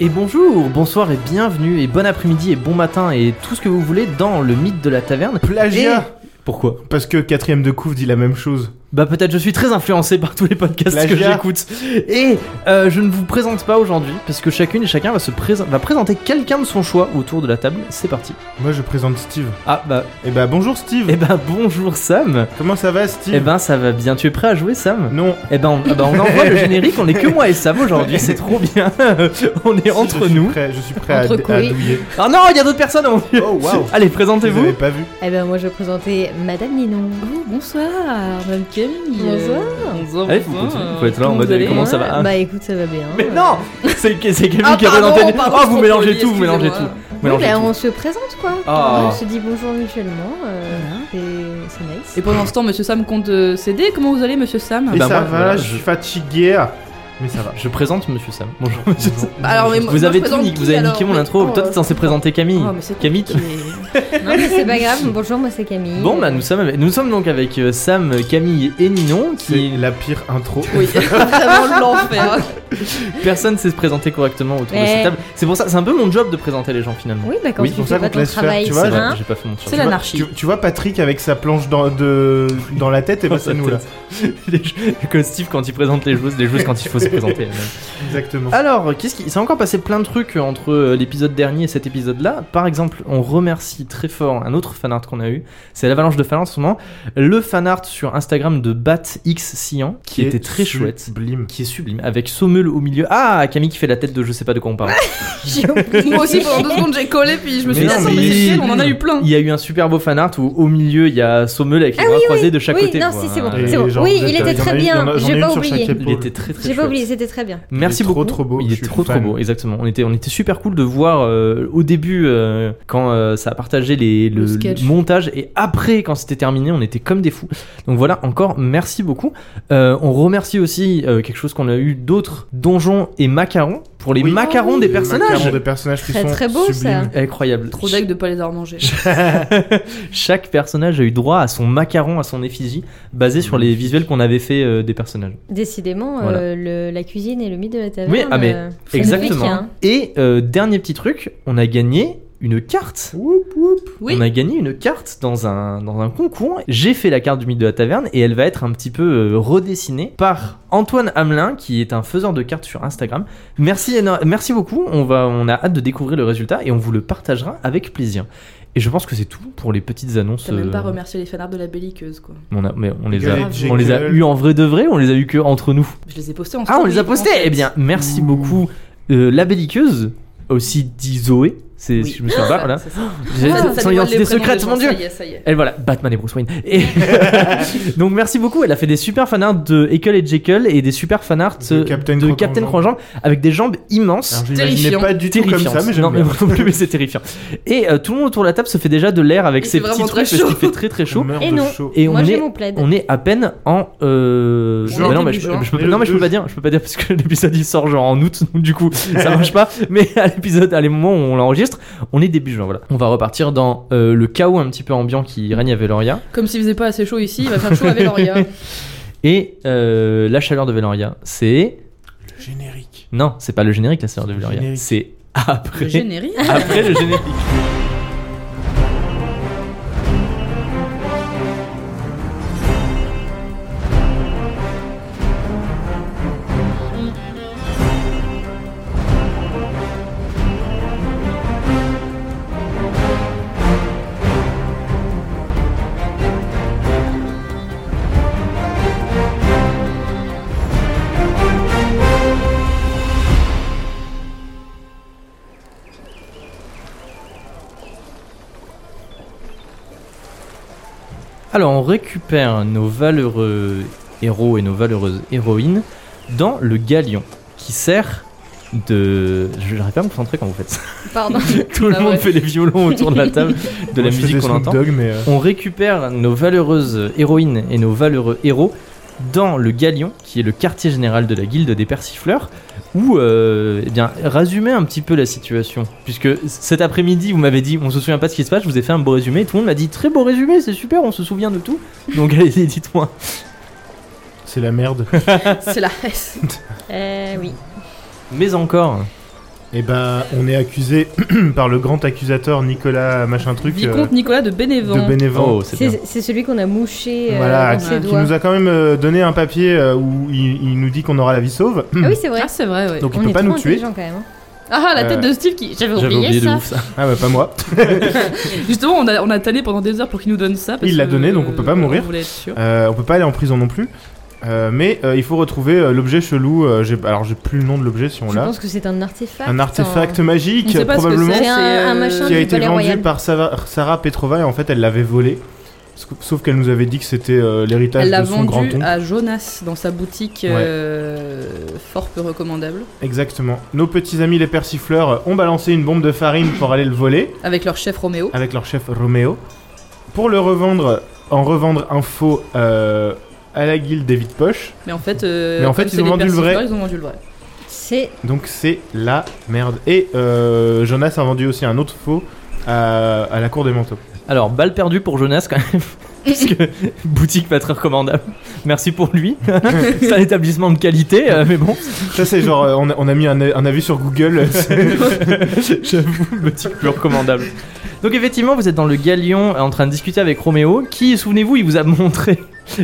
Et bonjour, bonsoir et bienvenue, et bon après-midi et bon matin et tout ce que vous voulez dans le mythe de la taverne. Plagiat Et- Pourquoi Parce que quatrième de couve dit la même chose. Bah peut-être je suis très influencé par tous les podcasts que Plagiat. j'écoute. Et euh, je ne vous présente pas aujourd'hui, parce que chacune et chacun va, se présen- va présenter quelqu'un de son choix autour de la table. C'est parti. Moi je présente Steve. Ah bah, Eh bah bonjour Steve eh bah bonjour Sam. Comment ça va Steve Eh ben ça va bien, tu es prêt à jouer Sam Non. Eh ben on, ah bah, on envoie le générique, on est que moi et Sam aujourd'hui, c'est trop bien. on est Si, je euh, entre suis nous. prêt- je suis prêt à, Entre à couilles. douiller. Ah non, il y a d'autres personnes. mon Dieu. Oh waouh Allez, Vous avez présentez-vous. pas vu Eh ben moi je vais présenter Madame Ninon. Oh, bonsoir, Madame Camille. Bonsoir. Euh, bonsoir. Allez, Ah faut bonsoir. continuer, faut être là en Comment mode, vous allez hein comment ça va Bah écoute ça va bien. Mais non, c'est c'est Camille Ah, qui a pardon, présenté. pardon, oh, je vous suis mélangez trop tout, vous poli, mélangez tout. excusez-moi. Oui, Mélangez bah, tout. on se présente quoi. Ah. On se dit bonjour mutuellement. euh, Voilà. c'est- C'est nice. Et pendant ce temps, Monsieur Sam compte euh, s'aider. Comment vous allez, Monsieur Sam Et bah, moi, ça va, voilà, je je- suis fatigué. Mais ça va. Je présente Monsieur Sam. Bonjour Monsieur Sam. Bah, Alors, mais moi- vous moi, avez je tout présente niqué, qui, vous avez alors niqué mon Mais- intro. Toi, t'es censé présenter Camille. Oh, mais c'est toi Camille, qui est- Non mais c'est pas grave. Bonjour moi c'est Camille. Bon, bah nous sommes, avec- nous sommes donc avec euh, Sam, Camille et Ninon. C'est Qui la pire intro. Oui, vraiment l'enfer. personne sait se présenter correctement autour de Mais- cette table. C'est pour ça, c'est un peu mon job de présenter les gens finalement. Oui bah quand Oui, tu pour fais ça pas qu'on te ton laisse faire, travail. tu C'est vois, vrai, hein, j'ai pas fait mon job. C'est l'anarchie. Tu, tu vois Patrick avec sa planche dans, de- dans la tête, et bah c'est nous là. Les jeux- Comme Steve quand il présente les joueuses, les joueuses quand il faut se présenter. elles-mêmes. Exactement. Alors, qu'est-ce qui. Il s'est encore passé plein de trucs entre euh, l'épisode dernier et cet épisode-là. Par exemple, on remercie très fort un autre fanart qu'on a eu. C'est l'avalanche de fanart en ce moment. Le fanart sur Instagram de BatX Sian, qui, était très chouette. Sublime. Qui est sublime, avec Sommel au milieu. Ah, Camille qui fait la tête de je sais pas de quoi on parle. J'ai oublié. Moi aussi, pendant deux secondes, j'ai collé, puis Ah, je me suis Mais dit, attends, non, mais mais- c'est chiant, on en a eu plein. Il y a eu un super beau fanart où au milieu il y a Sommel avec les bras croisés de chaque Ah Oui, côté. non, Voilà. si, c'est bon. Et bon. genre, Oui, vous il êtes- y en était a très une- bien, hein. y en a- j'en j'ai ai pas une sur oublié. chaque Il épaule. était très très J'ai pas chouette. oublié c'était très bien. Merci Il est beaucoup. trop, trop beau, Il je est suis trop trop fan. beau, exactement. On était, on était super cool de voir euh, au début euh, quand euh, ça a partagé les, le, Le sketch. le montage et après quand c'était terminé, on était comme des fous. Donc voilà, encore merci beaucoup. Euh, on remercie aussi euh, quelque chose qu'on a eu d'autres donjons et macarons pour les Oui. macarons des Les personnages. macarons des personnages qui Très, sont très beau, ça. sublimes. Incroyable. Trop deg de pas les avoir mangés. Chaque personnage a eu droit à son macaron, à son effigie, basé sur les visuels qu'on avait fait euh, des personnages. Décidément, euh, Voilà. le- la cuisine et le mythe de la taverne. Oui, ah, mais euh, c'est magnifique, Exactement. hein. Et euh, dernier petit truc, on a gagné une carte. Woup, woup. Oui. On a gagné une carte dans un, dans un concours. J'ai fait la carte du mythe de la taverne et elle va être un petit peu euh, redessinée par Antoine Hamelin qui est un faiseur de cartes sur Instagram. Merci, éno- merci beaucoup. On, va, on a hâte de découvrir le résultat et on vous le partagera avec plaisir. Et je pense que c'est tout pour les petites annonces. T'as même pas euh, remercié les fanarts de la belliqueuse, quoi. on a- mais on les a, Gueule, on les a gueule. eu en vrai de vrai, on les a eu que entre nous. Je les ai postés en Ah, on story, les a en postés. fait. Eh bien, merci beaucoup euh, la belliqueuse, aussi dit Zoé. C'est, Oui. je me souviens pas. Voilà. Ça, ça, ça J'ai- dévoile son les identité prénoms des secrète, gens, mon dieu. Ça y est, ça y est. Et voilà, Batman et Bruce Wayne. Et Donc merci beaucoup, elle a fait des super fanarts de Ekel et Jekyll et des super fanarts De euh, Captain de Captain Croc-Jambe avec des jambes immenses. Alors, je l'imaginais Terrifiant. pas du tout comme terrifiantes. ça, mais non, j'aime mais bien. moi non plus, mais c'est terrifiant. Et euh, tout le monde autour de la table se fait déjà de l'air avec Il ses fait petits vraiment trucs très parce qu'il chaud. fait très très On chaud. meurt Et de non. chaud. Et on Moi j'ai est, mon plaid. on est à peine en. euh, Juin. mais non, mais je, Début juin. je peux, Mais non, mais le- je peux le- pas dire, je peux pas dire parce que l'épisode il sort genre en août, donc du coup ça marche pas. Mais à l'épisode, à les moments où on l'enregistre, on est début juin. Voilà. On va repartir dans euh, le chaos un petit peu ambiant qui règne à Veloria. Comme s'il faisait pas assez chaud ici, il va faire chaud à Véloria. Et euh, la chaleur de Veloria, c'est. Le Générique. Non, c'est pas le générique, la chaleur de Le Veloria. générique. C'est Le après. générique. Après le générique. Alors, on récupère nos valeureux héros et nos valeureuses héroïnes dans le galion qui sert de. Je n'arrive pas à me concentrer quand vous faites ça. Pardon. Tout le Ah monde ouais. fait les violons autour de la table, de la Moi, je musique faisais qu'on Snoop entend. Dogg, mais euh, On récupère nos valeureuses héroïnes et nos valeureux héros dans le Galion, qui est le quartier général de la guilde des persifleurs, où, euh, eh bien, résumer un petit peu la situation. Puisque cet après-midi, vous m'avez dit, on se souvient pas de ce qui se passe, je vous ai fait un beau résumé, et tout le monde m'a dit, très beau résumé, c'est super, on se souvient de tout. Donc allez-y, dites-moi. c'est Ah, la merde. C'est la S. Euh, oui. Mais encore, Et ben, on est accusé par le grand accusateur Nicolas machin truc euh, Vicomte Nicolas de de Bénévent. Bénévent. Oh, c'est bien. C'est c'est celui qu'on a mouché euh, Voilà, dans qui, ses qui doigts. nous a quand même euh, donné un papier euh, où il, il nous dit qu'on aura la vie sauve. Ah oui, c'est vrai. Ah, c'est vrai, ouais. Donc on il peut est pas trop nous tuer. intelligents, quand même. hein. Ah, la tête Euh, de Steve qui. J'avais J'avais oublié, oublié de ça. ouf ça. Ah bah pas moi. Justement, on a, on a tanné pendant des heures pour qu'il nous donne ça. Parce Il l'a que, donné, donc on peut pas euh, mourir. On voulait être sûr. Euh, on peut pas aller en prison non plus. Euh, mais euh, il faut retrouver euh, l'objet chelou. euh, j'ai- alors j'ai plus le nom de l'objet si on Je l'a. pense que c'est un artefact. hein. Un artefact On magique sait pas ce que probablement C'est un, C'est, un euh, machin qui a du été palais vendu royal. par Sava- Sarah Petrova et en fait elle l'avait volé. Parce que- Sauf qu'elle nous avait dit que c'était euh, l'héritage Elle l'a de son grand vendu oncle. à Jonas dans sa boutique Ouais. euh, fort peu recommandable. Exactement. Nos petits amis les persifleurs euh, ont balancé une bombe de farine pour aller le voler. Avec leur chef Roméo. avec leur chef Romeo pour le revendre, en revendre un faux euh, à la guilde des vides poches. Mais en fait, euh, Mais en fait, comme ils c'est ont des vendu le vrai. persifleurs, Ils ont vendu le vrai. C'est Donc c'est la merde. Et euh, Jonas a vendu aussi un autre faux à, à la cour des manteaux. Alors, balle perdue pour Jonas quand même. Parce que boutique pas très recommandable. Merci pour lui. c'est un établissement de qualité, euh, mais bon. Ça c'est genre, euh, on a, on a mis un, un avis sur Google. C'est- J'avoue, boutique plus recommandable. Donc, effectivement, vous êtes dans le galion euh, en train de discuter avec Roméo, qui, souvenez-vous, il vous a montré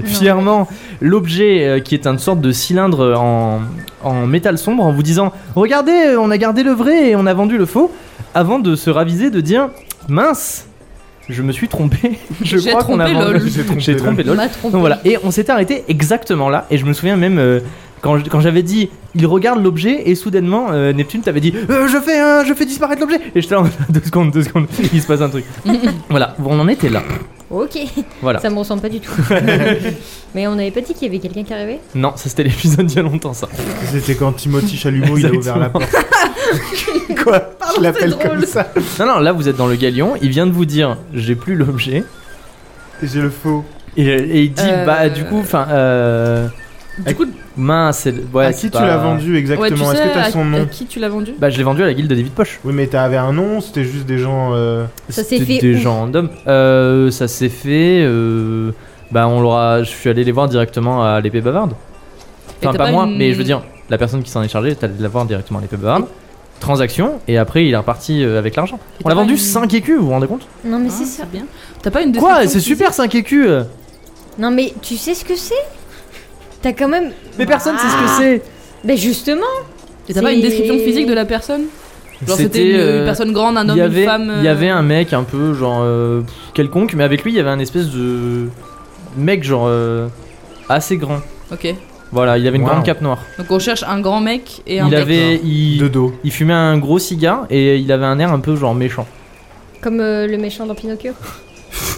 fièrement l'objet euh, qui est une sorte de cylindre euh, en, en métal sombre en vous disant Regardez, euh, on a gardé le vrai et on a vendu le faux. Avant de se raviser de dire Mince, je me suis trompé. Je J'ai crois qu'on a trompé, vendu. lol. J'ai trompé, J'ai lol. trompé on lol. m'a trompé. Donc voilà, et on s'était arrêté exactement là, et je me souviens même euh, quand, je- quand j'avais dit il regarde l'objet, et soudainement euh, Neptune t'avait dit Euh, je fais un- je fais disparaître l'objet, et j'étais là en mode, deux secondes, deux secondes, il se passe un truc. voilà, on en était là. Ok. Voilà. Ça me ressemble pas du tout. Mais on n'avait pas dit qu'il y avait quelqu'un qui arrivait Non, ça c'était l'épisode il y a longtemps ça. C'était quand Timothy Chalumeau il a ouvert la porte. Quoi Je l'appelle c'est comme drôle. ça. Non, non, là vous êtes dans le galion, il vient de vous dire j'ai plus l'objet, J'ai le faux. et, et il dit Euh. bah du coup, enfin, euh, Du coup, mince, c'est- ouais, à c'est qui pas- tu l'as vendu ouais, tu exactement Est-ce sais que t'as à- son à nom qui tu l'as vendu Bah je l'ai vendu à la guilde des vides poches. Oui mais t'avais un nom, c'était juste des gens... euh, Ça s'est C'était fait des où gens random. Euh, ça s'est fait. euh, bah, on l'aura. Je suis allé les voir directement à l'épée bavarde. Et Enfin, t'as pas, pas moi, une- mais je veux dire, la personne qui s'en est chargée, t'es allé la voir directement à l'épée bavarde. Transaction, et après il est reparti euh, avec l'argent. Et On l'a t'as vendu pas une- 5 écus, vous vous rendez compte Non, mais Ah, c'est ça. bien. T'as pas une Quoi description C'est super 5 écus euh. Non, mais tu sais ce que c'est T'as quand même. Mais personne sait ce que Ah. c'est Ben justement physique Et t'as pas une C'est- description physique de la personne Genre C'était, c'était une, euh, une personne grande, un Il homme, y avait, une femme. il y euh, avait un mec un peu genre euh, pff, quelconque, mais avec lui il y avait un espèce de mec genre euh, assez grand. Ok. Voilà, il avait une Wow. grande cape noire. Donc on cherche un grand mec et un. il mec. avait, il, De dos. Il fumait un gros cigare et il avait un air un peu genre méchant. Comme euh, le méchant dans Pinocchio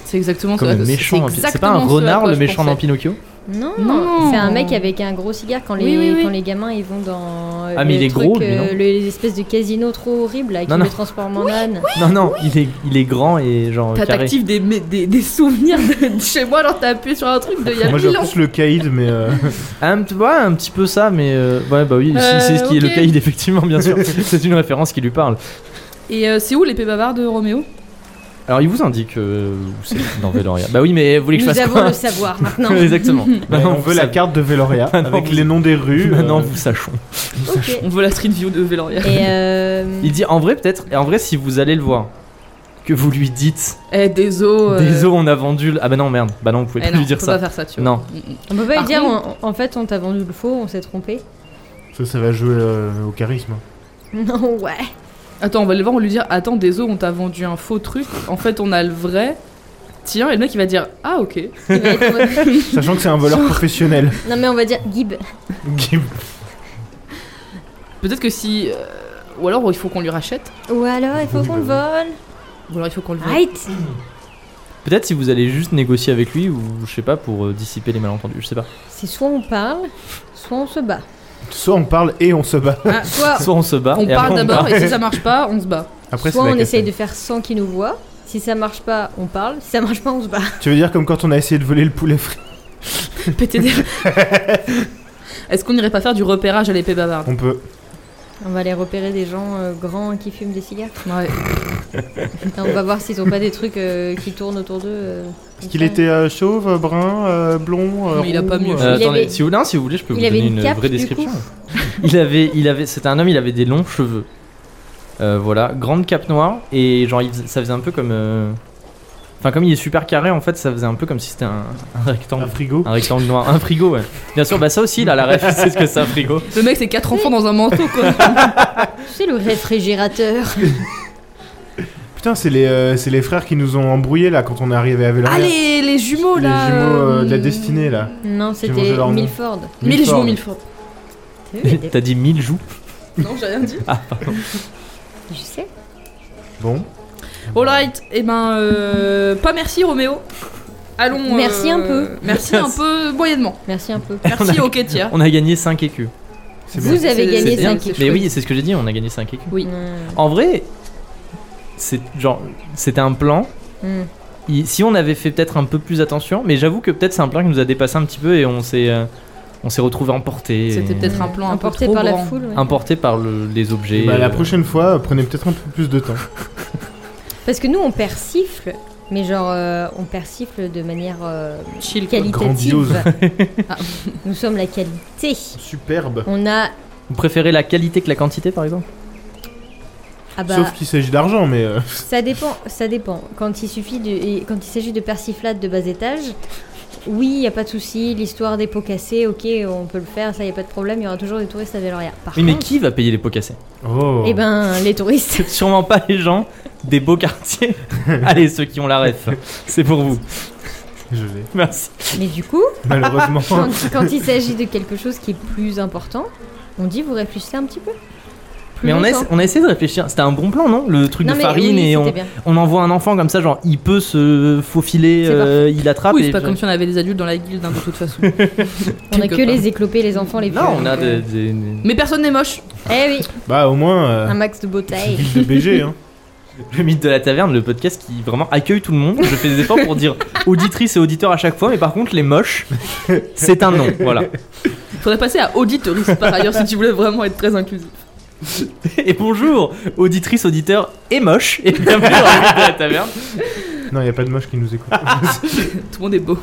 C'est exactement Comme ça. le c'est méchant. dans Pin- C'est pas un exactement ce à renard quoi le je méchant pensais. dans Pinocchio Non, Non. C'est un mec avec un gros cigare quand les, Oui, oui, oui. Quand les gamins ils vont dans. euh, Ah, mais le il est truc, gros, lui, euh, non le- Les espèces de casinos trop horribles là, qui Non, le non. transforment en âne. Non, non, il est, il est grand et genre T'as- carré. T'actives des, mais- des, des souvenirs de, de chez moi, genre t'as appuyé sur un truc de il y a Moi j'ai mille ans. plus le caïd mais... euh, Un, petit- ouais, un petit peu ça, mais euh, ouais, bah oui, Euh, si, c'est ce qui est le ok. caïd, effectivement, bien sûr. c'est une référence qui lui parle. Et euh, c'est où l'épée bavarde de Roméo Alors il vous indique euh, où c'est dans Veloria. bah oui, mais vous voulez que je Nous fasse avons quoi le savoir maintenant. Exactement. Ouais, Maintenant, on veut vous la savez. carte de Veloria Maintenant, avec vous- les noms des rues. Maintenant, euh, vous sachons. ok. On veut la street view de Véloria. Et euh, Il dit en vrai, peut-être, et en vrai, si vous allez le voir, que vous lui dites Eh, des os. Désolé, on a vendu. le- Ah bah non, merde, bah non, vous pouvez Eh pas non, lui dire faut ça. pas faire ça, tu vois. Non. Mm, mm. on peut pas Par lui dire contre- en, en fait on t'a vendu le faux, on s'est trompé. Ça, ça va jouer euh, au charisme. Non, ouais. Attends, on va aller voir, on va lui dire Attends, désolé, on t'a vendu un faux truc. En fait, on a le vrai. Tiens, et le mec il va dire Ah, ok. Il va être- Sachant que c'est un voleur professionnel. non mais on va dire Gib. Guillaume. Peut-être que si. euh, Ou alors il faut qu'on lui rachète. Ou alors il faut qu'on le vole. Ou alors il faut qu'on le vende. Right. Peut-être si vous allez juste négocier avec lui ou je sais pas pour euh, dissiper les malentendus, je sais pas. C'est soit on parle, soit on se bat. Soit on parle et on se bat. Ah, Soit, Soit on se bat. on et parle après on d'abord part. et si ça marche pas, on se bat. Après, soit c'est la on essaye de cassette. faire sans qu'il nous voit. Si ça marche pas, on parle. Si ça marche pas, on se bat. Tu veux dire comme quand on a essayé de voler le poulet frit PTD. Est-ce qu'on irait pas faire du repérage à l'épée bavarde On peut. On va aller repérer des gens euh, grands qui fument des cigares. Ouais. Et on va voir s'ils ont pas des trucs euh, qui tournent autour d'eux. euh, Est-ce comme qu'il ça. était euh, chauve, euh, brun, euh, blond euh, Mais il a roux, pas mieux. Euh, Il attendez, avait- si vous, non, si vous voulez, je peux il vous avait donner une une, cape, vraie du description. il avait, il avait, c'était un homme, il avait des longs cheveux. Euh, voilà, grande cape noire et genre il faisait- ça faisait un peu comme. euh, Enfin, comme il est super carré, en fait, ça faisait un peu comme si c'était un, un Un rectangle. frigo. Un rectangle noir, un frigo, ouais. Bien sûr, bah ça aussi, là, la ref, c'est ce que c'est un frigo. Le mec, c'est quatre enfants dans un manteau, quoi. C'est le réfrigérateur. Putain, c'est les, euh, c'est les frères qui nous ont embrouillés là quand on est arrivé à Veloria. Ah, les, les jumeaux, Bah, Les là. jumeaux euh, de la euh, destinée là. Non, mangé c'était leur nom. Milford. Mille Milford. jumeaux, mille fois. T'as vu, T'as dit 1000 joues. Non, j'ai rien dit. Je sais. Bon. Alright, et ben, euh, pas merci, Roméo. Allons. Merci euh, un peu. Merci un peu moyennement. Merci un peu. Merci, ok, tiens. On a gagné 5 écus. C'est Vous avez C'est- gagné c'est bien, 5 c'est équipes. Mais oui, c'est ce que j'ai dit, on a gagné 5 écus. Oui. En vrai, c'est genre, c'était un plan. Mm. Il- si on avait fait peut-être un peu plus attention, mais j'avoue que peut-être c'est un plan qui nous a dépassé un petit peu et on s'est, euh, on s'est retrouvé emporté. C'était et- peut-être un plan un peu Emporté trop par la grand. foule. ouais. Emporté par le- les objets. Et bah, la euh, prochaine fois, euh, prenez peut-être un peu plus de temps. Parce que nous, on persifle, mais genre, euh, on persifle de manière euh, Chill, quoi. qualitative. Grandiose. Ah. Nous sommes la qualité. Superbe. On a. Vous préférez la qualité que la quantité, par exemple Ah bah, Sauf qu'il s'agit d'argent, mais euh, ça dépend, ça dépend. Quand il suffit de, et quand il s'agit de persiflade de bas étage, oui, il y a pas de souci. L'histoire des pots cassés, ok, on peut le faire, ça y a pas de problème. Il y aura toujours des touristes à Veloria. Par Oui, mais contre, qui va payer les pots cassés oh. eh ben, les touristes. Sûrement pas les gens des beaux quartiers. Allez, ceux qui ont la ref, c'est pour vous. je vais. Merci. mais du coup, Malheureusement. quand, quand il s'agit de quelque chose qui est plus important, on dit vous réfléchissez un petit peu. Plus mais on a, longtemps. on a essayé de réfléchir. C'était un bon plan, non Le truc Non, de mais farine oui, et c'était on, bien. on envoie un enfant comme ça, genre il peut se faufiler, C'est euh, il Ah, attrape. Oui, et- c'est pas comme si on avait des adultes dans la guilde, hein, de toute façon. On a Quelque que part. les éclopés, les enfants, les vieux. Non, on a donc, des. euh, des- des- Mais personne n'est moche. Eh oui, Bah au moins, un Ah. euh, max de c'est beauté. une ville de BG. Hein. Le mythe de la taverne, le podcast qui vraiment accueille tout le monde. Je fais des efforts pour dire auditrice et auditeur à chaque fois, mais par contre, les moches, c'est un nom. Voilà. Faudrait passer à auditoriste par ailleurs si tu voulais vraiment être très inclusif. Et bonjour, auditrice, auditeur et moche. Et bienvenue dans le mythe de la taverne. Non, y a pas de moche qui nous écoute. Tout le monde est beau.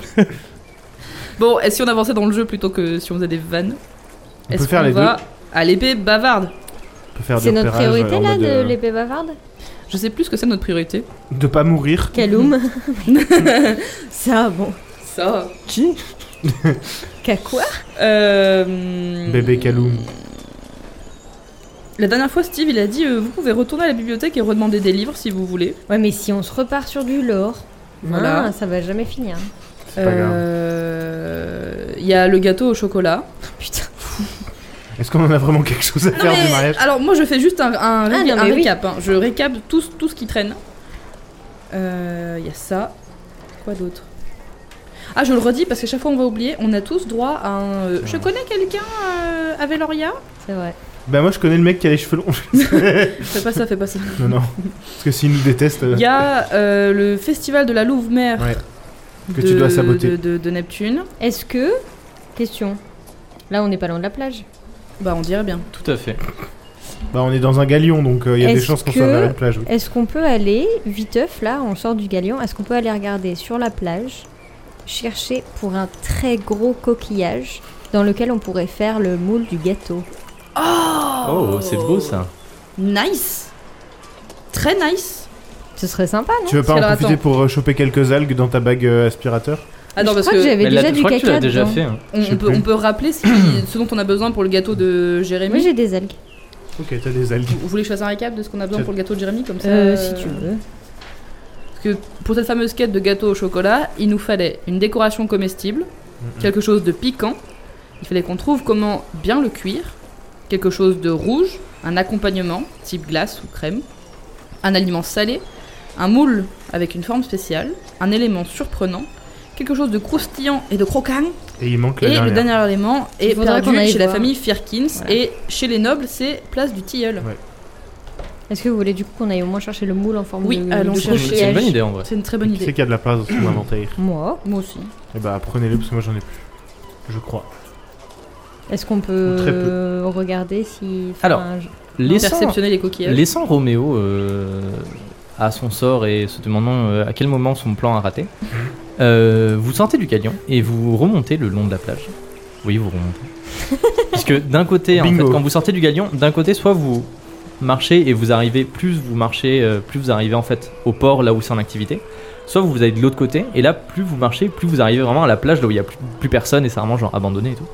bon, et si on avançait dans le jeu plutôt que si on faisait des vannes On Est-ce peut faire qu'on les deux. va à l'épée bavarde On peut faire C'est des notre repérages, euh, priorité en là mode, de euh, l'épée bavarde Je sais plus ce que c'est notre priorité. de pas mourir. Kaloum. Ça, bon. Ça. Qui Qu'à quoi Hmm. Euh... Bébé Kaloum. La dernière fois, Steve, il a dit euh, Vous pouvez retourner à la bibliothèque et redemander des livres si vous voulez. Ah, Ouais, mais si on se repart sur du lore, Voilà. hein, ça va jamais finir. C'est pas grave. Euh, Il y a le gâteau au chocolat. Putain. Est-ce qu'on en a vraiment quelque chose à Non, faire mais- du mariage Alors moi je fais juste un, un, réca- non, un mais oui. récap. hein. Je récap tout, ce- tout ce qui traîne. Euh, Il y a ça. Quoi d'autre Ah je le redis parce que chaque fois on va oublier. On a tous droit à un... euh, Je connais quelqu'un euh, à Veloria C'est vrai. Bah moi je connais le mec qui a les cheveux longs. Fais pas ça, fais pas ça. non non. Parce que s'il nous déteste, euh, Il y a euh, le festival de la Louve-Mère Ouais. que de, tu dois saboter. de- de- de Neptune. Est-ce que. Question. Là, on n'est pas loin de la plage. Bah on dirait bien. Tout à fait. Bah on est dans un galion donc il y a des Est-ce chances qu'on que- soit vers la plage. oui. Est-ce qu'on peut aller, viteuf, là, on sort du galion, est-ce qu'on peut aller regarder sur la plage, chercher pour un très gros coquillage dans lequel on pourrait faire le moule du gâteau Oh, c'est beau ça. Nice Très nice Ce serait sympa, non Tu veux pas parce en que alors, profiter attends. pour euh, choper quelques algues dans ta bague euh, aspirateur Ah non, Je parce crois que, que... j'avais Mais là, déjà je du crois que caca. tu l'as déjà dedans. fait. hein. on, je sais on peut, plus. on peut rappeler si- ce dont on a besoin pour le gâteau de Jérémy. Moi, j'ai des algues. Ok t'as des algues. Vous voulez que je fasse un récap de ce qu'on a besoin pour le gâteau de Jérémy comme ça Euh, euh, si tu veux. Parce que pour cette fameuse quête de gâteau au chocolat, il nous fallait une décoration comestible, Mm. quelque chose de piquant, il fallait qu'on trouve comment bien le cuire, quelque chose de rouge, un accompagnement, type glace ou crème, un aliment salé, un moule avec une forme spéciale, un élément surprenant, quelque chose de croustillant et de croquant, Et il manque la et dernière. le dernier élément est faudra perdu qu'on aille chez la voir. famille Firkins, Voilà. et chez les nobles, c'est place du tilleul. Est-ce que vous voulez du coup qu'on aille au moins chercher le moule en forme Oui, de de allons de chercher. coquillage C'est une bonne idée en vrai. C'est une très bonne Qui c'est idée. qui a de la place dans son inventaire Moi, Moi aussi. Et bah prenez-le parce que moi j'en ai plus. Je crois. est-ce qu'on peut Ou très peu. euh, regarder si. enfin, Alors. je- Laissons, Perceptionner les coquillages. laissons Roméo euh, à son sort et se demandant euh, à quel moment son plan a raté. euh, vous sentez du galion et vous remontez le long de la plage. Oui, vous remontez. Parce que d'un côté, en fait, Bingo. quand vous sortez du galion, d'un côté, soit vous marchez et vous arrivez, plus vous marchez, euh, plus vous arrivez en fait au port là où c'est en activité. Soit vous allez de l'autre côté et là, plus vous marchez, plus vous arrivez vraiment à la plage là où il n'y a plus, plus personne et c'est vraiment genre abandonné et tout.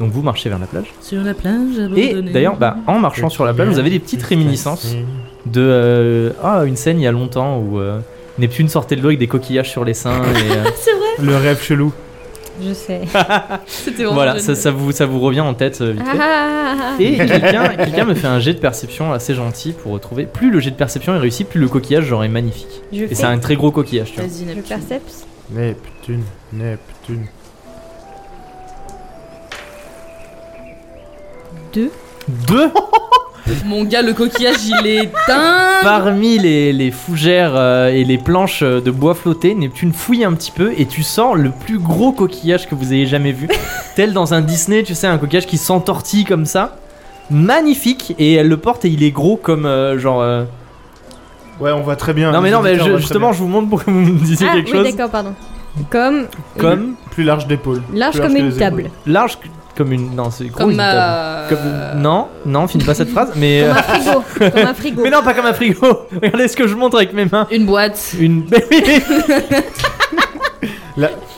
Donc vous marchez vers la plage. Sur la plage, Et d'ailleurs, bah, en marchant sur la plage, vous avez des petites réminiscences de euh, ah, une scène il y a longtemps où euh, Neptune sortait de l'eau avec des coquillages sur les seins. Et, euh, c'est vrai, Le rêve chelou. Je sais. c'était vraiment voilà, génial. ça, ça vous, ça vous revient en tête euh, vite fait. Ah, Et quelqu'un quelqu'un me fait un jet de perception assez gentil pour retrouver. Plus le jet de perception est réussi, plus le coquillage genre est magnifique. je Et c'est fais un très gros coquillage, tu vois. Vas-y, le Neptune. perceps. Neptune, Neptune. Deux Mon gars, le coquillage, il est dingue. Parmi les, les fougères euh, et les planches euh, de bois flotté, Neptune fouille un petit peu et tu sens le plus gros coquillage que vous ayez jamais vu. Tel dans un Disney, tu sais, un coquillage qui s'entortille comme ça. Magnifique Et elle le porte et il est gros comme euh, genre... euh, Ouais, on voit très bien. Non mais les non mais auditeurs je- voient très justement bien. je vous montre pour que vous me disiez Ah quelque oui, chose. d'accord, pardon. Comme Comme... Plus large d'épaule. large Plus comme que une les table. épaules. Large que- comme une... Non c'est gros Comme euh, une table. ma. Comme- Non, non, finis pas cette phrase mais... euh, Comme euh, un frigo. Comme un frigo. Mais non pas comme un frigo Regardez ce que je montre avec mes mains Une boîte. Une...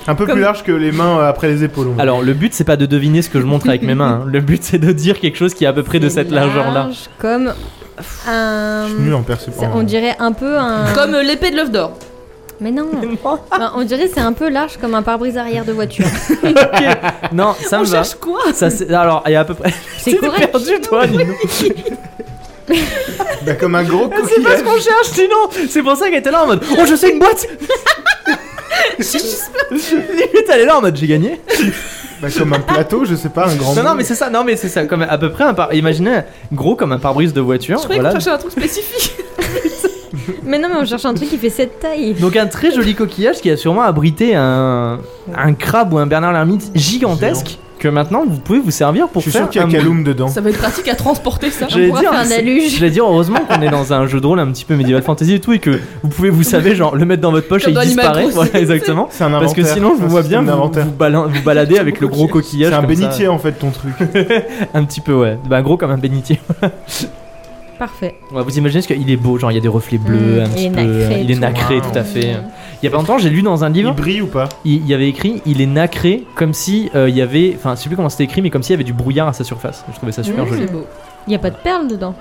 Un peu Comme- plus large que les mains euh, après les épaules. on va Alors le but c'est pas de deviner ce que je montre avec mes mains, hein. le but c'est de dire quelque chose qui est à peu près de C'est cette largeur là. large Comme dire. Je suis nul un. en ça- perception. On dirait un peu un. Comme euh, l'épée de l'œuf d'or. Mais non. Enfin, on dirait c'est un peu large comme un pare-brise arrière de voiture. Non, ça On me va. cherche quoi Ça, c'est- Alors, il y a à peu près. C'est correct. perdu toi, Nino. Bah, comme un gros C'est pas ce coquillage. qu'on cherche, sinon C'est pour ça qu'elle était là en mode Oh, je sais une boîte Limite, elle est là en mode J'ai gagné Bah, comme un plateau, je sais pas, un grand. Non, non, mur. mais c'est ça, non, mais c'est ça, comme à peu près un par. Imaginez, gros comme un pare-brise de voiture. Je croyais voilà. qu'on cherchait un truc spécifique. Mais non, mais on cherche un truc qui fait cette taille. Donc, un très joli coquillage qui a sûrement abrité un, un crabe ou un Bernard Lermite gigantesque que maintenant vous pouvez vous servir pour Je suis faire sûr qu'il y a un Kaloum dedans. Ça va être pratique à transporter ça. J'allais pourra dire, faire un c'est- déluge. j'allais dire, heureusement qu'on est dans un jeu de rôle un petit peu médiéval fantasy et tout, et que vous pouvez, vous savez, genre le mettre dans votre poche Comme et dans il Animal disparaît. Crossing. Voilà, exactement. C'est un inventaire. Parce que sinon, je vous un vois bien système vous, d'inventaire. vous balan- vous balader avec le gros coquillage. C'est un comme ça. bénitier en fait ton truc. Un petit peu, ouais. Bah, gros comme un bénitier. Parfait. Ouais, vous imaginez ce qu'il est beau, genre il y a des reflets bleus, Mmh, un il petit est peu. hein. nacré et il est tout. hein. nacré, Wow. tout à fait. Il y a pas longtemps, j'ai lu dans un Il livre, brille ou pas il il y avait écrit il est nacré comme si euh, il y avait. Enfin, je sais plus comment c'était écrit, mais comme s'il y avait du brouillard à sa surface. Je trouvais ça super Mmh. joli. C'est beau. Il y a pas de perles dedans.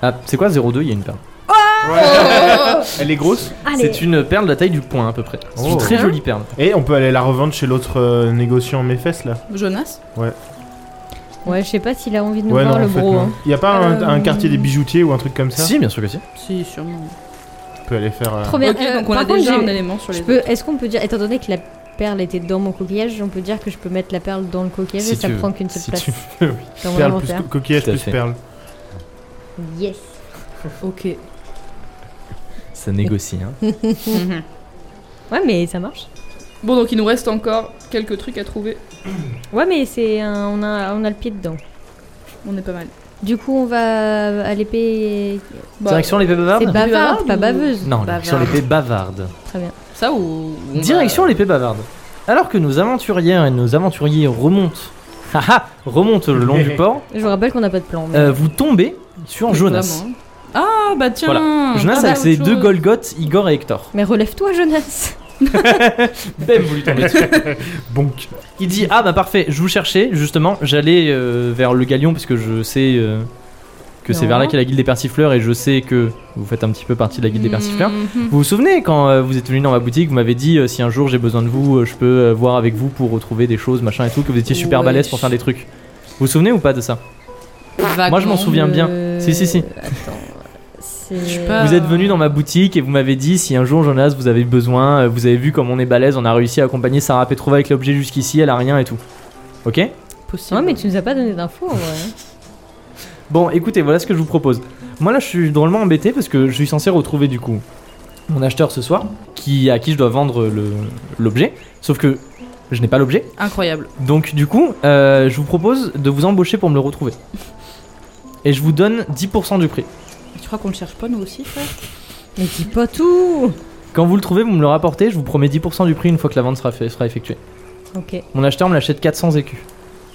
Ah, c'est quoi 02 Il y a une perle. Ah Oh Elle est grosse Allez. C'est une perle de la taille du poing à peu près. C'est Oh. une très jolie perle. Et on peut aller la revendre chez l'autre euh, négociant mes fesses là. Jonas Ouais, je sais pas s'il a envie de nous Ouais, voir non, le en fait, bro. non. hein. Y a pas un, Euh, un quartier des bijoutiers ou un truc comme ça Si, bien sûr que si. Si, sûrement. On peut aller faire. euh, Trop bien. Ok, Euh, donc on par a contre, déjà j'ai- un élément sur les Je peux. Est-ce qu'on peut dire, étant donné que la perle était dans mon coquillage, on peut dire que je peux mettre la perle dans le coquillage Si et ça tu veux. prend qu'une seule Si place tu dans mon Perle plus inventaire. co- coquillage Tout à plus fait. perle. Yes. autres. Ok. Ça négocie, hein. Mhm. Ouais, mais ça marche. Bon, donc il nous reste encore quelques trucs à trouver. Ouais, mais c'est un- on a on a le pied dedans. On est pas mal. Du coup, on va à l'épée. Bah, Direction l'épée bavarde C'est bavarde, bavarde pas ou- baveuse. Non, Bavarde. direction l'épée bavarde. Très bien. Ça ou. on va- Direction l'épée bavarde. Alors que nos aventurières et nos aventuriers remontent, haha, remontent le long du port, Je vous rappelle qu'on n'a pas de plan. mais- euh, vous tombez sur Jonas. Vraiment. Ah bah tiens Jonas Ah, avec bah, ses autre deux chose. Golgoth, Igor et Hector. Mais relève-toi, Jonas. Bam, vous lui tombez dessus. Bonk. Il dit Ah bah parfait, je vous cherchais, justement, j'allais euh, vers le galion parce que je sais euh, que c'est Non. vers là qu'est la guilde des persifleurs et je sais que vous faites un petit peu partie de la guilde des persifleurs. Mhm. Vous vous souvenez quand euh, vous êtes venu dans ma boutique, vous m'avez dit euh, si un jour j'ai besoin de vous, euh, je peux euh, voir avec vous pour retrouver des choses, machin et tout, que vous étiez super Ouais. balèze pour faire des trucs. Vous vous souvenez ou pas de ça Moi, je m'en Vaguement. euh, souviens bien. Si, si, si. Euh, Attends. C'est. Je sais pas. Vous êtes venu dans ma boutique et vous m'avez dit si un jour Jonas vous avez besoin, euh, vous avez vu comme on est balèze, on a réussi à accompagner Sarah Petrova avec l'objet jusqu'ici, elle a rien et tout. Ok Possible. Ouais, mais tu nous as pas donné d'infos. Ouais. Bon, écoutez, voilà ce que je vous propose. Moi là, je suis drôlement embêté parce que je suis censé retrouver du coup mon acheteur ce soir, qui à qui je dois vendre le- l'objet. Sauf que je n'ai pas l'objet. Incroyable. Donc du coup, euh, je vous propose de vous embaucher pour me le retrouver. Et je vous donne 10% du prix. Tu crois qu'on le cherche pas nous aussi frère Mais dis pas tout. Quand vous le trouvez, vous me le rapportez, je vous promets 10% du prix une fois que la vente sera, fait- sera effectuée. Ok, Mon acheteur me l'achète 400 écus.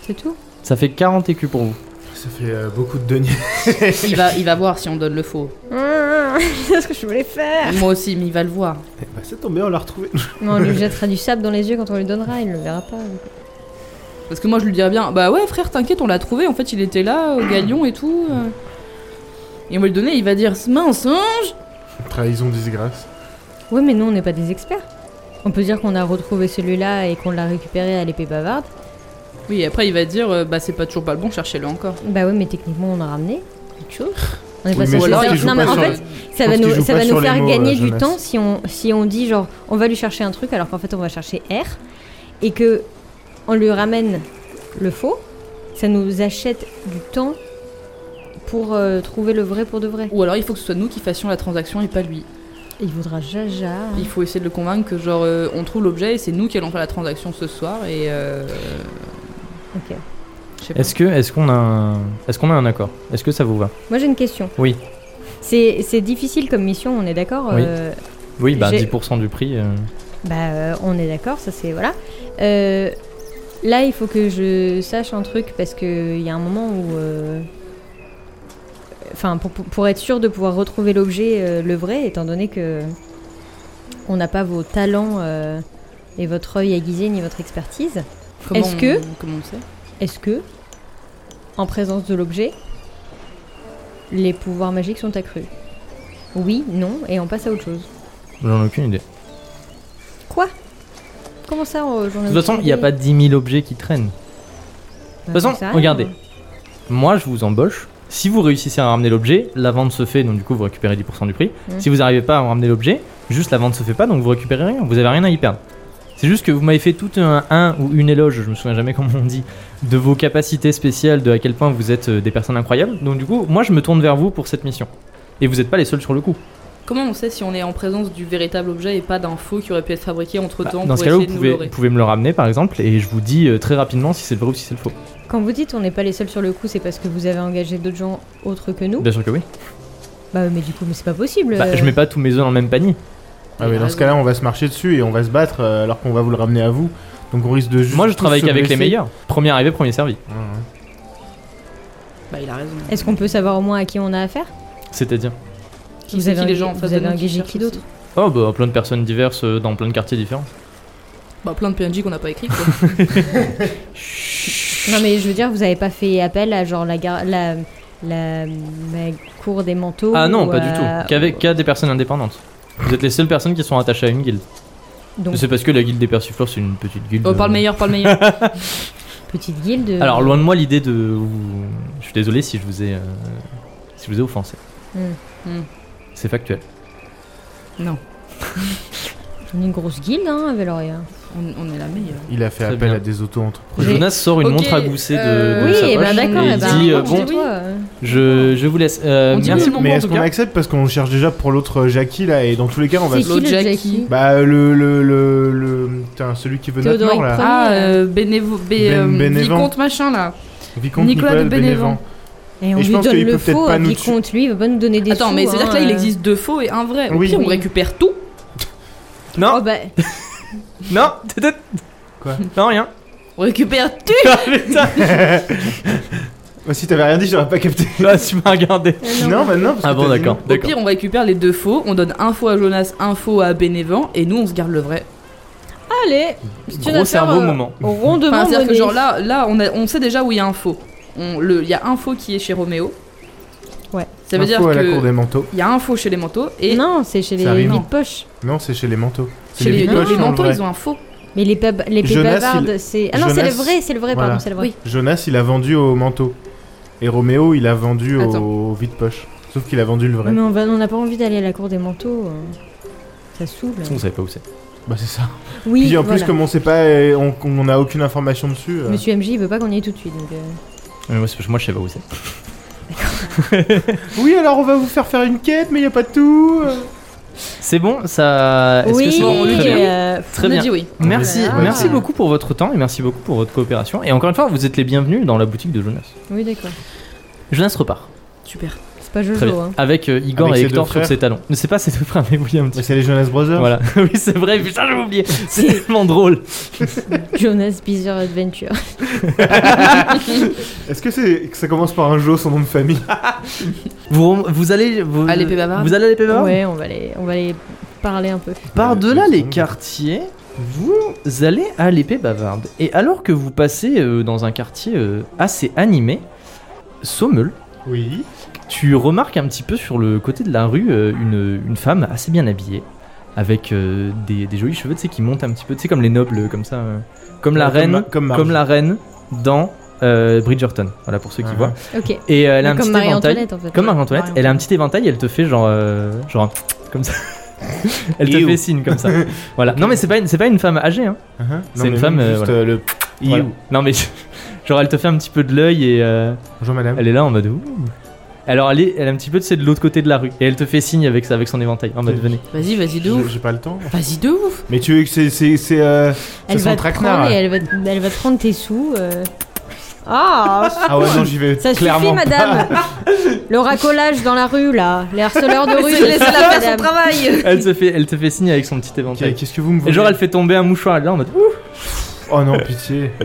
c'est tout. Ça fait 40 écus pour vous. ça fait euh, beaucoup de deniers. Il va, il va voir si on donne le faux. C'est ce que je voulais Ah. faire. Moi aussi, mais il va le voir. Eh ben, c'est tombé, on l'a retrouvé. Mais on lui jettera du sable dans les yeux quand on lui donnera, il le verra pas. Parce que moi, je lui dirais bien, bah ouais, frère, t'inquiète, on l'a trouvé. En fait, il était là, au galion et tout. euh. Et on va le donner, il va dire, mince, hein Trahison, disgrâce. Oui, mais nous, on n'est pas des experts. On peut dire qu'on a retrouvé celui-là et qu'on l'a récupéré à l'épée bavarde. Oui, et après, il va dire, euh, bah c'est pas toujours pas le bon, cherchez-le encore. Bah oui, mais techniquement, on a ramené quelque chose. On est Oui, mais pas censé je pense faire- qu'il joue Non, pas mais en sur fait, le- ça je va pense nous, qu'il joue ça pas va sur nous les faire mots, la gagner du jeunesse. temps si on, si on dit, genre, on va lui chercher un truc alors qu'en fait, on va chercher R et que on lui ramène le faux. Ça nous achète du temps pour euh, trouver le vrai pour de vrai. Ou alors, il faut que ce soit nous qui fassions la transaction et pas lui. Il voudra jaja. Il faut essayer de le convaincre que, genre, euh, on trouve l'objet et c'est nous qui allons faire la transaction ce soir. Et. euh, Ok. je sais pas. Est-ce que est-ce qu'on a un... est-ce qu'on a un accord Est-ce que ça vous va Moi, j'ai une question. Oui. C'est c'est difficile comme mission, on est d'accord Oui. euh, Oui, bah J'ai- 10% du prix. euh, Bah, euh, on est d'accord, ça c'est. Voilà. Euh, là, il faut que je sache un truc parce qu'il y a un moment où. euh, Enfin, pour, pour- pour être sûr de pouvoir retrouver l'objet, euh, le vrai, étant donné que. On n'a pas vos talents euh, et votre œil aiguisé ni votre expertise. Comment est-ce on- que- Comment on sait Est-ce que, en présence de l'objet, les pouvoirs magiques sont accrus Oui, non, et on passe à autre chose. J'en ai aucune idée. Quoi Comment ça, euh, bah, j'en ai De toute façon, il n'y a pas 10 000 objets qui traînent. De toute façon, regardez. euh, Moi, je vous embauche. Si vous réussissez à ramener l'objet, la vente se fait, donc du coup, vous récupérez 10% du prix. Mm. Si vous n'arrivez pas à ramener l'objet, juste la vente se fait pas, donc vous récupérez rien. Vous avez rien à y perdre. C'est juste que vous m'avez fait tout un, un ou une éloge, je me souviens jamais comment on dit, de vos capacités spéciales, de à quel point vous êtes euh, des personnes incroyables. Donc du coup, moi, je me tourne vers vous pour cette mission. Et vous n'êtes pas les seuls sur le coup. Comment on sait si on est en présence du véritable objet et pas d'un faux qui aurait pu être fabriqué entre Bah, temps dans pour ce cas-là, vous essayer de nous pouvez, leurrer vous pouvez me le ramener, par exemple, et je vous dis euh, très rapidement si c'est le vrai ou si c'est le faux. Quand vous dites on n'est pas les seuls sur le coup, c'est parce que vous avez engagé d'autres gens autres que nous Bien sûr que oui. Bah mais du coup, mais c'est pas possible. euh, Bah, je mets pas tous mes œufs dans le même panier. Ah oui, dans ce raison. cas-là, on va se marcher dessus et on va se battre euh, alors qu'on va vous le ramener à vous. Donc on risque de juste. Moi, je tous travaille se qu'avec les blesser. meilleurs. Premier arrivé, premier servi. Ouais, ouais. Bah, il a raison. Est-ce qu'on peut savoir au moins à qui on a affaire C'est-à-dire Qui Vous c'est avez qui les enga- gens en face vous de avez nous engagé cherchent qui aussi d'autre Oh, bah, plein de personnes diverses euh, dans plein de quartiers différents. Bah, plein de PNJ qu'on n'a pas écrit. Quoi. Non mais je veux dire, vous avez pas fait appel à genre la gar- la la, la cour des manteaux Ah non, ou pas à- du tout. Qu'avec qu'à des personnes indépendantes. Vous êtes les seules personnes qui sont attachées à une guilde. Donc C'est parce que la guilde des persifleurs, c'est une petite guilde. oh, par le euh, meilleur, par le meilleur. petite guilde. euh, Alors, loin de moi l'idée de. vous- Je suis désolé si je vous ai. euh, Si je vous ai offensé. hmm. Mm. Mm. C'est factuel. non, une grosse guilde hein, Veloria. on, on est la meilleure. Il a fait Très appel bien. à des auto-entreprises. J'ai- Jonas sort une Ok, montre à gousset de. euh, de oui, sa eh ben poche d'accord, et eh il ben, dit euh, on dit Bon, oui. je, je vous laisse. Euh, On dit merci oui, beaucoup. Mais en est-ce tout qu'on cas. accepte parce qu'on cherche déjà pour l'autre euh, Jackie là et dans tous les cas on va. C'est se- qui le L'autre Jackie. Jackie Bah le le le, le- putain, celui qui veut notre Théodoric mort là. Premier, Ah, là. euh, bénévo, bé, Ben- euh, Bénévent. vicomte machin là. Vicomte Nicolas Nicolas de de Bénévent. Bénévent. Et Eh, on Et je lui pense donne qu'il le peut peut-être faux, pas nous qui compte lui, il va pas nous donner des Attends, sous, mais c'est à dire hein, que là, il euh. existe deux faux et un vrai. Au Oui. pire, on Oui. récupère tout. Oh, Non, bah, non, tut-tut. Quoi Non, rien. On récupère tout. Ah, putain. Bah, si t'avais rien dit j'aurais pas capté. Là, Bah, tu m'as regardé. non bah non. parce que Ah bon, t'as dit d'accord. non. Au D'accord. pire, on récupère les deux faux. On donne un faux à Jonas, un faux à Bénévent. Et nous, on se garde le vrai. allez, c'est une Gros affaire, cerveau euh, moment. Rondement Enfin, c'est-à-dire que menée. genre là, là on, a- on sait déjà où il y a un faux. On- le- Il y a un faux qui est chez Roméo. Ouais. Ça veut dire Info à la cour que des manteaux. il y a un faux chez les manteaux et Non, c'est chez les Ça arrive. vides poches. Non c'est chez les manteaux. C'est chez les, Vicoches, les en manteaux, vrai. ils ont un faux. Mais les pubs, les pubs Jonas, bavardes, c'est. Ah non, c'est Jonas- le vrai, c'est le vrai, Voilà. pardon, c'est le vrai. Oui. Jonas il a vendu au manteau et Roméo il a vendu Attends. au vide poche. Sauf qu'il a vendu le vrai. Mais on va- on n'a pas envie d'aller à la cour des manteaux. euh, Ça saoule. On savait pas où c'est. Bah c'est ça. Oui, Puis en voilà. plus comme on sait pas, euh, on, on a aucune information dessus. euh, Monsieur MJ, il veut pas qu'on y aille tout de suite. Donc, euh, Mais moi, c'est parce que moi, je sais pas où c'est. Oui alors on va vous faire faire une quête mais y a pas tout. euh. C'est bon, ça. Ah, Est-ce que Oui, c'est bon lui Très bien. dit, euh, Très on bien. a dit oui. Merci, Voilà. merci beaucoup pour votre temps et merci beaucoup pour votre coopération. Et encore une fois, vous êtes les bienvenus dans la boutique de Jonas. oui, d'accord. Jonas repart. Super. C'est pas Très Jojo. bien. hein. Avec euh, Igor Avec ses et deux Hector sur frères. ses talons. Mais c'est pas ses deux frères, mais oui, un petit Mais c'est les Jonas Brothers Voilà. oui, c'est vrai, putain, j'ai oublié. C'est tellement drôle. Jonas Bizarre Adventure. Est-ce que, c'est, que ça commence par un Jo, son nom de famille Vous, rem- vous allez. Vous, À l'épée bavarde. Vous allez à l'épée bavarde Ouais, on va les, on va les parler un peu. Par-delà Euh, les semble. quartiers, vous allez à l'épée bavarde. Et alors que vous passez euh, dans un quartier euh, assez animé, Sommel, Oui. tu remarques un petit peu sur le côté de la rue euh, une, une femme assez bien habillée, avec euh, des, des jolis cheveux, tu sais, qui montent un petit peu, tu sais, comme les nobles, comme ça. euh, comme la Comme reine. Ma- comme Marge. la reine dans euh, Bridgerton. Voilà pour ceux qui Ah. voient. Ok. Et euh, elle a un comme petit éventail. Marie-Antoinette en fait. Comme Marie-Antoinette, elle a un petit éventail, elle te fait genre. euh, genre un comme ça. elle te Ew. fait signe comme ça. voilà. Non, mais c'est pas, une- c'est pas une femme âgée, hein. Ah, ah. Non, C'est mais une femme, euh, Juste voilà. euh, le. Voilà. Non, mais genre elle te fait un petit peu de l'œil et euh, Bonjour madame. elle est là en mode. Ouh. Alors elle est, elle est un petit peu tu sais, de l'autre côté de la rue et elle te fait signe avec, ça, avec son éventail en mode Ok. venez. Vas-y, vas-y de J'ai ouf. j'ai pas le temps. Vas-y de ouf. Mais tu veux que c'est. c'est, c'est euh, Elle c'est son va te traquenard, prendre et là. elle va, te- elle va te prendre tes sous. euh. Ah, Ah ouais, non, j'y vais. ça clairement. suffit, madame. Le racolage dans la rue là, les harceleurs de rue. Laissez- laissez-la ça, faire son madame. Elle te fait, elle te fait signe avec son petit éventail. Ok, Qu'est-ce que vous me voulez Et genre elle fait tomber un mouchoir elle est là en mode. Ouh. Oh non, pitié.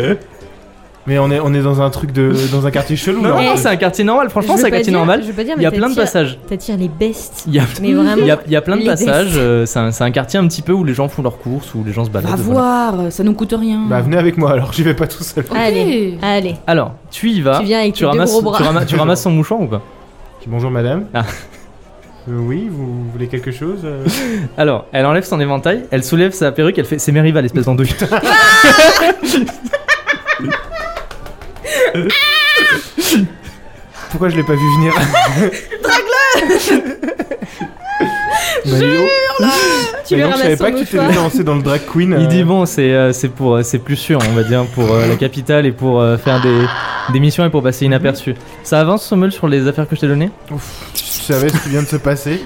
Mais on est, on est dans un truc de. dans un quartier chelou Non, là. non, c'est un quartier normal. Franchement, Je c'est veux un pas quartier dire- normal. Je veux pas dire, Il y a mais plein de t'attires- passages. T'attires les bestes. Il y a Mais vraiment. Il y a, il y a plein de Les passages, best. euh, c'est un, c'est un quartier un petit peu où les gens font leurs courses, où les gens se Va baladent. voilà. voir, ça nous coûte rien. Bah venez avec moi alors, j'y vais pas tout seul. Ok. Allez. Allez, Alors, Ah. tu y vas, tu viens avec tes deux ramasses, gros bras. tu ramasses- tu ramasses son mouchoir ou pas Bonjour madame. Ah. Euh, oui, vous voulez quelque chose euh Alors, elle enlève son éventail, elle soulève sa perruque, elle fait. C'est Merival, espèce d'andouille. Pourquoi je l'ai pas vu venir Bah, Drague-le Tu je lui savais ramasses pas que Bah, son tu t'étais mouchoir. lancé dans le drag queen. euh, Il dit bon, c'est euh, c'est pour euh, c'est plus sûr, on va dire, pour euh, la capitale et pour euh, faire des, des missions et pour passer Mhm. inaperçu. Ça avance, Sommel, sur les affaires que je t'ai données Ouf, tu savais ce qui vient de se passer.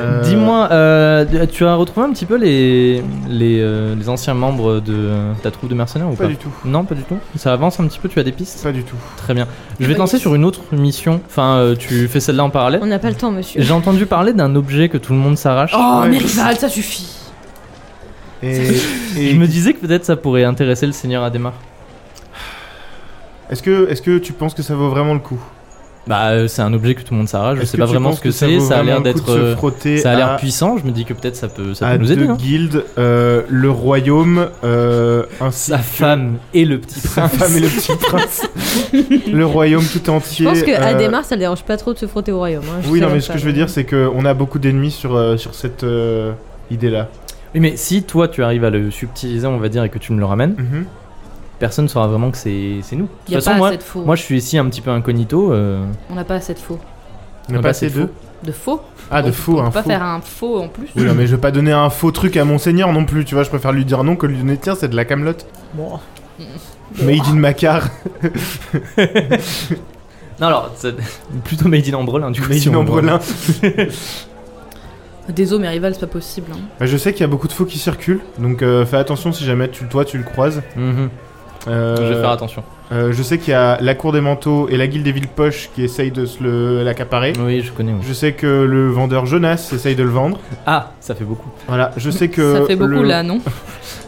Euh, Dis-moi, euh, tu as retrouvé un petit peu les, les, euh, les anciens membres de ta troupe de mercenaires ou Euh, Pas pas, du tout. Non, pas du tout. Ça avance un petit peu, tu as des pistes Pas du tout. Très bien. Je vais Pas te lancer ici. sur une autre mission. Enfin, euh, tu fais celle-là en parallèle. on n'a pas le temps, monsieur. J'ai entendu parler d'un objet que tout le monde s'arrache. Oh, Ouais. Merival, ça suffit. Et, et- Je me disais que peut-être ça pourrait intéresser le seigneur Adhémar. est-ce que, est-ce que tu penses que ça vaut vraiment le coup Bah, euh, c'est un objet que tout le monde s'arrache. Je Est-ce sais que pas tu vraiment penses ce que, que c'est. vaut Ça a l'air vraiment le coup d'être. de se euh, frotter Ça a l'air à- puissant. Je me dis que peut-être ça peut, ça à peut nous aider. deux hein. guildes, euh, le royaume euh, ainsi Sa que- femme et le petit sa prince. femme et le petit prince, le royaume tout Je entier. pense que euh, Adhémar, ça le dérange pas trop de se frotter au royaume. hein. Oui, sais non, mais même ce pas, que je veux dire, c'est qu'on a beaucoup d'ennemis sur, euh, sur cette euh, idée-là. Oui, mais si toi tu arrives à le subtiliser, on va dire, et que tu me le ramènes, Mhm. personne saura vraiment que c'est c'est nous. De toute Y a façon, pas moi, assez de faux. moi je suis ici un petit peu incognito. euh, On n'a pas assez de faux. On n'a Ah pas bah, assez c'est de. faux. De faux Ah, de On- faux, On un peut pas faux. faire un faux en plus. Oui, non, mais je vais pas donner un faux truc à Monseigneur non plus, tu vois, je préfère lui dire non que lui donner tiens, c'est de la camelote. Bon. Made in Macar, Non, alors, c'est- plutôt Made in Ambrelin, du coup. Made si in on- Ambrelin. Désolé, Merival, c'est pas possible. hein. Bah, je sais qu'il y a beaucoup de faux qui circulent, donc euh, fais attention si jamais tu, toi tu le croises. Mhm. Euh, Je vais faire attention. euh, je sais qu'il y a la Cour des Manteaux et la Guilde des Villes Poches qui essayent de se le- l'accaparer. Oui, je connais. oui. Je sais que le vendeur Jonas essaye de le vendre. Ah, ça fait beaucoup. Voilà, je sais que. Ça fait beaucoup le- là, non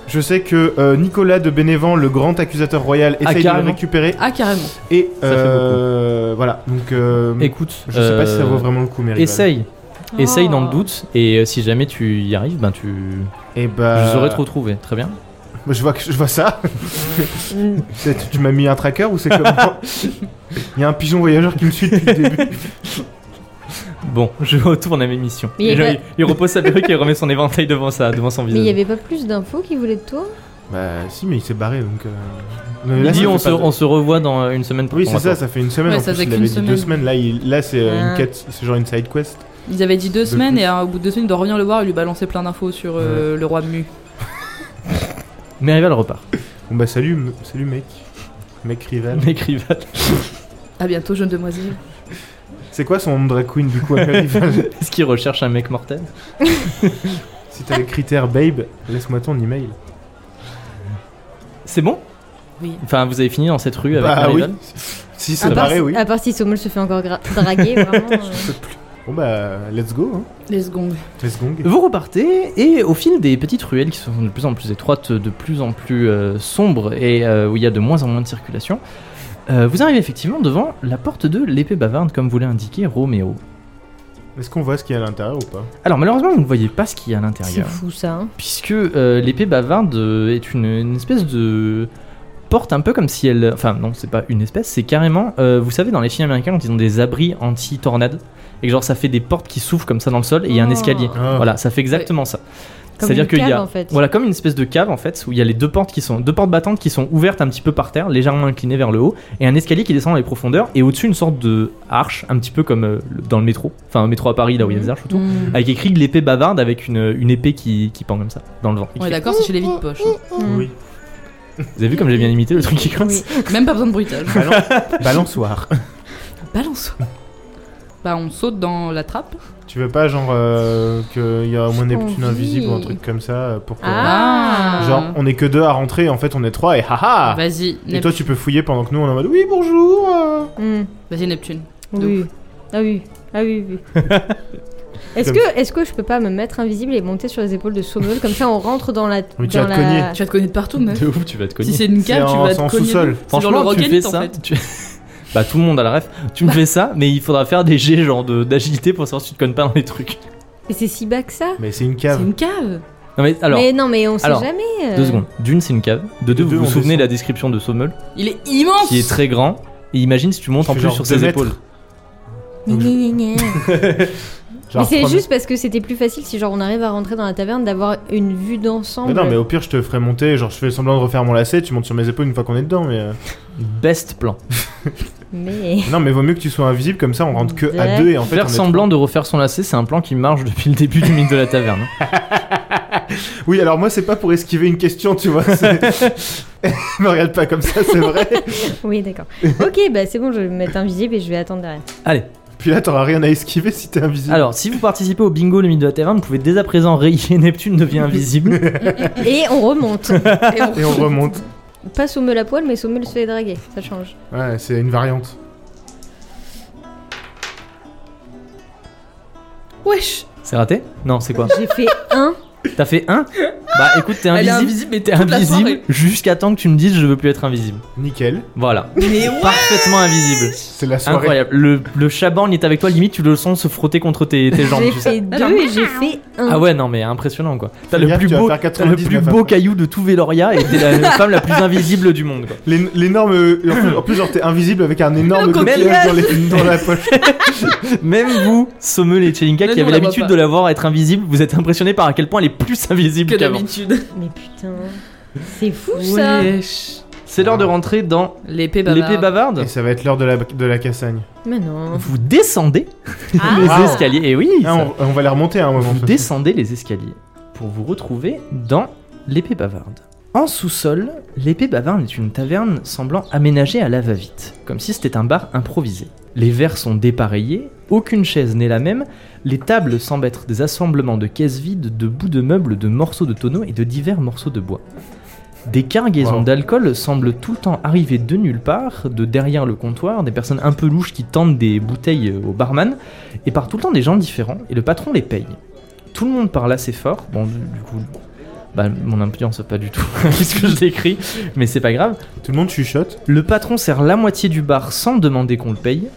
Je sais que euh, Nicolas de Bénévent, le grand accusateur royal, Ah, essaye de le carrément. récupérer. Ah, carrément. Et Ça fait euh, voilà, donc euh, Écoute, je sais pas si ça euh, vaut vraiment le coup, Mérival. Essaye, Oh. essaye dans le doute, et euh, si jamais tu y arrives, ben tu. Et bah, Je saurais te retrouver, très bien. Je vois, que- je vois ça. Mm. C'est- tu m'as mis un tracker ou c'est comment Il y a un pigeon voyageur qui me suit depuis le début. Bon, je retourne à mes missions. Mais y a Et là, pas- il, il repose sa perruque et remet son éventail devant, sa, devant son Mais il visage. y avait pas plus d'infos qu'il voulait de toi Bah, si, mais il s'est barré donc. euh, Il mais là, dit, ça on fait se, pas de- on se revoit dans euh, une semaine pour Oui, ton c'est ça, rapport. ça fait une semaine. Ouais, en ça plus, faisait il qu'une avait dit deux semaine. semaines. Là, il- là c'est euh, une Ah. quête, c'est genre une side quest. Ils avaient dit deux De semaines plus. et euh, au bout de deux semaines, ils doivent revenir le voir et lui balancer plein d'infos sur euh, le roi Mu. Mais rival repart. Bon bah, salut, m- salut mec. Mec rival. Mec rival. À bientôt, jeune demoiselle. C'est quoi son nom de drag queen du coup à rival Est-ce qu'il recherche un mec mortel Si t'as les critères, babe, laisse-moi ton email. C'est bon Oui. Enfin, vous avez fini dans cette rue avec bah oui. Merival Si à ça part, paraît, si- oui. à part si Sommel se fait encore gra- draguer, vraiment. euh, Bon bah, let's go. Hein. Les secondes. Let's gong. Vous repartez et au fil des petites ruelles qui se font de plus en plus étroites, de plus en plus euh, sombres et euh, où il y a de moins en moins de circulation, euh, vous arrivez effectivement devant la porte de l'épée bavarde comme vous l'a indiqué Roméo. Est-ce qu'on voit ce qu'il y a à l'intérieur ou pas Alors malheureusement vous ne voyez pas ce qu'il y a à C'est l'intérieur, fou ça. hein. puisque euh, l'épée bavarde euh, est une, une espèce de porte un peu comme si elle... Enfin non c'est pas une espèce, c'est carrément, euh, vous savez dans les films américains quand ils ont des abris anti-tornades, et que genre ça fait des portes qui s'ouvrent comme ça dans le sol et il y a un Oh. escalier. Ah. Voilà, ça fait exactement ça. Comme C'est-à-dire une qu'il y a- cave, en fait. Voilà, comme une espèce de cave en fait, où il y a les deux portes qui sont deux portes battantes qui sont ouvertes un petit peu par terre, légèrement inclinées vers le haut, et un escalier qui descend dans les profondeurs, et au-dessus une sorte de arche, un petit peu comme euh, le- dans le métro, enfin un métro à Paris là où il y a des arches autour, Mmh. avec écrit l'épée bavarde avec une, une épée qui, qui pend comme ça dans le vent. Et qui On est fait- d'accord, c'est chez les vides poches. hein. Mm. Oui. Vous avez vu comme j'ai bien imité le truc qui grince Même pas besoin de bruitage. Bah, Balançoire. Balance. Bah, on saute dans la trappe. tu veux pas, genre, euh, qu'il y a au moins des J'ai Neptune envie. invisibles ou un truc comme ça euh, pour que. Ah. Genre, on est que deux à rentrer, en fait, on est trois et Bah, haha Vas-y, Et toi, Neptune. tu peux fouiller pendant que nous, on est en mode oui, bonjour euh. Mm. Vas-y, Neptune. Oui. Ah oui. Ah oui, oui. Est-ce Comme que, est que je peux pas me mettre invisible et monter sur les épaules de Sommel Comme ça, on rentre dans la. Mais tu dans vas te la... Ah. Tu vas te connaître partout, meuf. De ouf, tu vas te cogner. Si c'est une C'est cave, tu en- vas c'est en te cogner. sous-sol. dedans. C'est genre le Franchement, tu Rocket, fais en ça. fait. Bah. tu- bah tout le monde a la ref. Tu me fais ça, mais il faudra faire des jets genre de- d'agilité pour savoir si tu te cognes pas dans les trucs. Mais c'est si bas que ça Mais c'est une C'est cave. une cave. Non mais alors. Mais non, mais on sait alors, jamais. euh. Deux secondes. D'une, c'est une cave. De deux, De deux, vous vous on souvenez descend. de la description de Sommel Il est immense. qui est très grand. Et imagine si tu montes Qui en fait plus genre sur deux ses mètres. épaules. Gna, gna, gna, gna. Genre, mais c'est trois- juste parce que c'était plus facile si genre on arrive à rentrer dans la taverne d'avoir une vue Mais d'ensemble. non, mais au pire, je te ferai monter, genre, je fais semblant de refaire mon lacet, tu montes sur mes épaules une fois qu'on est dedans, mais. euh, Best plan. Mais- Non, mais vaut mieux que tu sois invisible, comme ça, on rentre que à D'accord. deux et en fait. on Faire est semblant de refaire son lacet, c'est un plan qui marche depuis le début du mythe de la taverne. trois. Oui, alors moi, c'est pas pour esquiver une question, tu vois. c'est- Me regarde pas comme ça, c'est vrai. Oui, d'accord. ok, bah c'est bon, je vais me mettre invisible et je vais attendre derrière. Allez, Puis là, t'auras rien à esquiver si t'es invisible. alors si vous participez au bingo le mythe de la taverne, vous pouvez dès à présent rayer Neptune devient invisible. Et on remonte. Et on- Et on remonte. Pas Sommel à poil, mais Sommel se fait draguer. Ça change. Ouais, c'est une variante. Wesh. C'est raté Non, c'est quoi J'ai fait un. T'as fait un Bah écoute, t'es Elle est invisible. invisible, mais T'es toute la invisible soirée. jusqu'à temps que tu me dises je veux plus être invisible. Nickel. Voilà. Mais ouais. Parfaitement invisible. C'est la soirée. Incroyable. Le, le chaban, il est avec toi, limite tu le sens se frotter contre tes, tes jambes. J'ai tu sais. fait deux et j'ai fait un. Ah ouais, non, mais impressionnant quoi. T'as Fais le, gaffe, plus tu vas beau, faire t'as le 99 plus beau après. caillou de tout Véloria et t'es la femme la plus invisible du monde quoi. L'é- L'énorme. euh, En plus- en plus, genre, t'es invisible avec un énorme Le coquillage. coquillage dans, les- dans la poche. Même vous, Sommel et Chelinka Mais qui avez nous, on la voit l'habitude pas. de la voir être invisible, vous êtes impressionnés par à quel point elle est plus Que invisible qu'avant. d'habitude. Mais putain. C'est fou ça. Wesh. C'est l'heure de rentrer dans L'épée bavarde. l'épée bavarde. Et ça va être l'heure de la, de la cassagne. Mais non. Vous descendez Ah. les Wow. escaliers. Et oui, Ah, ça- on, on va les remonter à un moment. vous de toute façon. descendez les escaliers pour vous retrouver dans l'épée bavarde. En sous-sol, l'épée bavarde est une taverne semblant aménagée à la va-vite, comme si c'était un bar improvisé. Les verres sont dépareillés, aucune chaise n'est la même, les tables semblent être des assemblements de caisses vides, de bouts de meubles, de morceaux de tonneaux et de divers morceaux de bois. Des cargaisons Wow. d'alcool semblent tout le temps arriver de nulle part, de derrière le comptoir, des personnes un peu louches qui tendent des bouteilles euh, au barman, et par tout le temps des gens différents, et le patron les paye. Tout le monde parle assez fort, bon du du coup, bah, mon influence pas du tout ce que je décris, mais c'est pas grave. Tout le monde chuchote. Le patron sert la moitié du bar sans demander qu'on le paye.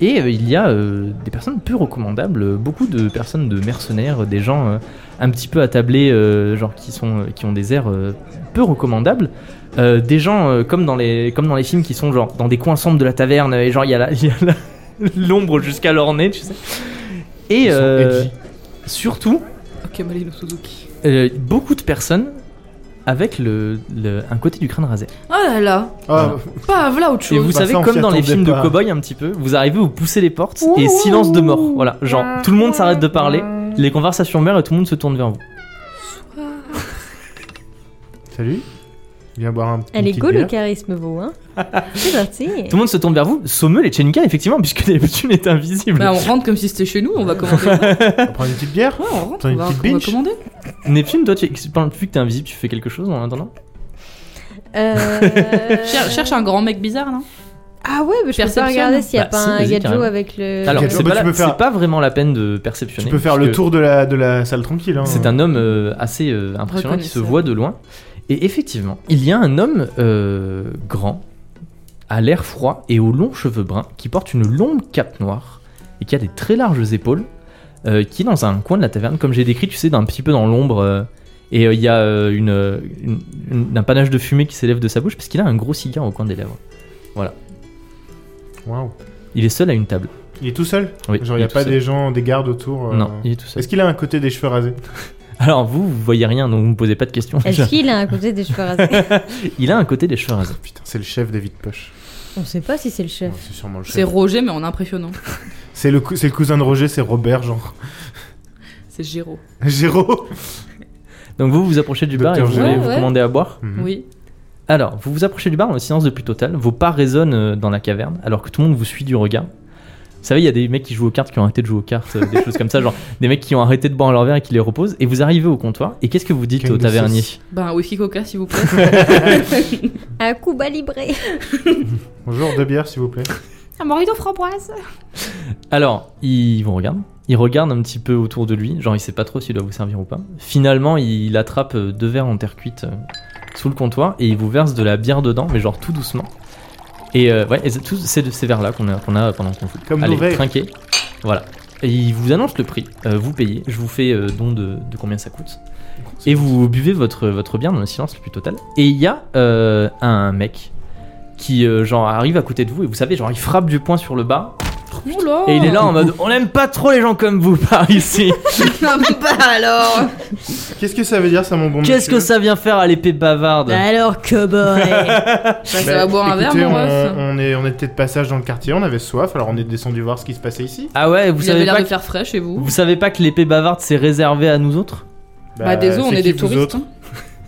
Et euh, il y a euh, des personnes peu recommandables, euh, beaucoup de personnes de mercenaires, euh, des gens euh, un petit peu attablés, euh, genre qui, sont, euh, qui ont des airs euh, peu recommandables. Euh, des gens euh, comme, dans les, comme dans les films qui sont genre dans des coins sombres de la taverne, euh, et genre il y a la- il y a la- l'ombre jusqu'à leur nez, tu sais. Et Ils sont euh, edgy. surtout, Ok, Malino Suzuki. euh, beaucoup de personnes avec le, le- un côté du crâne rasé. Oh là là. Ah, Pas voilà autre Et chose. vous Bah, savez, ça, on comme s'y dans les films de attendait pas. cow-boy un petit peu, vous arrivez, vous poussez les portes et silence de mort. Voilà, genre tout le monde s'arrête de parler, les conversations meurent et tout le monde se tourne vers vous. Salut. Viens boire un petit. Elle est go le charisme vaut, hein. C'est parti. Tout le monde se tourne vers vous, Sommel et Chenika effectivement, puisque d'habitude est invisible. Bah, on rentre comme si c'était chez nous, on Euh, va commander. ouais, On prend une petite bière. on rentre, T'as on une va, petite on va binge commander. Neptune, toi, tu, enfin, vu que t'es invisible, tu fais quelque chose en attendant Euh... Cher- cherche un grand mec bizarre là. Ah ouais, mais je peux Perception. pas regarder s'il y a Bah, pas si, un vas-y, gadget carrément. avec Euh, le. Alors, Gadjo, c'est bah, pas, tu la- peux faire- c'est pas vraiment la peine de perceptionner. Tu peux faire le puisque tour de la, de la salle tranquille. Hein. C'est un homme euh, assez euh, impressionnant qui se Reconnaissable. voit de loin. Et effectivement, il y a un homme euh, grand, à l'air froid et aux longs cheveux bruns, qui porte une longue cape noire et qui a des très larges épaules, euh, qui est dans un coin de la taverne, comme j'ai décrit, tu sais, d'un petit peu dans l'ombre. euh, et euh, il y a euh, une, euh, une- une- un panache de fumée qui s'élève de sa bouche, parce qu'il a un gros cigare au coin des lèvres. Waouh. Il est seul à une table. Il est tout seul Oui, Genre, il n'y est a tout pas seul. des gens, des gardes autour euh, Non, il est tout seul. Est-ce qu'il a un côté des cheveux rasés Alors vous, vous voyez rien, donc vous me posez pas de questions. Est-ce qu'il a un côté des cheveux rasés Il a un côté des cheveux rasés. Putain, c'est le chef David Poche. On sait pas si c'est le chef. c'est sûrement le C'est chef. Roger, mais en impressionnant. C'est le, cou- c'est le cousin de Roger, c'est Robert, genre. C'est Géraud. Géraud Donc vous vous approchez du bar et Docteur vous voulez Gérard. vous Ouais. commander à boire. Mhm. Oui. Alors, vous vous approchez du bar en silence depuis total. Vos pas résonnent euh, dans la caverne alors que tout le monde vous suit du regard. Vous savez, il y a des mecs qui jouent aux cartes qui ont arrêté de jouer aux cartes, euh, des choses comme ça, genre des mecs qui ont arrêté de boire leur verre et qui les reposent. Et vous arrivez au comptoir et qu'est-ce que vous dites Quelle au tavernier sauce. Ben, un whisky coca, s'il vous plaît. Un coup bas libré. Bonjour, deux bières, s'il vous plaît. un morito framboise. Alors, il vous regarde. Il regarde un petit peu autour de lui, genre il sait pas trop s'il doit vous servir ou pas. Finalement, il attrape euh, deux verres en terre cuite euh, sous le comptoir et il vous verse de la bière dedans, mais genre tout doucement. Et euh, ouais, et c'est tous ces, ces verres-là qu'on a, qu'on a euh, pendant qu'on joue. Comme Allez, nos verres. trinquez. Voilà. Et il vous annonce le prix, euh, vous payez, je vous fais euh, don de, de combien ça coûte. Et vous buvez votre, votre bière dans le silence le plus total. Et il y a euh, un mec qui euh, genre arrive à côté de vous et vous savez, genre il frappe du poing sur le bas Oula. et il est là en mode on n'aime pas trop les gens comme vous par ici. non, mais pas Bah, alors. Qu'est-ce que ça veut dire, ça, mon bon Qu'est-ce que ça vient faire à l'épée bavarde Alors, cowboy Bah, Ça va boire un verre, écoutez, mon on, euh, ref. on, est, on était de passage dans le quartier, on avait soif, alors on est descendu voir ce qui se passait ici. Ah ouais, vous Vous avez savez l'air pas de que, faire frais chez vous. vous savez pas que l'épée bavarde c'est réservé à nous autres Bah, désolé, on c'est est qui, des vous touristes. hein. autres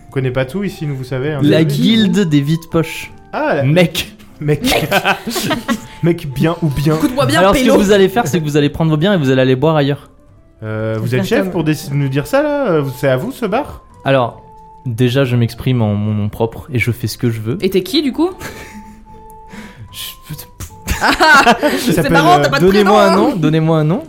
On connaît pas tout ici, nous, vous savez. hein, La désolé. guilde des vides poches. Ah, la- Mec. mec. mec bien ou bien. Écoute-moi bien, Alors ce que Pélo. vous allez faire, c'est que vous allez prendre vos biens et vous allez aller boire ailleurs. Euh, vous êtes chef pour déc- nous dire ça, là Euh, C'est à vous, ce bar Alors, déjà, je m'exprime en mon nom propre et je fais ce que je veux. Et t'es qui, du coup Ah, Je- C'est s'appelle, marrant, euh, t'as pas de prénom. hein. Donnez-moi un nom, donnez-moi un nom.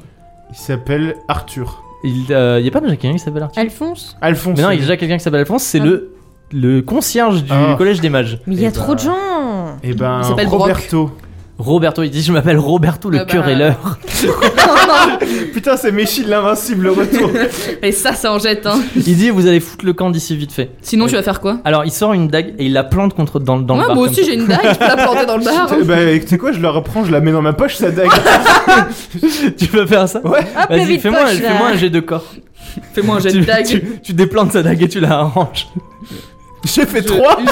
Il s'appelle Arthur. Il euh, y a pas déjà quelqu'un qui s'appelle Arthur. Alphonse Alphonse. Mais non, il y a déjà quelqu'un qui s'appelle Alphonse, c'est Ah. le, le concierge du Ah. Collège des Mages. Mais il y a Eh ben- trop de gens Eh ben, Il s'appelle Brock. Roberto. Roberto, il dit Je m'appelle Roberto le Ah bah. cœur et l'heure. Putain, c'est Méchi de l'invincible retour. Et ça, ça en jette, hein. Il dit Vous allez foutre le camp d'ici vite fait. Sinon, tu vas faire quoi Alors il sort une dague et il la plante contre dans, le- dans Ouais, le bar. moi comme aussi, ça. j'ai une dague, je peux la planter dans le bar. Putain, bah, tu sais quoi, je la reprends, je la mets dans ma poche, sa dague. Tu peux faire ça Ouais. Hop, le Vas-y, vide fais-moi poche, fais-moi là un jet de corps. Fais-moi un jet de Tu, dague. tu, tu déplantes sa dague et tu la arranges. J'ai fait trois.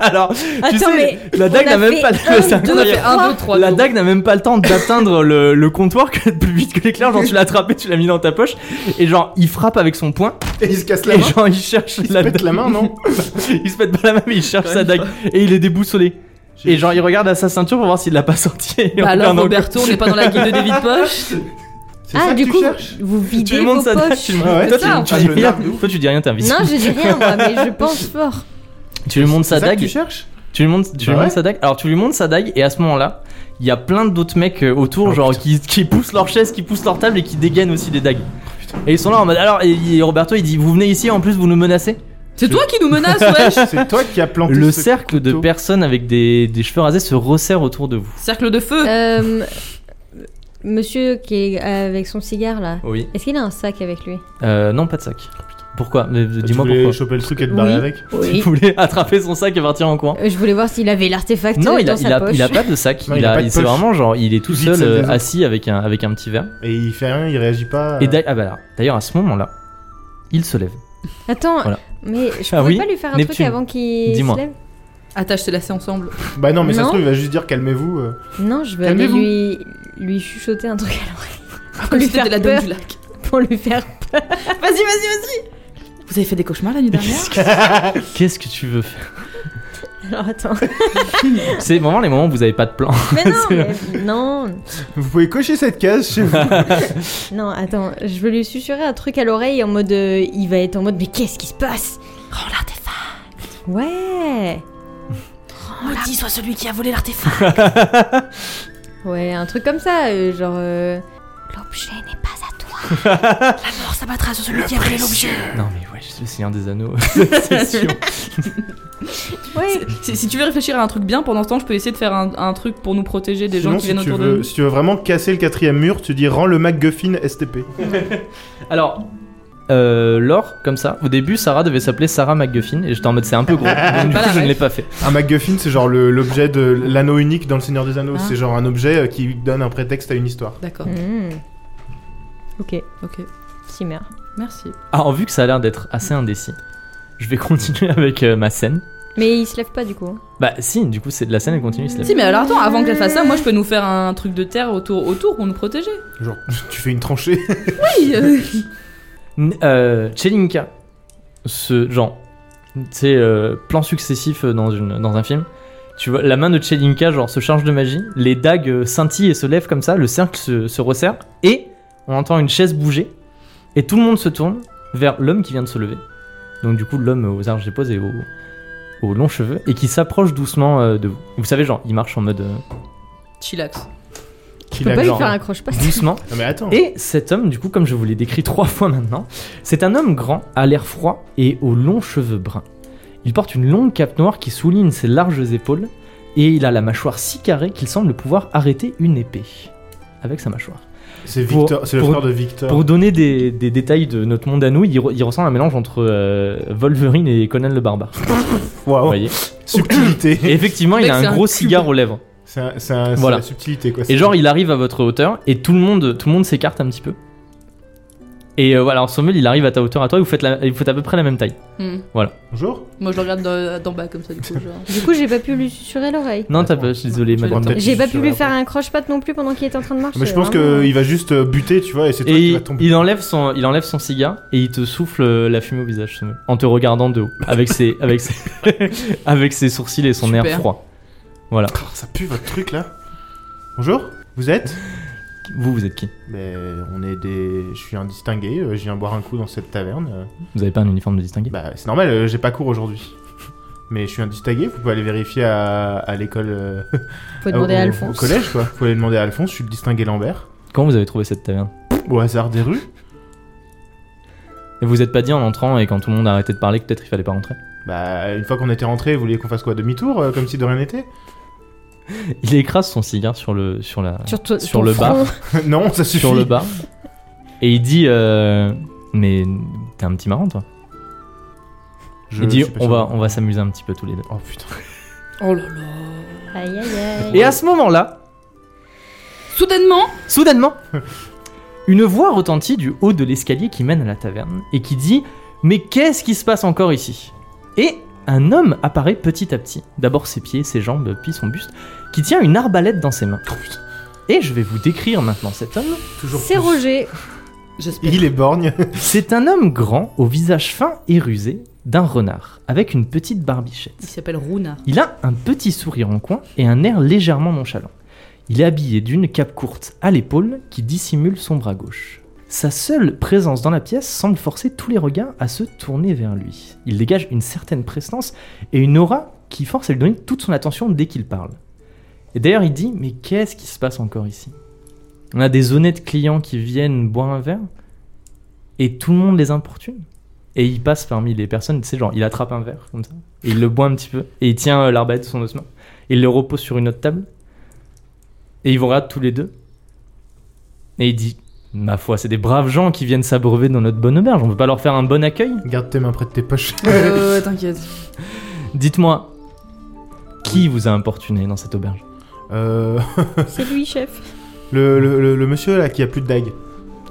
Alors, tu Attends, sais, la dague on n'a a même fait pas un, c'est deux, On a fait incroyable. Trois. 1, 2, 3. La dague n'a même pas le temps d'atteindre le, le comptoir que plus vite que l'éclair. Genre, tu l'as attrapé, tu l'as mis dans ta poche. Et genre, il frappe avec son poing. Et il se casse la Et main. genre, il cherche Il se la pète dague. la main, non il se pète pas la main, mais il cherche Quand sa même dague. Et il est déboussolé. Et genre, il regarde à sa ceinture pour voir s'il l'a pas sorti. Et Bah alors, regarde encore. Roberto, on n'est pas dans la guilde de David Poche. C'est ça Ah, que du tu coup, cherches vous tu videz lui vos montres sa dague. Tu lui poches montres- Ah ouais, toi, c'est ça, tu, tu on fait. dis rien. Toi, tu dis rien, t'es invisible. Non, je dis rien, moi, mais je pense fort. Tu lui montres sa C'est ça que dague. tu cherches Tu lui montes, tu lui Ah ouais montes sa dague. Alors tu lui montes sa dague et à ce moment-là, il y a plein d'autres mecs euh, autour, Oh, genre putain. qui, qui poussent leur chaise, qui poussent leur table et qui dégainent aussi des dagues. Oh, putain. et ils sont là en mode alors et, et Roberto il dit vous venez ici en plus vous nous menacez. C'est toi qui nous menaces, wesh C'est toi qui as planté Le ce cercle de couteau. personnes avec des, des cheveux rasés se resserre autour de vous. Cercle de feu. Euh, monsieur qui est avec son cigare, là, Oui. est-ce qu'il a un sac avec lui Euh, non pas de sac. Pourquoi Mais, Oh, euh, Bah, Tu Dis-moi voulais pourquoi. choper le truc et te barrer Oui. avec Il voulait attraper son sac et partir en coin. Euh, Je voulais voir s'il avait l'artefact dans Non, il a, sa il, a, poche. il a pas de sac. Non, il il a a, pas de c'est poche. vraiment genre, il est tout Vite, seul ça le euh, désordre. assis avec un, avec un petit verre. Et il fait rien, il réagit pas. Et d'a- ah bah là, d'ailleurs, à ce moment-là, il se lève. Attends, Voilà. mais je Ah pouvais oui, pas lui faire un Neptune. truc avant qu'il Dis-moi. se lève Attache tes lacets ensemble. Bah non, mais ça se Non. trouve, il va juste dire calmez-vous. euh. Non, je veux aller Calmez-vous. lui, lui chuchoter un truc à l'oreille Ah, Comme Ah, lui si t'étais faire la dame peur. du lac. pour lui faire... Vas-y, vas-y, vas-y Vous avez fait des cauchemars la nuit dernière Qu'est-ce que- Qu'est-ce que tu veux faire Alors attends. C'est vraiment les moments où vous avez pas de plan. Mais non, C'est mais- non, Vous pouvez cocher cette case chez vous. non, attends, je veux lui susurrer un truc à l'oreille en mode. euh, il va être en mode, mais qu'est-ce qui se passe Rends l'artefact Ouais Maudit soit celui qui a volé l'artefact. Ouais, un truc comme ça, euh, genre. euh, L'objet n'est pas à toi. La mort s'abattra sur celui qui a volé l'objet. Non, mais ouais, le Seigneur des Anneaux, c'est sûr. Ouais, Si, si tu veux réfléchir à un truc bien, pendant ce temps, je peux essayer de faire un, un truc pour nous protéger des Sinon, gens qui si viennent tu, autour de veux, nous. si tu veux vraiment casser le quatrième mur, tu dis rends le MacGuffin STP. Alors, euh, Laure, comme ça, au début, Sarah devait s'appeler Sarah McGuffin, et j'étais en mode c'est un peu gros. donc, du Pas coup, la je ne ref. l'ai pas fait. Un MacGuffin, c'est genre le- l'objet de l'anneau unique dans le Seigneur des Anneaux. Ah. C'est genre un objet euh, qui donne un prétexte à une histoire. D'accord. Hmm. Ok, Ok. chimère. Merci. Alors, vu que ça a l'air d'être assez indécis, je vais continuer avec euh, ma scène. Mais il se lève pas du coup. Bah, si, du coup, c'est de la scène, elle continue, c'est la Si, mais alors attends, avant qu'elle fasse ça, moi je peux nous faire un truc de terre autour, autour pour nous protéger. Genre, tu fais une tranchée. Oui. euh, N- euh, Chelinka, ce genre, tu sais, euh, plan successif euh, dans, une, dans un film. Tu vois, la main de Chelinka, genre, se charge de magie, les dagues euh, scintillent et se lèvent comme ça, le cercle se, se resserre, et on entend une chaise bouger, et tout le monde se tourne vers l'homme qui vient de se lever. Donc, du coup, l'homme aux arches épaules et aux, aux longs cheveux, et qui s'approche doucement euh, de vous. Vous savez, genre, il marche en mode euh, Chillax. Qu'il Tu peux a pas lui genre- genre- faire un croche-passe doucement. Non mais attends. Et cet homme, du coup, comme je vous l'ai décrit trois fois maintenant, c'est un homme grand, à l'air froid et aux longs cheveux bruns. Il porte une longue cape noire qui souligne ses larges épaules et il a la mâchoire si carrée qu'il semble pouvoir arrêter une épée avec sa mâchoire. C'est pour- Victor, c'est le pour- frère de Victor. Pour donner des, des détails de notre monde à nous, il, re- il ressemble à un mélange entre euh, Wolverine et Conan le Barbare. Vous Waouh, voyez subtilité. Et effectivement, il Le mec, a c'est un un gros cube. cigare aux lèvres. C'est un- c'est un- c'est Voilà. la subtilité quoi. Et C'est- genre, il arrive à votre hauteur et tout le monde, tout le monde s'écarte un petit peu. Et euh, voilà, en sommeil, il arrive à ta hauteur à toi et vous faites, la- vous faites à peu près la même taille. Hmm. Bonjour. Moi je le regarde d'en- d'en bas comme ça du coup. Genre. Du coup, j'ai pas pu lui susurrer l'oreille. Non, t'as pas, je suis désolé, Je madame. vais peut-être- J'ai pas pu Susurrer lui faire un croche-patte non plus pendant qu'il était en train de marcher. hein. Mais je pense vraiment. qu'il va juste euh, buter, tu vois, et c'est toi Et qui vas il, tomber. il enlève son, il enlève son cigare et il te souffle euh, la fumée au visage, Samuel, en te regardant de haut, avec ses, avec ses, avec ses sourcils et son air Super. froid. Voilà. Oh, ça pue votre truc là. Bonjour. Vous êtes Vous, vous êtes qui Mais on est des. Je suis indistingué. euh, Je viens boire un coup dans cette taverne. euh. Vous avez pas un uniforme de distingué Bah, c'est normal, euh, j'ai pas cours aujourd'hui. Mais je suis indistingué, vous pouvez aller vérifier à, à l'école. euh, Faut demander au- à Au Alphonse. collège, quoi. Vous pouvez aller demander à Alphonse, je suis le distingué Lambert. Comment vous avez trouvé cette taverne Au hasard des rues. Et vous êtes pas dit en entrant et quand tout le monde a arrêté de parler que peut-être il fallait pas rentrer Bah, une fois qu'on était rentré, vous vouliez qu'on fasse quoi Demi-tour euh, Comme si de rien n'était Il écrase son cigare sur le, sur la, Sur, to- sur Euh, ton le bar. front. Non, ça suffit. sur le bar. Et il dit, euh, mais t'es un petit marrant toi. Je il dit, suis pas on sûr. va, on va s'amuser un petit peu tous les deux. Oh putain. Oh là là. Aïe aïe aïe. Et à ce moment-là, Soudainement, Soudainement, une voix retentit du haut de l'escalier qui mène à la taverne et qui dit Mais qu'est-ce qui se passe encore ici Et un homme apparaît petit à petit, d'abord ses pieds, ses jambes, puis son buste, qui tient une arbalète dans ses mains. Oh, putain. Et je vais vous décrire maintenant cet homme. Toujours C'est plus. Roger. j'espère. Il est borgne. C'est un homme grand, au visage fin et rusé, d'un renard, avec une petite barbichette. Il s'appelle Runa. Il a un petit sourire en coin et un air légèrement nonchalant. Il est habillé d'une cape courte à l'épaule qui dissimule son bras gauche. Sa seule présence dans la pièce semble forcer tous les regards à se tourner vers lui. Il dégage une certaine prestance et une aura qui force à lui donner toute son attention dès qu'il parle. Et d'ailleurs, il dit Mais qu'est-ce qui se passe encore ici On a des honnêtes clients qui viennent boire un verre et tout le monde les importune. Et il passe parmi les personnes, tu sais, genre, il attrape un verre comme ça. Et il le boit un petit peu. Et il tient euh, l'arbalète sous son ossement. Et il le repose sur une autre table. Et ils vous regardent tous les deux. Et il dit Ma foi, c'est des braves gens qui viennent s'abreuver dans notre bonne auberge. On peut pas leur faire un bon accueil Garde tes mains près de tes poches. Euh, T'inquiète. Dites-moi, qui vous a importuné dans cette auberge Euh, C'est lui, chef. le, le- le- le monsieur là qui a plus de dague.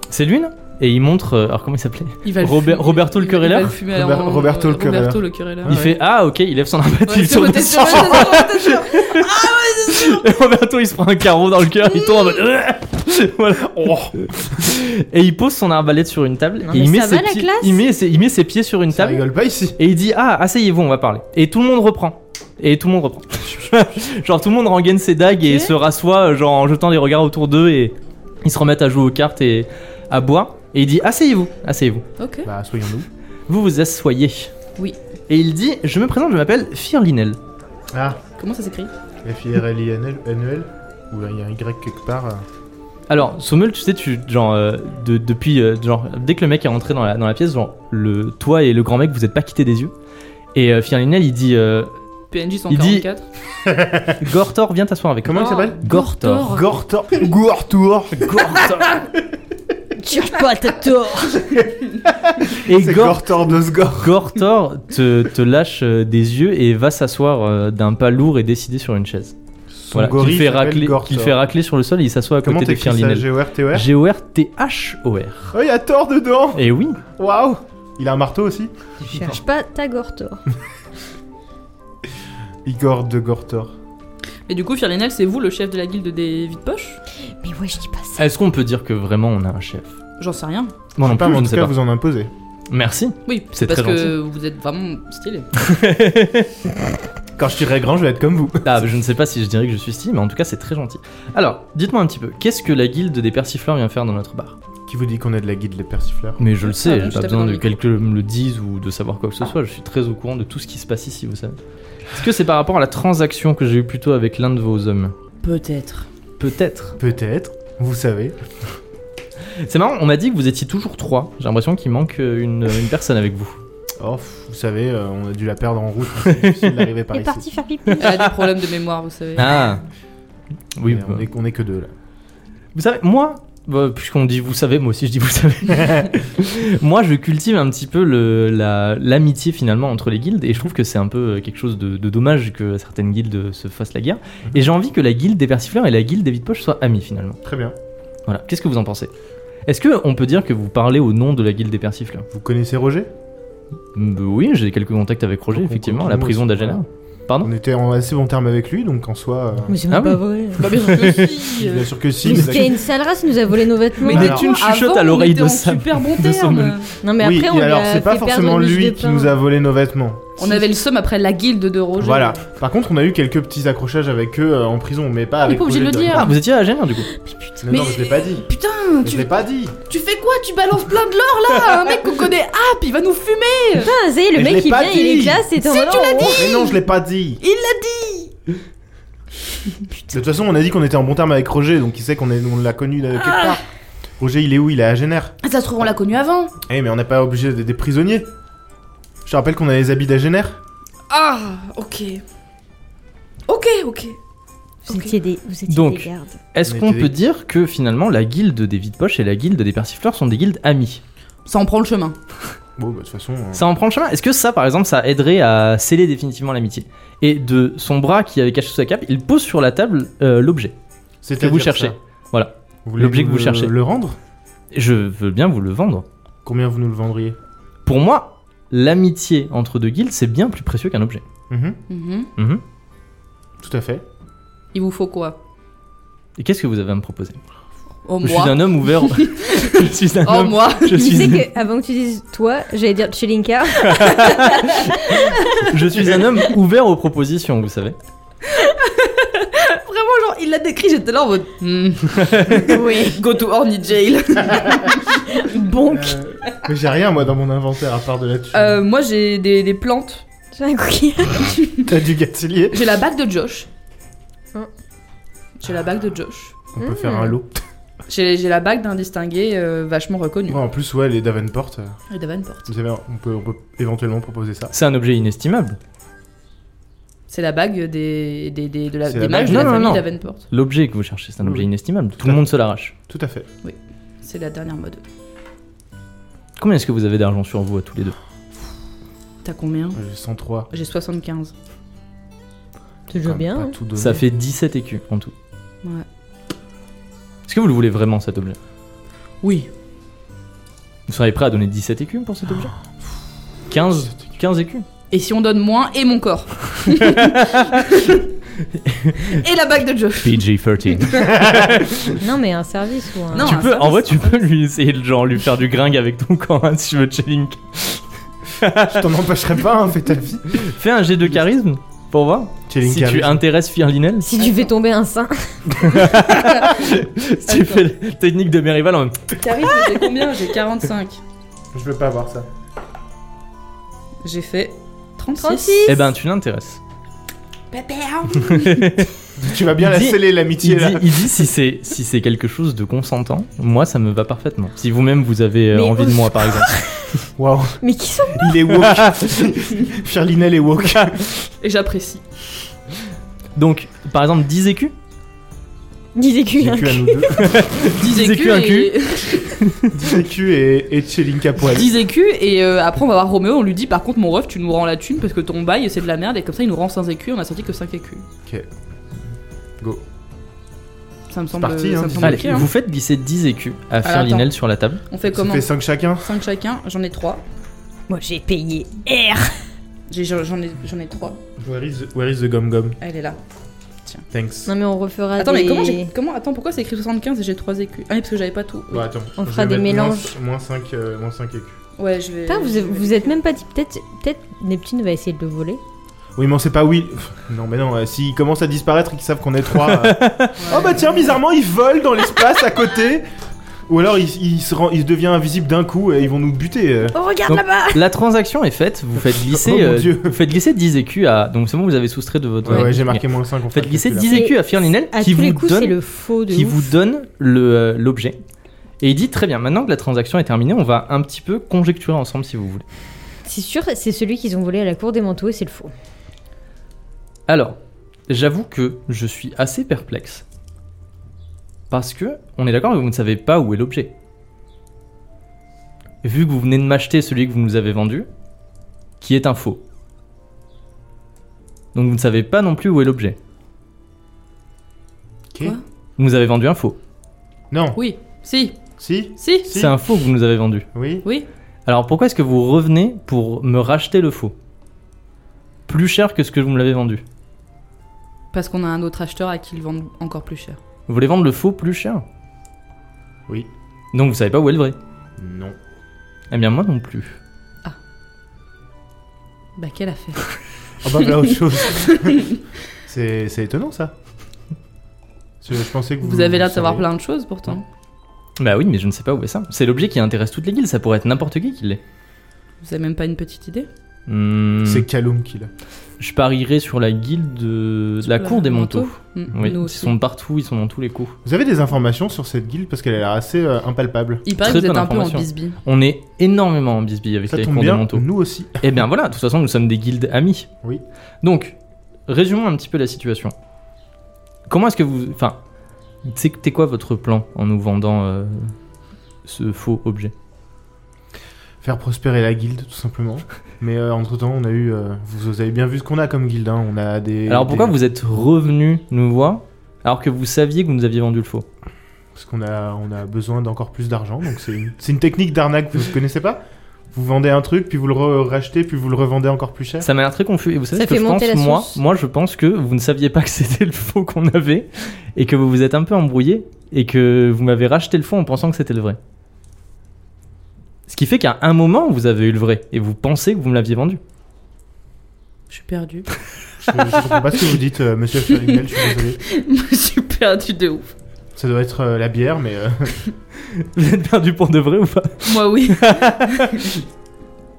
C'est lui, là Et il montre. euh, alors, comment il s'appelait Ah Il va Robert- fumer. Roberto le Il va- querelleur il va le fumer à la- Robert- en- Roberto le Roberto le querelleur. Il fait Ah, ok, il lève son arbalète, il Ouais, est c'est sur bon, le t'es sang. sûr, t'es sûr, t'es sûr. Et Roberto, il se prend un carreau dans le cœur, il tombe en mode. voilà. Et il pose son arbalète sur une table. et Non, Oh. mais il met, ça ses va, la pieds, classe il, met ses, il met ses pieds sur une Ça table. rigole pas ici. Et il dit Ah, asseyez-vous, on va parler. Et tout le monde reprend. Et tout le monde reprend. genre, tout le monde rengaine ses dagues et Ok. se rassoit, euh, genre en jetant des regards autour d'eux. Et ils se remettent à jouer aux cartes et à boire. Et il dit Asseyez-vous, asseyez-vous. Ok. Bah, soyons nous. Vous vous asseyez. Oui. Et il dit Je me présente, je m'appelle Firlinel. Ah, Comment ça s'écrit F-I-R-L-I annuel Ou il y a un Y quelque part euh. Alors, Sommel, tu sais, tu, genre, euh, de- depuis, euh, genre, dès que le mec est rentré dans la, dans la pièce, genre, le, toi et le grand mec, vous êtes pas quittés des yeux. Et euh, Firlinel, il dit euh, PNJ Il dit- 144. Gortor, viens t'asseoir avec Comment moi. il s'appelle Gortor. Gortor Gortor Gortor. Cherche pas, t'as tort Et C'est Gortor. Gortor de Sgor Gortor te, te lâche euh, des yeux et va s'asseoir euh, d'un pas lourd et décidé sur une chaise. Voilà, gorille qu'il fait, s'appelle racler- Gortor. qu'il fait racler sur le sol et il s'assoit à Comment côté de t'écris ça Firlinel. G-O-R-T-O-R G-O-R-T-H-O-R. Oh, il y a Thor dedans Et oui, Waouh Il a un marteau aussi Cherche pas, t'as Gortor. Igor de Gortor. Et du coup, Firlinel, c'est vous le chef de la guilde des vides poches Mais ouais, je dis pas ça. est-ce qu'on peut dire que vraiment on a un chef J'en sais rien. Moi Je non sais pas, plus, mais je en ne tout sais cas, pas. vous en imposez. Merci. Oui, C'est parce très que vous êtes vraiment stylé. Quand je serai grand, je vais être comme vous. Ah, je ne sais pas si je dirais que je suis stylé, mais en tout cas, c'est très gentil. Alors, dites-moi un petit peu, qu'est-ce que la guilde des persifleurs vient faire dans notre bar Qui vous dit qu'on est de la guide les persifleurs Mais je le sais, Ah bon, j'ai je pas tape besoin dans le de micro. quelqu'un me le dise ou de savoir quoi que ce soit, je suis très au courant de tout ce qui se passe ici, vous savez. Est-ce que c'est par rapport à la transaction que j'ai eue plutôt avec l'un de vos hommes Peut-être. Peut-être. Peut-être, vous savez. C'est marrant, on m'a dit que vous étiez toujours trois. J'ai l'impression qu'il manque euh, une, une personne avec vous. Oh, pff, vous savez, euh, on a dû la perdre en route. hein, C'est difficile d'arriver par Il est ici. parti faire pipi. Elle a des problèmes de mémoire, vous savez. Ah Oui, Mais on, bah. est, on est que deux là. vous savez, moi, bah, puisqu'on dit vous savez, moi aussi je dis vous savez. moi, je cultive un petit peu le- la- l'amitié finalement entre les guildes et je trouve que c'est un peu euh, quelque chose de, de dommage que certaines guildes euh, se fassent la guerre. Et j'ai envie que la guilde des persifleurs et la guilde des vides-poches soient amies finalement. Très bien. Voilà, qu'est-ce que vous en pensez Est-ce que on peut dire que vous parlez au nom de la guilde des persifleurs Vous connaissez Roger Bah Oui, j'ai quelques contacts avec Roger, Donc, on effectivement, à la continue prison aussi. d'Agena. Pardon On était en assez bon terme avec lui, donc en soi. euh, c'est même Ah pas oui. vrai. Bah, bien sûr que si. Bien euh, sûr que si. Mais mais c'était une sale race, il nous a volé nos vêtements. Mais Alors- dès que tu me chuchotes Avant, à l'oreille on était de en ça. super bon de son terme. menu. Non, mais oui, après, on et lui alors a c'est pas fait perdre forcément une bûche lui de qui pain. nous a volé nos vêtements. On avait le seum après la guilde de Roger. Voilà. Par contre, on a eu quelques petits accrochages avec eux euh, en prison, mais pas On est avec pas obligé de Roger le dire. Ah, vous étiez à Agena du coup directement. Non, non, Mais- je l'ai pas dit. Putain, Je Hum, tu, l'ai pas dit. tu fais quoi Tu balances plein de l'or là Un mec qu'on connaît, hop, il va nous fumer Putain, ça y est, Mais je le mec l'ai il pas vient, il dit. est classe, et t'es en Si, mode, tu l'as oh, Mais non, je l'ai pas dit. Il l'a dit De toute façon, on a dit qu'on était en bon terme avec Roger, donc il sait qu'on est- on l'a connu là, quelque part. Roger, il est où Il est à Génère. Ah, Ça se trouve, on l'a connu avant Eh mais on n'est pas obligé d'être des prisonniers. Je te rappelle qu'on a les habits d'Agénère. Ah, ok. Ok, ok. Vous étiez des, vous étiez Donc, des gardes. Est-ce On qu'on était- peut dire que finalement la guilde des vides poches et la guilde des persifleurs sont des guildes amies Ça en prend le chemin. Bon bah de toute façon. euh, Ça en prend le chemin Est-ce que ça par exemple ça aiderait à sceller définitivement l'amitié Et de son bras qui avait caché sous sa cape, il pose sur la table euh, l'objet que C'est-à-dire vous cherchez. ça. Voilà. Vous voulez L'objet que vous le- cherchez. Le rendre Je veux bien vous le vendre. Combien vous nous le vendriez Pour moi, l'amitié entre deux guildes c'est bien plus précieux qu'un objet. Mhm, Mhm. Mhm. Tout à fait. Il vous faut quoi Et qu'est-ce que vous avez à me proposer Oh, Je suis moi un homme ouvert. je suis un Oh, homme. moi Je Tu sais suis, que avant que tu dises toi, j'allais dire Chelinka. je suis un homme ouvert aux propositions, vous savez. Vraiment, genre, il l'a décrit, j'étais là en mode. hmm. oui. Go to Horny Jail. Bonk. Euh, mais j'ai rien moi dans mon inventaire à part de là-dessus. Euh, moi, j'ai des, des plantes. J'ai un cookie. T'as du gâtelier J'ai la bague de Josh. Oh. Hein. J'ai la bague de Josh. On peut faire un lot. J'ai j'ai la bague d'un distingué euh, vachement reconnu. Ouais, en plus ouais les Davenport, euh, Et Davenport. vous savez on peut, on peut éventuellement proposer ça. C'est un objet inestimable. C'est la bague des, des, des, de la, C'est des la mages bague- de la non, non, famille non. Davenport. L'objet que vous cherchez, c'est un Oui, objet oui. inestimable. Tout à le monde se l'arrache. Tout à fait. C'est la dernière mode. Combien est-ce que vous avez d'argent sur vous à tous les deux T'as combien J'ai 103. J'ai 75. Toujours Quand même bien. pas hein. tout donné. Ça fait 17 écus en tout. Ouais. Est-ce que vous le voulez vraiment cet objet Oui. Vous seriez prêt à donner 17 écus pour cet objet 15, 15 écus Et si on donne moins et mon corps Et la bague de Josh. PG-13. Non, mais un service ou un. Non. tu un peux, en service, vrai, tu un peux lui essayer de genre lui faire du gringue avec ton camp hein, si tu veux chilling. Je t'en empêcherai pas, hein, fais ta vie. Fais un jet de charisme pour voir Chilling si Carrie. tu intéresses Firlinel. Si tu fais tomber un sein, si tu fais la technique de Merival en même Charisme, j'ai combien J'ai 45. Je veux pas avoir ça. J'ai fait 36. 36. Eh ben, tu Eh ben, l'intéresses. Tu vas bien Il la dit- sceller, Il l'amitié, dit, là. il dit si c'est si c'est quelque chose de consentant, moi ça me va parfaitement. Si vous-même vous avez euh, Mais envie de moi par exemple. Waouh, Mais qui sont il est woke. Firlinel est woke. Et j'apprécie. Donc par exemple 10 écus, 10 écus J'ai hein. cul à nous deux. 10 écus, un et... Jécu et, et Tchelinka poil. 10 écus et euh, après on va voir Roméo, on lui dit par contre mon ref tu nous rends la thune parce que ton bail c'est de la merde et comme ça il nous rend 5 écus, on a sorti que 5 écus. Ok. Go. Ça me semble, parti, hein, ça me dis- semble Allez, ok, hein. vous faites glisser 10 écus à Alors, Ferlinel sur la table. On fait Ça comment fait 5 chacun 5 chacun, j'en ai 3. Moi j'ai payé R. J'en j'en ai, j'en ai 3. Where is, where is the gum gum Elle est là. Thanks. Non mais on refera Attends, mais des- comment j'ai. Comment, attends, pourquoi c'est écrit 75 et j'ai 3 écus Ah, oui, parce que j'avais pas tout. Bon, attends. On je fera vais des mettre moins- mélanges. Moins 5 moins cinq écus. Ouais, je vais. Putain, vous, je vais- vous êtes même pas dit peut-être peut-être Neptune va essayer de le voler. Oui, mais on sait pas où il. Pff, Non, mais non, euh, s'ils commencent à disparaître et qu'ils savent qu'on est trois. euh, oh bah tiens, bizarrement, ils volent dans l'espace à côté Ou alors il, il se, rend, il devient invisible d'un coup et ils vont nous buter. euh. Oh, regarde Donc- là-bas La transaction est faite, vous faites glisser Oh mon euh, Dieu. vous faites glisser 10 écus à donc c'est bon vous avez soustrait de votre Ouais, ouais, j'ai marqué moins 5 en Vous faites glisser 10 C'est- écus à Firlinel À qui tous vous les coups, c'est donne le faux de qui ouf. vous donne le, euh, l'objet. Et il dit très bien, maintenant que la transaction est terminée, on va un petit peu conjecturer ensemble si vous voulez. C'est sûr, c'est celui qu'ils ont volé à la cour des manteaux et c'est le faux. Alors, j'avoue que je suis assez perplexe. Parce que, on est d'accord, vous ne savez pas où est l'objet. Vu que vous venez de m'acheter celui que vous nous avez vendu, qui est un faux. Donc vous ne savez pas non plus où est l'objet. Ok. Quoi Vous nous avez vendu un faux. Non, Oui, si, si, si, Si. C'est un faux que vous nous avez vendu. oui. oui. Alors pourquoi est-ce que vous revenez pour me racheter le faux Plus cher que ce que vous me l'avez vendu. Parce qu'on a un autre acheteur à qui ils vendent encore plus cher. Vous voulez vendre le faux plus cher Oui. Donc vous savez pas où est le vrai Non. Eh bien moi non plus. Bah, quelle affaire Ah bah voilà autre chose. c'est, c'est étonnant ça. Je, je pensais que vous. Vous avez l'air de savoir sauriez. plein de choses pourtant. Bah oui, mais je ne sais pas où est ça. C'est l'objet qui intéresse toutes les guildes, ça pourrait être n'importe qui qui l'est. Vous avez même pas une petite idée Hmm, C'est Kaloum qui l'a. Je parierais sur la guilde de de la Sur cour des manteaux. Mm, Oui, nous ils aussi. sont partout, ils sont dans tous les coups. Vous avez des informations sur cette guilde parce qu'elle a l'air assez euh, impalpable. Il paraît Très que vous êtes bonne un peu en information. bisbee. On est énormément en bisbille avec Ça la tombe cour des bien, manteaux. nous aussi. Eh bien voilà, de toute façon, nous sommes des guildes amies. Oui. Donc, résumons un petit peu la situation. Comment est-ce que vous. Enfin, c'était quoi votre plan en nous vendant euh, ce faux objet Faire prospérer la guilde, tout simplement. Mais entre temps, on a eu. euh, vous, vous avez bien vu ce qu'on a comme guilde. Hein. On a des. Alors pourquoi des- vous êtes revenu nous voir alors que vous saviez que vous nous aviez vendu le faux Parce qu'on a, on a besoin d'encore plus d'argent. Donc c'est une, c'est une technique d'arnaque que vous ne connaissez pas. Vous vendez un truc, puis vous le re- rachetez, puis vous le revendez encore plus cher. Ça m'a l'air très confus. Et vous savez Ça ce que fait je pense monter la moi, sauce. moi, je pense que vous ne saviez pas que c'était le faux qu'on avait et que vous vous êtes un peu embrouillé et que vous m'avez racheté le faux en pensant que c'était le vrai. Ce qui fait qu'à un moment, vous avez eu le vrai et vous pensez que vous me l'aviez vendu. Je suis perdue. Je ne comprends pas ce que vous dites, euh, monsieur Ferinel, je suis désolé. je suis perdue de ouf. Ça doit être euh, la bière, mais. euh, Vous êtes perdu pour de vrai ou pas Moi, oui.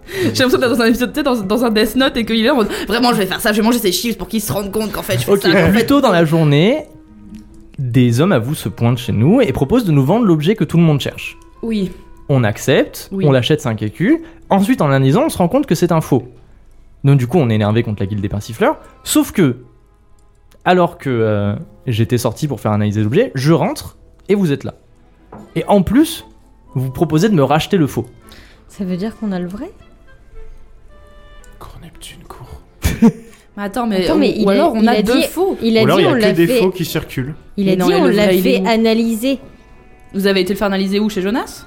J'ai l'impression d'être dans un épisode, tu sais, dans, dans un Death Note et qu'il est là en mode Vraiment, je vais faire ça, je vais manger ces chiffres pour qu'ils se rendent compte qu'en fait, je fais ça. qu'en fait- Plus tôt dans la journée, des hommes à vous se pointent chez nous et proposent de nous vendre l'objet que tout le monde cherche. Oui, on accepte, Oui. on l'achète 5 écus, ensuite en l'analysant on se rend compte que c'est un faux. Donc du coup on est énervé contre la guilde des persifleurs, sauf que, alors que euh, j'étais sorti pour faire analyser l'objet, je rentre et vous êtes là. Et en plus, vous proposez de me racheter le faux. Ça veut dire qu'on a le vrai Cours Neptune, cours. mais attends, mais, Attends, mais ou, il ou a- alors on il a, a deux dit- faux. Il Ou a alors dit il y on a que l'a des fait. faux qui circulent. Il a Mais non, dit et on le l'a vrai, il est fait où analyser. Vous avez été le faire analyser où chez Jonas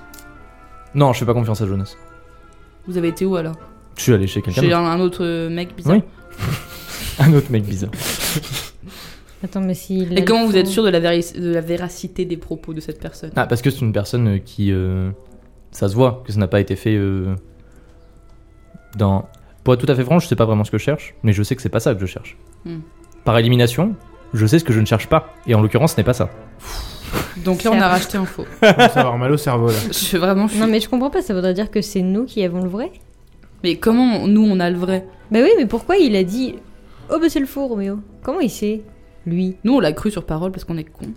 Non, je fais pas confiance à Jonas. Vous avez été où alors Je suis allé chez quelqu'un Chez d'autre. un, un autre euh, mec bizarre. Oui. Un autre mec bizarre. Attends, mais si. Et comment vous êtes sûr de la, véri- de la véracité des propos de cette personne Ah, parce que c'est une personne euh, qui... euh, ça se voit que ça n'a pas été fait euh, dans... Pour être tout à fait franc, je sais pas vraiment ce que je cherche, mais je sais que c'est pas ça que je cherche. Hmm. Par élimination, je sais ce que je ne cherche pas, et en l'occurrence, ce n'est pas ça. Donc là, on a Certes. racheté un faux. On va avoir mal au cerveau là. Je suis vraiment. je suis- Non, mais je comprends pas, ça voudrait dire que c'est nous qui avons le vrai Mais comment nous on a le vrai Bah oui, mais pourquoi il a dit Oh, bah c'est le faux, Roméo. Comment il sait Lui. Nous, on l'a cru sur parole parce qu'on est con.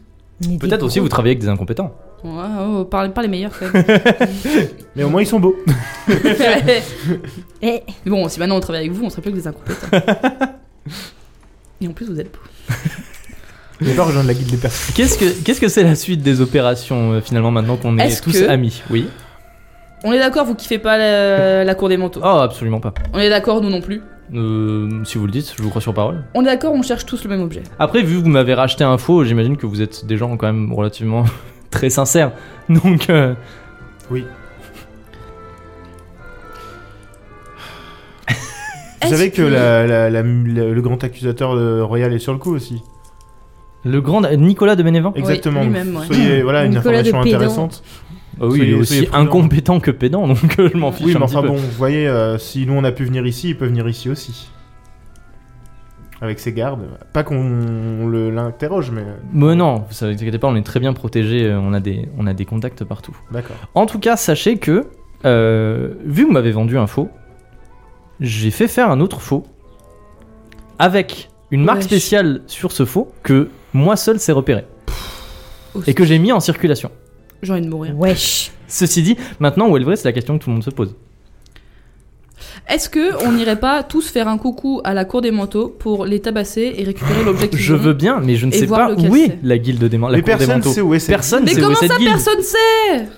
On est Peut-être des aussi gros. vous travaillez avec des incompétents. pas, les meilleurs quand même. Mais au moins ils sont beaux. Mais Eh, bon, si maintenant on travaille avec vous, on serait plus que des incompétents. Et en plus, vous êtes beaux. J'ai pas rejoindre la guilde des personnes. Qu'est-ce que qu'est-ce que c'est la suite des opérations euh, finalement maintenant qu'on est, Est-ce tous que- amis Oui. On est d'accord, vous kiffez pas la, la cour des manteaux. Oh absolument pas. On est d'accord, nous non plus. Euh, si vous le dites, je vous crois sur parole. On est d'accord, on cherche tous le même objet. Après vu que vous m'avez racheté un faux, j'imagine que vous êtes des gens quand même relativement très sincères. Donc euh, Vous savez que la- la- la- la- le grand accusateur de Royal est sur le coup aussi. le grand Nicolas de Bénévent. Exactement. lui-même, ouais. Soyez voilà une Nicolas de information Pédant. intéressante. Ah oui, il est Soyez- aussi soyez prudents. incompétent que pédant, donc euh, je m'en fiche Oui, un mais petit enfin peu. bon, vous voyez, euh, si nous on a pu venir ici, il peut venir ici aussi. Avec ses gardes. Pas qu'on le- l'interroge, mais. Mais non, vous savez, vous inquiétez pas, on est très bien protégés, euh, on a des on a des contacts partout. D'accord. En tout cas, sachez que, euh, vu que vous m'avez vendu un faux, j'ai fait faire un autre faux avec une marque Wesh. spéciale sur ce faux que moi seul sais repérer Oh, et que j'ai mis en circulation. J'ai envie de mourir. Wesh. Ceci dit, maintenant où est le vrai, c'est la question que tout le monde se pose. Est-ce que on n'irait pas tous faire un coucou à la cour des manteaux pour les tabasser et récupérer l'objet qu'ils Oh, Je ont veux bien, mais je ne Et sais voir pas lequel où est c'est. la guilde des, man- la Mais cour des personne manteaux. sait où est cette Personne Mais sait où comment est ça, cette guilde. personne sait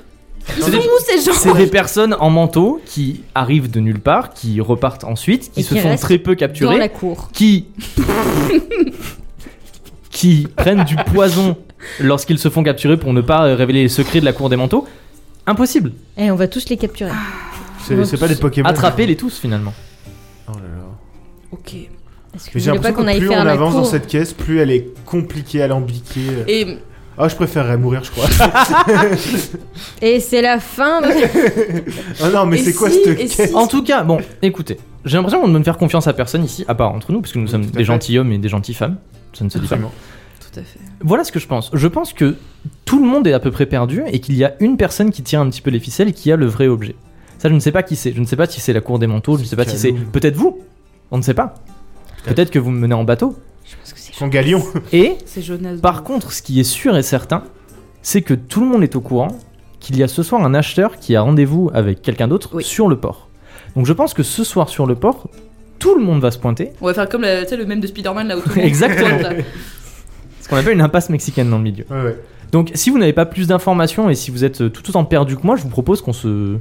Ils sont des- où ces gens C'est des personnes en manteau qui arrivent de nulle part, qui repartent ensuite, qui Et se qui font restent très peu Dans capturer. la cour. qui qui prennent du poison lorsqu'ils se font capturer pour ne pas révéler les secrets de la cour des manteaux. Impossible. Eh, on va tous les capturer. C'est c'est pas des Pokémon. hein. Attrapez-les tous finalement. Oh là là. Ok. Parce que Mais vous j'ai voulez pas l'impression qu'on que aille plus faire on la avance dans cour. cette caisse, plus elle est compliquée, alambiquée. Et Ah, je préférerais mourir, je crois. Et Eh, c'est la fin de. Ah non, mais Et c'est quoi si- cette et caisse si- En tout cas, bon, écoutez, j'ai l'impression qu'on ne me faire confiance à personne ici, à part entre nous, puisque nous Oui, sommes tout à des fait. gentils hommes et des gentilles femmes. Ça ne se dit pas. Absolument. tout à fait. Voilà ce que je pense. Je pense que tout le monde est à peu près perdu et qu'il y a une personne qui tient un petit peu les ficelles et qui a le vrai objet. Ça, je ne sais pas qui c'est. Je ne sais pas si c'est la cour des manteaux, je ne sais pas si c'est. Calou. Peut-être vous On ne sait pas. Peut-être que vous me menez en bateau. Je pense que c'est Son galion. Et C'est Jonas. Par contre, ce qui est sûr et certain, c'est que tout le monde est au courant qu'il y a ce soir un acheteur qui a rendez-vous avec quelqu'un d'autre Oui. sur le port. Donc je pense que ce soir sur le port, tout le monde va se pointer. On va faire comme la- tu sais, le même de Spider-Man là où tout le monde Exactement. tourne, là. Ce qu'on appelle une impasse mexicaine dans le milieu. Ouais, ouais. Donc si vous n'avez pas plus d'informations et si vous êtes euh, tout autant perdu que moi, je vous propose qu'on se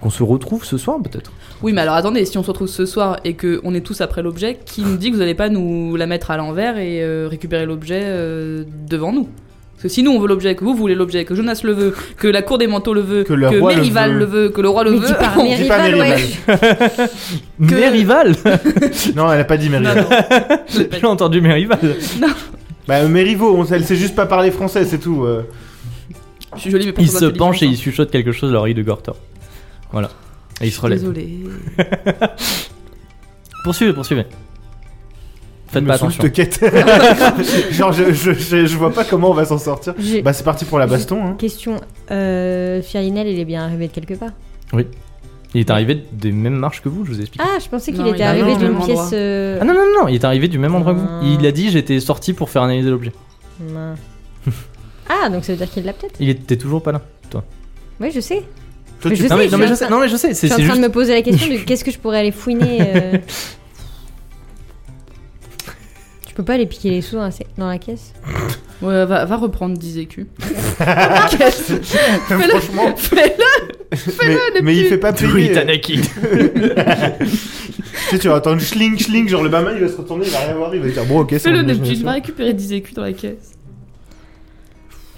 qu'on se retrouve ce soir peut-être. Oui, mais alors attendez, si on se retrouve ce soir et que on est tous après l'objet, qui nous dit que vous allez pas nous la mettre à l'envers et euh, récupérer l'objet euh, devant nous Parce que si nous on veut l'objet, que vous voulez l'objet, que Jonas le veut, que la cour des manteaux le veut, Que le roi le Mérival veut. le veut, que le roi le Mais veut. dis pas on- Mérival. Dis pas Rival, Mérival. Mes Que- Mérival Non, elle a pas dit Non, Mérival. non, je J'ai l'appelle. entendu Mérival. Bah, Mérivo, on- elle sait juste pas parler français, c'est tout. euh. Je suis jolie, mais pas Il très se penche et il intelligente, chuchote quelque chose à l'oreille de Gortor. Voilà. Et il se hein. relève. Désolé. Poursuivez, poursuivez. Faites Me pas saoule, attention. cette quête. Genre, je, je, je, je vois pas comment on va s'en sortir. J'ai- Bah, c'est parti pour la baston. Hein. Question, euh, Firinel, il est bien arrivé de quelque part. Il est arrivé des mêmes marches que vous, je vous explique. Ah, je pensais qu'il Non, il était est arrivé arrivé au d'une même pièce. endroit. euh, Ah non, non, non, il est arrivé du même endroit que Ah. vous. Il a dit j'étais sorti pour faire analyser l'objet. non. Ah, donc ça veut dire qu'il l'a peut-être Il était toujours pas là. Oui, je sais. Toi, Mais tu- non, je mais, non, sais, mais suis je en sais, train- non, mais je sais, Je c'est suis en c'est train juste. de me poser la question de qu'est-ce que je pourrais aller fouiner. euh. Tu peux pas aller piquer les sous dans la, dans la caisse Ouais, va, va reprendre 10 écus. Franchement, Fais-le mais, mais il fait pas payer. Anakin. Tu sais, tu vas entendre schling schling, genre le barman il va se retourner, il va rien voir, il va dire bon, ok, c'est Fais-le, mon Neptune, va imagination. récupérer 10 écus dans la caisse.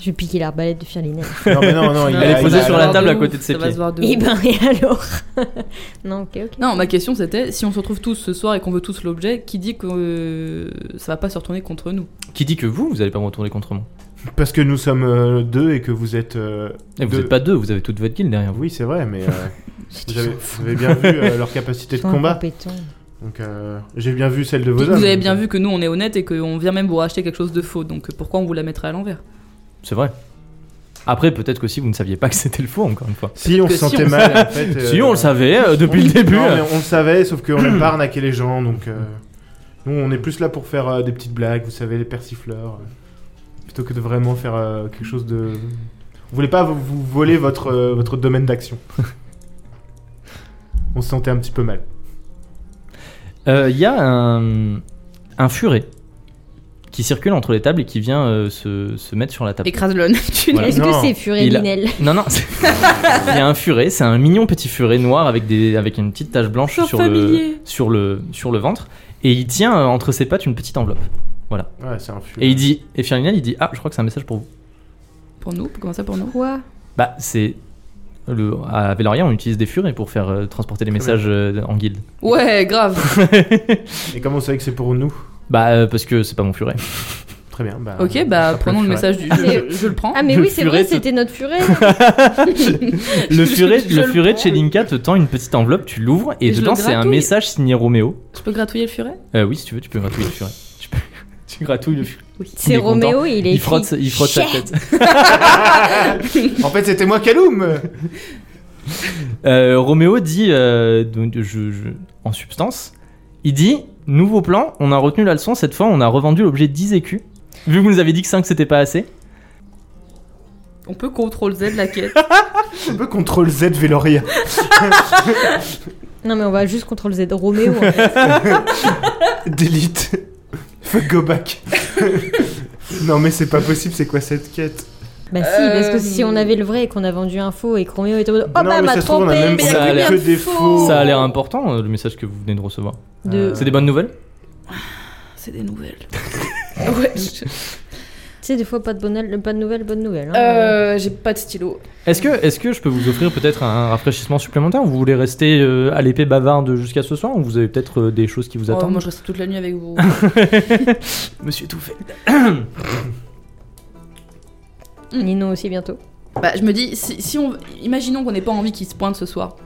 Je vais piquer l'arbalète de Firlinel. Non, mais non, non, il Elle est a- posée il a- sur la table à De côté de ouf, ses ça va pieds. se voir de Eh ouf. ben, et alors Non, ok, ok. Non, ma question c'était si on se retrouve tous ce soir et qu'on veut tous l'objet, qui dit que euh, ça va pas se retourner contre nous Qui dit que vous, vous allez pas me retourner contre moi Parce que nous sommes euh, deux et que vous êtes. euh, Et vous deux. êtes pas deux, vous avez toute votre guilde derrière vous. Oui, c'est vrai, mais euh, C'était vous, avez, vous avez bien vu euh, leur capacité de Ils sont combat. incompétents. Donc euh, j'ai bien vu celle de vos Puis hommes. que Vous avez bien vu que nous on est honnête et qu'on vient même vous racheter quelque chose de faux, donc pourquoi on vous la mettrait à l'envers C'est vrai. Après, peut-être qu'aussi vous ne saviez pas que c'était le faux, encore une fois. Si on que se si, sentait on mal, en fait. Si, on le savait euh, depuis on- le début. Euh, Non, euh. mais on le savait, sauf qu'on n'aime pas arnaquer les gens, donc. euh, Nous, on est plus là pour faire euh, des petites blagues, vous savez, les persifleurs. euh, plutôt que de vraiment faire euh, quelque chose de. On voulait pas vous- vous voler votre, euh, votre domaine d'action. on se sentait un petit peu mal. Euh, Il y a un, un furet qui circule entre les tables et qui vient euh, se, se mettre sur la table. Ah. Écrase-le, Neptune. Voilà. Est-ce que Non. c'est Furet Il a- Linel Non, non, c'est- il y a un furet, c'est un mignon petit furet noir avec, des, avec une petite tache blanche Genre sur le, familier. sur, le, sur le ventre. Et il tient euh, entre ses pattes une petite enveloppe. Ouais, c'est un euh, furet. Et il dit, et Firlinal, il dit Ah, je crois que c'est un message pour vous. Pour nous Comment ça pour nous Quoi Bah, c'est. Le, à Veloria, on utilise des furets pour faire euh, transporter les Très messages euh, en guilde. Ouais, grave. Et comment vous savez que c'est pour nous Bah, euh, parce que c'est pas mon furet. Très bien. Bah, Ok, on bah s'appelle prenons le furet. message du. Je, je le prends. Ah, mais Le oui, c'est furet vrai, te- c'était notre furet. Le furet, Je- je le le furet de prends. chez Linka te tend une petite enveloppe, tu l'ouvres et Et je le dedans c'est un gratouille. message signé Roméo. Je peux gratouiller le furet Euh, oui, si tu veux, tu peux gratouiller le furet. Tu, peux- tu gratouilles le furet. Oui. Il C'est est content. Roméo, il est. Il frotte, il frotte sa tête. En fait, c'était moi, Kaloum Euh, Roméo dit, euh, donc, je- je- en substance, il dit Nouveau plan, on a retenu la leçon, cette fois on a revendu l'objet 10 écus. Vu que vous nous avez dit que 5 c'était pas assez. On peut contrôle Z la quête. Un peu contrôle Z Veloria. Non, mais on va juste contrôle Z. Roméo. hein. en fait. Delete. Fuck, go back. non, mais c'est pas possible, c'est quoi cette quête Bah, si, parce que Euh, si on avait le vrai et qu'on a vendu un faux et que Roméo était en mode Oh Non, bah, mais ça m'a se trouve, on a trompé même mais pas il y a l'air que combien de des faux. faux Ça a l'air important euh, le message que vous venez de recevoir. De- C'est des bonnes nouvelles C'est des nouvelles. ouais. je- Tu sais, des fois, pas de bonne, euh, pas de nouvelles, bonne nouvelle. hein. Euh, j'ai pas de stylo. Est-ce que, est que je peux vous offrir peut-être un rafraîchissement supplémentaire ou Vous voulez rester euh, à l'épée bavarde jusqu'à ce soir ou vous avez peut-être euh, des choses qui vous Oh, attendent moi je reste toute la nuit avec vous. Monsieur tout fait. mm. Ninon aussi bientôt. bah, je me dis, si, si on. Imaginons qu'on n'ait pas envie qu'il se pointe ce soir.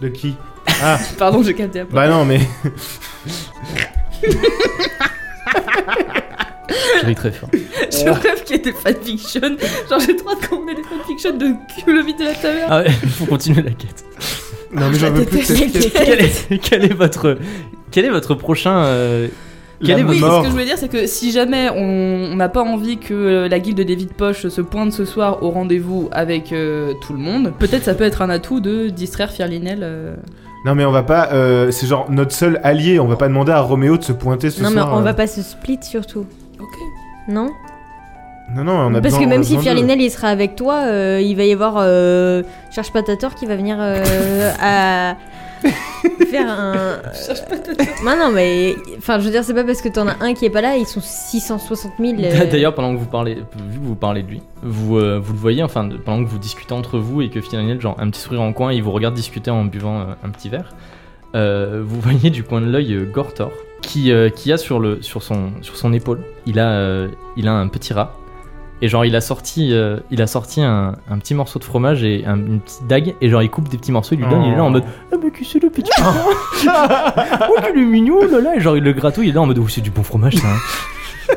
De qui Pardon, j'ai capté après. Bah non, mais. Je ris très fort. Je rêve qu'il y ait des fanfictions. Genre, j'ai trop hâte qu'on ait des fanfictions de cul au vide de la taverne. Ah ouais, faut continuer la quête. Non, mais j'en veux plus de cette quête. quel, est, quel est votre, quel est votre prochain. euh, quel est La votre. Oui, mort. ce que je voulais dire, c'est que si jamais on on n'a pas envie que euh, la guilde des vides poches se pointe ce soir au rendez-vous avec euh, tout le monde, peut-être ça peut être un atout de distraire Firlinel. euh. Non, mais on va pas. euh, c'est genre notre seul allié, on va pas demander à Roméo de se pointer ce non, mais soir. on euh. va pas se split surtout. Ok. Non Non, non, on a Parce besoin- que on a même si besoin d'eux. Firlinel il sera avec toi, euh, il va y avoir euh, Cherche Patator qui va venir euh, à faire un. Non, non, mais. Enfin, je veux dire, c'est pas parce que t'en as un qui est pas là, ils sont 660 000. euh, D'ailleurs, pendant que vous parlez, vu que vous parlez de lui, vous, euh, vous le voyez, enfin, de- pendant que vous discutez entre vous et que finalement, genre, un petit sourire en coin, il vous regarde discuter en buvant euh, un petit verre, euh, vous voyez du coin de l'œil euh, Gortor, qui, euh, qui a sur, le, sur, son, sur son épaule, il a, euh, il a un petit rat, et genre, il a sorti, euh, il a sorti un, un petit morceau de fromage et un- une petite dague, et genre, il coupe des petits morceaux, il lui donne, il est là en mode, ah, mais qui c'est le petit rat Oh, qu'il est mignon, oh là là, et genre, il le gratouille, il est là en mode, oh, c'est du bon fromage, ça. hein.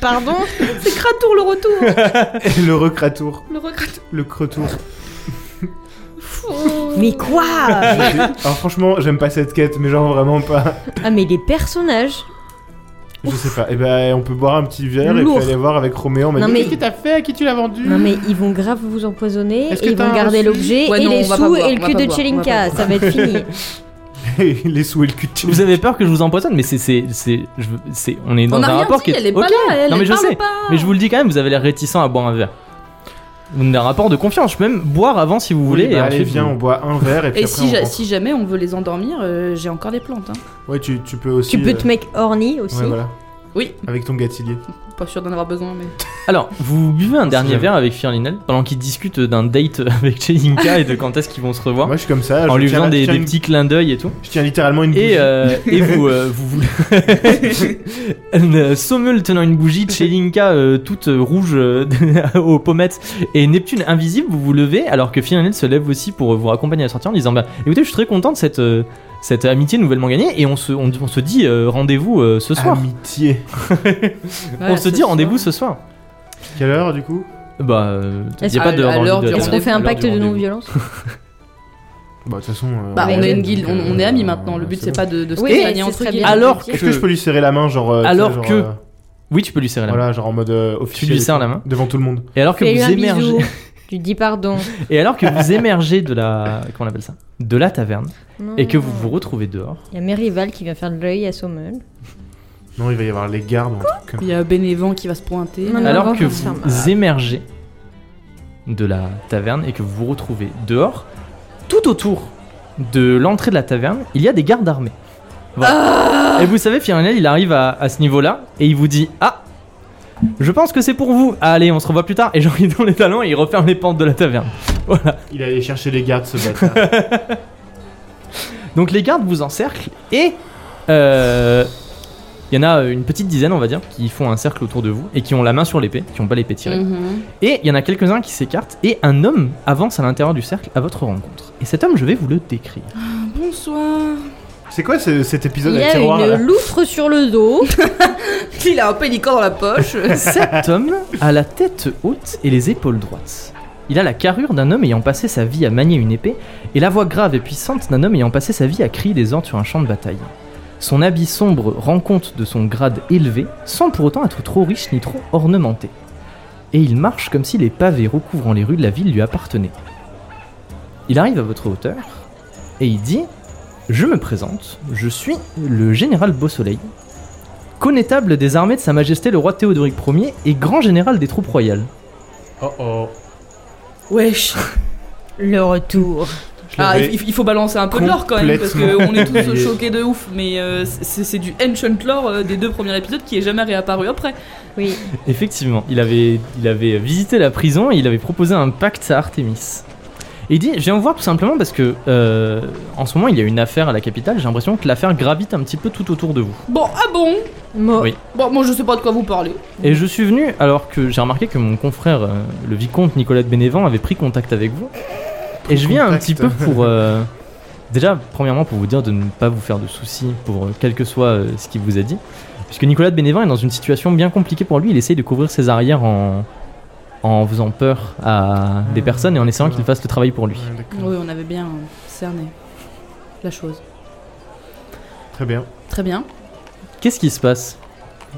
Pardon C'est Kratour le retour Et le recratour, Le recratour le cretour. Oh. Mais quoi Alors franchement, j'aime pas cette quête, mais genre vraiment pas. Ah, mais les personnages Je sais pas. Et ben, on peut boire un petit verre et Lourd. puis aller voir avec Roméo. On m'a Non, dit, mais- Qu'est-ce que t'as fait À qui tu l'as vendu Non, mais ils vont grave vous empoisonner, Est-ce et que ils t'as vont un garder reçu l'objet, Ouais, et non, les on va pas sous, boire, et on le va cul pas de boire, on va pas Chelinka, boire. ça va être fini. Les sous et le cul de Vous avez peur que je vous empoisonne, mais c'est c'est c'est je veux- c'est- on est dans un On a rien rapport dit, qui elle est Ok, pas là, elle non mais elle je parle sais, pas. mais je vous le dis quand même, vous avez l'air réticent à boire un verre. On a un rapport de confiance, même boire avant si vous voulez. Oui, bah, et allez, ensuite, viens, on vous- boit un verre et puis Et après si, on ja- rentre. si jamais on veut les endormir, euh, j'ai encore des plantes. Hein. Ouais, tu, tu peux aussi. Tu peux euh, te mettre horny aussi. Ouais, voilà. Oui, Avec ton gatilier. pas sûr d'en avoir besoin, mais. Alors, vous buvez un dernier jamais. verre avec Firlinel pendant qu'ils discutent d'un date avec Chelinka et de quand est-ce qu'ils vont se revoir. Moi, je suis comme ça. en je lui tiens- faisant je des, tiens des une- petits clins d'œil et tout. Je tiens littéralement une. Et, bougie. euh, et vous, euh, vous voulez. Euh, Sommel tenant une bougie, Chelinka euh, toute euh, rouge euh, aux pommettes et Neptune invisible, vous vous levez alors que Fionnel se lève aussi pour euh, vous accompagner à la sortie en disant Bah écoutez, je suis très content de cette, euh, cette amitié nouvellement gagnée et on se, on, on se dit euh, rendez-vous euh, ce soir. Amitié. Ah, on se dit rendez-vous ce soir. Quelle heure du coup Bah, il Est-ce n'y a que- pas de à dans le- l'heure du de- Est-ce qu'on fait rendez-vous, un à l'heure pacte du de rendez-vous. non-violence Bah, de toute façon. euh, Bah, Ouais, on est ouais, une guilde, donc, on, euh, on est amis maintenant. Le but, c'est c'est bon. pas de, de se Oui, gagner c'est entre très guillemets. bien. Alors que. Est-ce que je peux lui serrer la main, genre. euh, tu sais, Alors genre, que- euh, Oui, tu peux lui serrer la main. Voilà, genre en mode euh, officiel. lui et serres tout, la main. Devant tout le monde. Et alors que Fais-lui vous un émergez. bisou. Tu dis pardon. Et alors que vous émergez de la. Comment on appelle ça De la taverne. Et que vous vous Non. retrouvez dehors. Il y a mes rivales qui vient faire de l'œil à Sommel. Non, il va y avoir les gardes. ou un truc comme- Il y a Bénévent qui va se pointer. Non, non, Alors avant que qu'on se ferme. vous émergez de la taverne et que vous vous retrouvez dehors, tout autour de l'entrée de la taverne, il y a des gardes armés. Voilà. et vous savez, Firinel, il arrive à, à ce niveau-là et il vous dit Ah je pense que c'est pour vous. Ah, Allez, on se revoit plus tard. Et genre, il dans les talons et il referme les portes de la taverne. Il allait chercher les gardes, ce bâtard. Donc les gardes vous encerclent et euh, il y en a une petite dizaine, on va dire, qui font un cercle autour de vous et qui ont la main sur l'épée, qui ont pas l'épée tirée. Mhm. Et il y en a quelques-uns qui s'écartent et un homme avance à l'intérieur du cercle à votre rencontre. Et cet homme, je vais vous le décrire. Bonsoir. c'est quoi ce- cet épisode Il avec a tiroir là une loutre sur le dos. Il a un pélican dans la poche. Cet homme a la tête haute et les épaules droites. Il a la carrure d'un homme ayant passé sa vie à manier une épée et la voix grave et puissante d'un homme ayant passé sa vie à crier des ordres sur un champ de bataille. Son habit sombre rend compte de son grade élevé sans pour autant être trop riche ni trop ornementé. Et il marche comme si les pavés recouvrant les rues de la ville lui appartenaient. Il arrive à votre hauteur et il dit Je me présente, je suis le général Beausoleil, connétable des armées de Sa Majesté le roi Théodoric Ier et grand général des troupes royales. Oh oh. Wesh. Le retour. Je Ah, l'avais- il, il faut balancer un peu de lore quand même, parce Complètement. qu'on est tous oublié. choqués de ouf, mais euh, c'est c'est du ancient lore euh, des deux premiers épisodes qui est jamais réapparu après. Oui. Effectivement, il avait, il avait visité la prison et il avait proposé un pacte à Artemis. Et il dit, je viens vous voir tout simplement parce que euh, en ce moment il y a une affaire à la capitale, j'ai l'impression que l'affaire gravite un petit peu tout autour de vous. Bon, ah bon Mo- Oui. Bon, moi je sais pas de quoi vous parlez. Et je suis venu alors que j'ai remarqué que mon confrère, euh, le vicomte Nicolas de Bénévent, avait pris contact avec vous. Et je viens un contact. petit peu pour... euh, déjà, premièrement, pour vous dire de ne pas vous faire de soucis pour euh, quel que soit euh, ce qu'il vous a dit. Puisque Nicolas de Bénévent est dans une situation bien compliquée pour lui, il essaye de couvrir ses arrières en, en faisant peur à des Ah, personnes et en essayant d'accord. qu'ils fassent le travail pour lui. Ouais, d'accord. Oui, on avait bien cerné la chose. Très bien. Très bien. Qu'est-ce qui se passe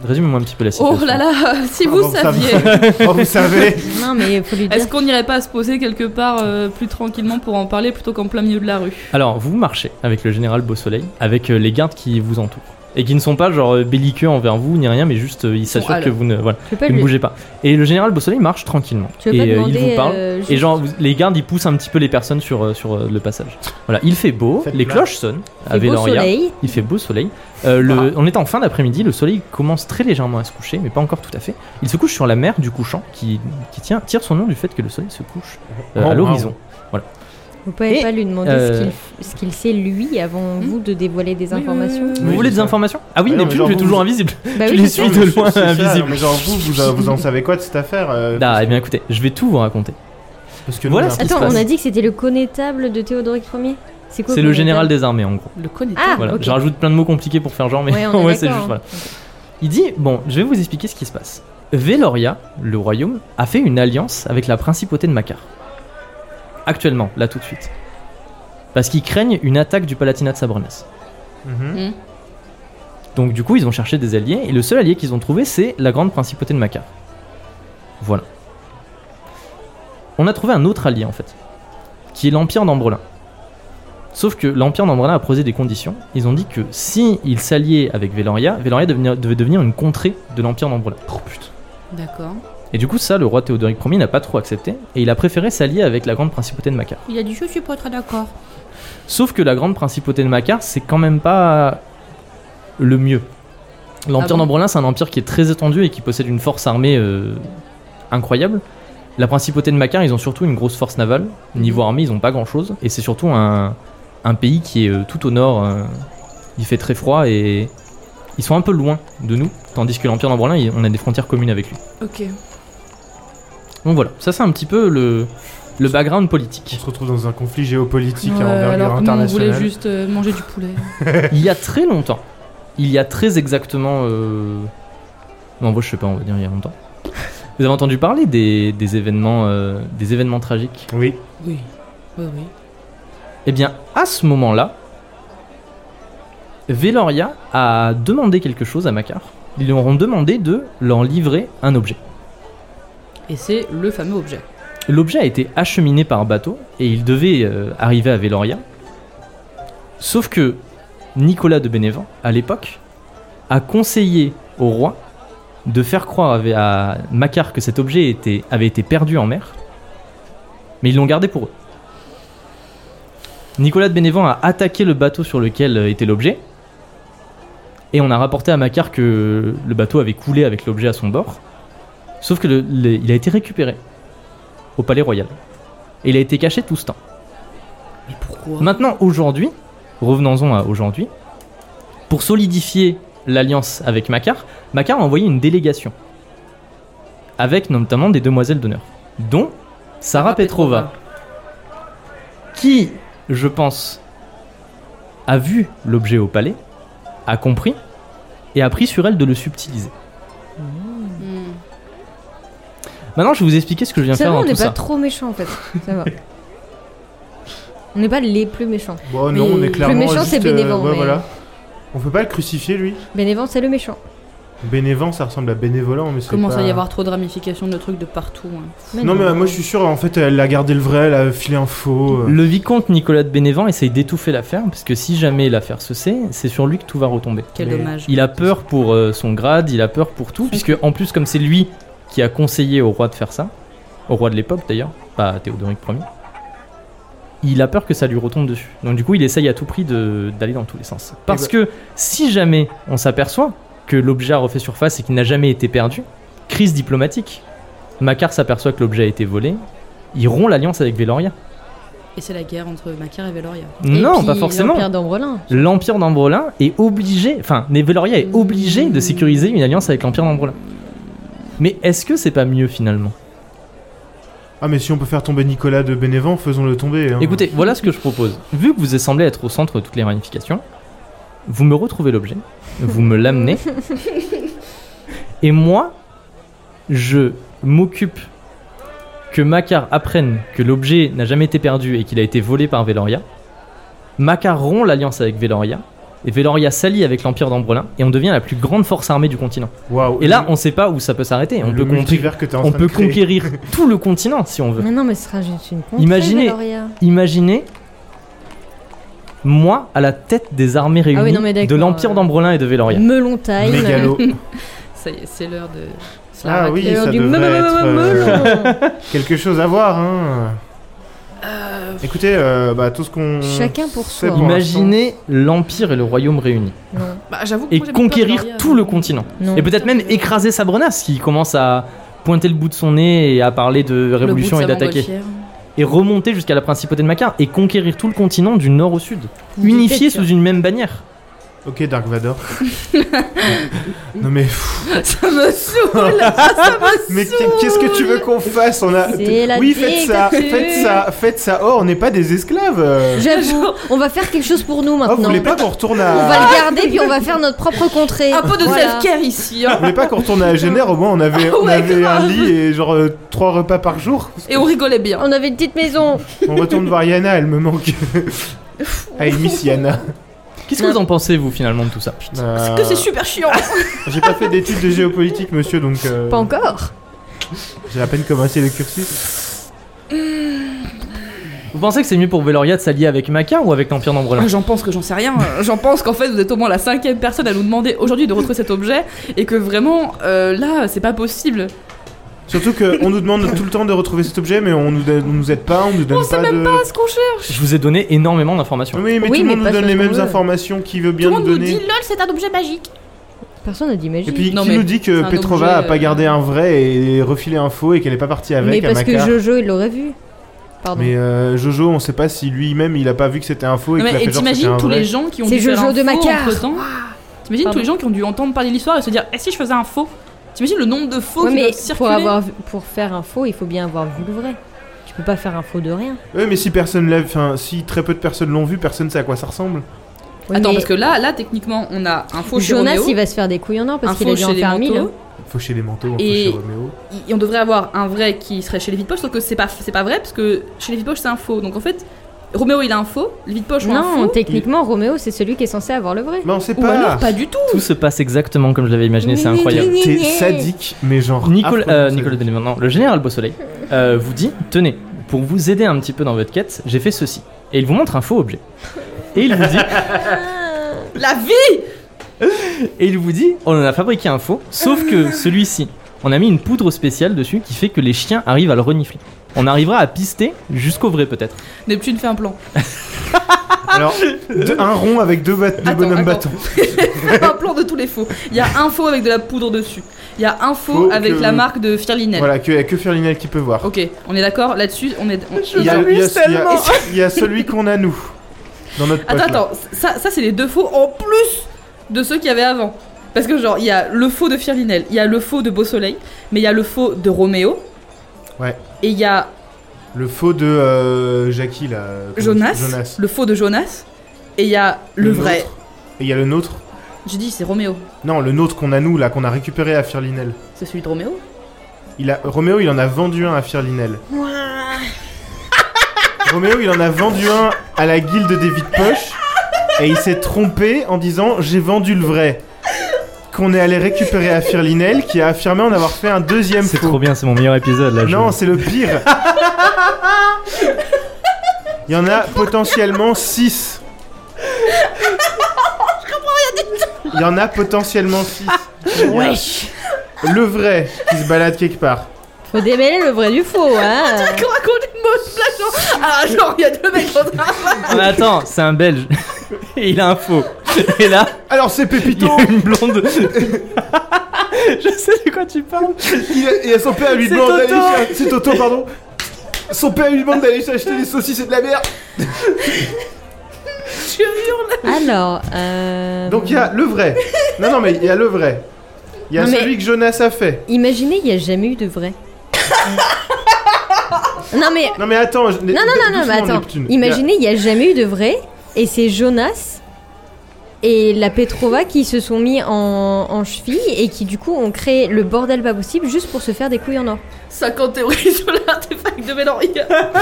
Résumez-moi un petit peu la Oh situation. là là, si Ah, vous bon, ça va. saviez, Oh, vous savez Euh, Non, mais il faut lui est-ce dire. qu'on n'irait pas se poser quelque part euh, plus tranquillement pour en parler plutôt qu'en plein milieu de la rue Alors, vous marchez avec le général Beausoleil, avec euh, les gardes qui vous entourent. Et qui ne sont pas genre euh, belliqueux envers vous ni rien, mais juste euh, ils sont s'assurent à que vous ne, voilà, Tu peux pas que ne lui. bougez pas. Et le général Beausoleil marche tranquillement. Tu veux et pas euh, demander. il vous parle. euh, juste- Et genre, vous- les gardes ils poussent un petit peu les personnes sur, euh, sur euh, le passage. Voilà, il fait beau, Faites les plat. cloches sonnent il à fait beau Véloria. soleil. Ah. Il fait beau soleil. Euh, le- On est en fin d'après-midi, le soleil commence très légèrement à se coucher, mais pas encore tout à fait. Il se couche sur la mer du couchant qui, qui tient, tire son nom du fait que le soleil se couche euh, Oh, à l'horizon. Vous pouvez Et, pas lui demander euh, ce qu'il f- ce qu'il sait lui avant vous de dévoiler des oui, informations. oui, oui. Vous Oui, voulez c'est des ça. informations Ah oui, Ouais, non, mais Neptune, genre, tu es vous- toujours invisible. Bah Tu oui, les c'est suis ça. de loin, C'est ça, invisible. mais genre, vous, vous, vous en savez quoi de cette affaire euh, Ah, eh bien écoutez, je vais tout vous raconter. Parce que nous, voilà on a- ce qui se Attends, passe. on a dit que c'était le connétable de Théodoric Ier C'est quoi C'est le connétable général des armées en gros. Le connaît Ah, Voilà, ok. je rajoute plein de mots compliqués pour faire genre, mais Ouais, on est c'est d'accord, juste hein. voilà. Il dit Bon, je vais vous expliquer ce qui se passe. Veloria, le royaume, a fait une alliance avec la principauté de Macar. Actuellement, là tout de suite. Parce qu'ils craignent une attaque du Palatinat de Sabrenas. Mhm. Donc du coup, ils ont cherché des alliés, et le seul allié qu'ils ont trouvé, c'est la grande principauté de Macar. Voilà. On a trouvé un autre allié, en fait, qui est l'Empire d'Ambrelin. Sauf que l'Empire d'Ambrelin a posé des conditions. Ils ont dit que si ils s'alliaient avec Veloria, Veloria devenir- devait devenir une contrée de l'Empire d'Ambrelin. D'accord. Et du coup, ça, le roi Théodoric Ier n'a pas trop accepté, et il a préféré s'allier avec la grande principauté de Macar. Il a dit je suis pas très d'accord. Sauf que la grande principauté de Macar, c'est quand même pas le mieux. L'empire Ah bon d'Ambrelin, c'est un empire qui est très étendu et qui possède une force armée euh, incroyable. La principauté de Macar, ils ont surtout une grosse force navale. Mhm. Niveau armée, ils ont pas grand chose. Et c'est surtout un, un pays qui est euh, tout au nord. euh, il fait très froid et ils sont un peu loin de nous. Tandis que l'empire d'Ambrelin, il- on a des frontières communes avec lui. Ok. Donc voilà, ça c'est un petit peu le, le background politique. On se retrouve dans un conflit géopolitique à Ouais, envergure euh, alors que nous, on voulait internationale. juste euh, manger du poulet. Il y a très longtemps, il y a très exactement. Euh... Non, moi je sais pas, on va dire il y a longtemps. Vous avez entendu parler des, des événements, euh, des événements tragiques Oui. Oui. Oui, oui. Eh bien, à ce moment-là, Veloria a demandé quelque chose à Macar. Ils lui auront demandé de leur livrer un objet. Et c'est le fameux objet. L'objet a été acheminé par bateau et il devait euh, arriver à Veloria. Sauf que Nicolas de Bénévent, à l'époque, a conseillé au roi de faire croire à, Vé- à Macar que cet objet était- avait été perdu en mer, mais ils l'ont gardé pour eux. Nicolas de Bénévent a attaqué le bateau sur lequel euh, était l'objet, et on a rapporté à Macar que le bateau avait coulé avec l'objet à son bord, sauf que le- le- il a été récupéré au palais royal. Et il a été caché tout ce temps. Mais pourquoi Maintenant, aujourd'hui, revenons-en à aujourd'hui, pour solidifier l'alliance avec Macar, Macar a envoyé une délégation. Avec notamment des demoiselles d'honneur, dont Sarah Petrova, qui, je pense, a vu l'objet au palais, a compris, et a pris sur elle de le subtiliser. Hmm. Maintenant, je vais vous expliquer ce que je viens Ça faire va, dans on n'est hein, tout pas ça. trop méchants en fait. Ça va. on n'est pas les plus méchants. Bon, Mais non, on le est clairement. méchant, juste, euh, c'est Bénévent, ouais, mais- voilà. On peut pas le crucifier, lui Bénévent, c'est le méchant. Bénévent, ça ressemble à bénévolant, mais c'est. Commence à pas- y avoir trop de ramifications de trucs de partout. hein. Non, mais euh, moi je suis sûr, en fait, elle a gardé le vrai, elle a filé un faux. euh. Le vicomte Nicolas de Bénévent essaye d'étouffer l'affaire, parce que si jamais l'affaire se sait, c'est sur lui que tout va retomber. Quel Mais- dommage. Il a peur pour euh, son grade, il a peur pour tout, puisque en plus comme c'est lui qui a conseillé au roi de faire ça, au roi de l'époque d'ailleurs, pas à Théodoric Ier, il a peur que ça lui retombe dessus. Donc du coup il essaye à tout prix de- d'aller dans tous les sens. Parce que si jamais on s'aperçoit que l'objet a refait surface et qu'il n'a jamais été perdu, crise diplomatique. Macar s'aperçoit que l'objet a été volé, il rompt l'alliance avec Véloria. Et c'est la guerre entre Macar et Veloria. non, pas forcément. Pierre d'Ambrelin. L'Empire d'Ambrelin est obligé, enfin, Neveloria est obligé de sécuriser une alliance avec l'Empire d'Ambrelin. Mais est-ce que c'est pas mieux finalement Ah, mais si on peut faire tomber Nicolas de Bénévent, faisons-le tomber. hein. Écoutez, voilà ce que je propose. Vu que vous semblez être au centre de toutes les ramifications, vous me retrouvez l'objet, vous me l'amenez, et moi, je m'occupe que Macar apprenne que l'objet n'a jamais été perdu et qu'il a été volé par Veloria. Macar rompt l'alliance avec Veloria, et Veloria s'allie avec l'Empire d'Ambrelin, et on devient la plus grande force armée du continent. Waouh. Et là, on sait pas où ça peut s'arrêter. On Le peut, conquérir- multivers que t'es en on train de peut créer. conquérir tout le continent si on veut. Mais non, mais ce sera juste une contrée, Imaginez. Valoria. Imaginez moi à la tête des armées réunies oui, non, mais d'accord, de l'Empire euh, d'Ambrelin et de Véloria. Melon time. Mégalo. Ça y est, c'est l'heure de. c'est la Ah raclée. oui, L'heure ça du devrait me- me- être me- euh, melon. quelque chose à voir. Hein. Écoutez, euh, bah, tout ce qu'on. Chacun pour sait soi. pour Imaginez l'Empire et le Royaume réunis Non. Bah, j'avoue que et moi, j'ai pas hein. peur de conquérir Veloria. tout le continent. Non. Et peut-être même écraser Sabrenas qui commence à pointer le bout de son nez et à parler de Le révolution bout et de sa d'attaquer. montgolfière. Et remonter jusqu'à la principauté de Macar et conquérir tout le continent du nord au sud. Unifié sous une même bannière. l'instant. Ok, Dark Vador. non mais. pff, Ça me saoule Ça me Mais saoule qu'est-ce que tu veux qu'on fasse On a. C'est la oui, faites ça, dictature. faites ça, faites ça. Oh, on n'est pas des esclaves. euh. J'avoue, on va faire quelque chose pour nous Oh, vous maintenant. voulez pas qu'on retourne à. On Ah, va le garder puis on va faire notre propre contrée. Un peu de Voilà. self-care ici, Vous hein. voulez pas qu'on retourne à Génère Au moins, on avait, Ah on ouais, avait un grave. lit et genre euh, trois repas par jour. Et on rigolait bien. Ah. On avait une petite maison. On retourne voir Yana, elle me manque. Ah, et Miss Yana. Qu'est-ce que vous en pensez vous finalement de tout ça Parce que c'est super chiant Ah. Euh, J'ai pas fait d'études de géopolitique, monsieur, donc. euh, Pas encore. J'ai à peine commencé le cursus. Vous pensez que c'est mieux pour Veloria de s'allier avec Macar ou avec l'Empire d'Ambrelin Ah, J'en pense que j'en sais rien. Euh, J'en pense qu'en fait, vous êtes au moins la cinquième personne à nous demander aujourd'hui de retrouver cet objet et que vraiment, euh, là, c'est pas possible. Surtout qu'on nous demande tout le temps de retrouver cet objet, mais on nous, donne- on nous aide pas, on nous donne On pas sait même de. pas ce qu'on cherche. Je vous ai donné énormément d'informations. Oui, mais Oui, tout le mais monde nous pas donne ce les qu'on mêmes veut. informations qui veut bien Tout le monde nous nous donner. dit lol, c'est un objet magique. Personne n'a dit magie. et puis Non, qui mais nous dit c'est que un Petrova objet, a pas euh, gardé un vrai et refilé un faux et qu'elle est pas partie avec mais à parce que Macar. Jojo, il l'aurait vu. Pardon. Mais euh, Jojo, on sait pas si lui-même il a pas vu que c'était un faux et Non, qu'il a mais, fait et genre que c'était t'imagines un tous les vrai. gens qui ont C'est dû faire Jojo un de faux Macquart. entre-temps. T'imagines tous Pardon. les gens qui ont dû entendre parler de l'histoire et se dire Eh si je faisais un faux T'imagines le nombre de faux Ouais, qui mais doivent circuler pour, avoir, vu- pour faire un faux, il faut bien avoir vu le vrai. Tu peux pas faire un faux de rien. Oui, mais si personne l'a, enfin, si très peu de personnes l'ont vu, personne sait à quoi ça ressemble. Ouais, Attends, mais parce que là, là, techniquement, on a un faux chez Jonas, Roméo, il va se faire des couilles en or un parce qu'il hein. faux a dû chez en les faire manteaux. mille. Faut chez les manteaux, un peu Et- chez Roméo. et on devrait avoir un vrai qui serait chez les vides poches, sauf que c'est pas, c'est pas vrai parce que chez les vides poches c'est un faux. Donc en fait, Roméo, il a un faux. Le vide-poche, a un Non, faux. techniquement, Roméo, c'est celui qui est censé avoir le vrai. Mais on sait Ou alors Bah, pas. pas du tout. Tout se passe exactement comme je l'avais imaginé, c'est incroyable. T'es sadique, mais genre. Nicolas, affreusement euh, sadique. Nicolas Denemarre, non, le général Beausoleil euh, vous dit Tenez, pour vous aider un petit peu dans votre quête, j'ai fait ceci. Et il vous montre un faux objet. Et il vous dit, La vie et il vous dit On en a fabriqué un faux, sauf que celui-ci, on a mis une poudre spéciale dessus qui fait que les chiens arrivent à le renifler. On arrivera à pister jusqu'au vrai, peut-être. Neptune fait un plan. Alors, deux- un rond avec deux, bat- deux Attends, bonhommes attends. battants. Fais un plan de tous les faux. Il y a un faux avec de la poudre dessus. Il y a un faux Faux avec que- la marque de Firlinel. Voilà, que, que Firlinel qui peut voir. Ok, on est d'accord là-dessus. On est. Il on- y a- Je il y a- m'amuse il y a- Il y a celui qu'on a, nous. Dans notre poche. Attends, là. attends. Ça, ça c'est les deux faux en plus de ceux qu'il y avait avant. Parce que genre, il y a le faux de Firlinel, il y a le faux de Beau Soleil, mais il y a le faux de Roméo. Ouais. Et il y a Le faux de euh, Jackie, là. comment Jonas, c'est- Jonas. le faux de Jonas, et il y a le, vrai. nôtre. Et il y a le nôtre. J'ai dit c'est Roméo. Non, le nôtre qu'on a, nous, là, qu'on a récupéré à Firlinel. C'est celui de Roméo Il a... Roméo, il en a vendu un à Firlinel. Roméo, il en a vendu un à la guilde des vides poches. Et il s'est trompé en disant J'ai vendu le vrai. Qu'on est allé récupérer à Firlinel, qui a affirmé en avoir fait un deuxième C'est faux. trop bien, c'est mon meilleur épisode là. je- Non, c'est le pire. Il y en a potentiellement 6. Il y en a potentiellement 6. Wesh Le vrai qui se balade quelque part. Faut démêler le vrai du faux, hein Qu'on raconte une mauvaise blague genre Ah genre il y a deux mecs dans un Ah, mais attends, c'est un belge. Et il a un faux. Et là, Alors c'est il y Pépito a une blonde. je sais de quoi tu parles. il a, il a son père lui C'est demande d'aller Toto. cher- C'est Toto, pardon Son père lui demande d'aller acheter des saucisses et de la merde Alors, euh... Donc il y a le vrai. Non, non, mais il y a le vrai. Il y a Non, mais- celui que Jonas a fait. Imaginez, il n'y a jamais eu de vrai. non mais... Non, mais attends. je- Non, non, non, non, mais doucement, attends. Neptune. Il y a- Imaginez, il n'y a jamais eu de vrai, et c'est Jonas et la Petrova qui se sont mis en, en cheville et qui du coup ont créé le bordel pas possible juste pour se faire des couilles en or. 50 théories sur l'artefact de Méloria. Donc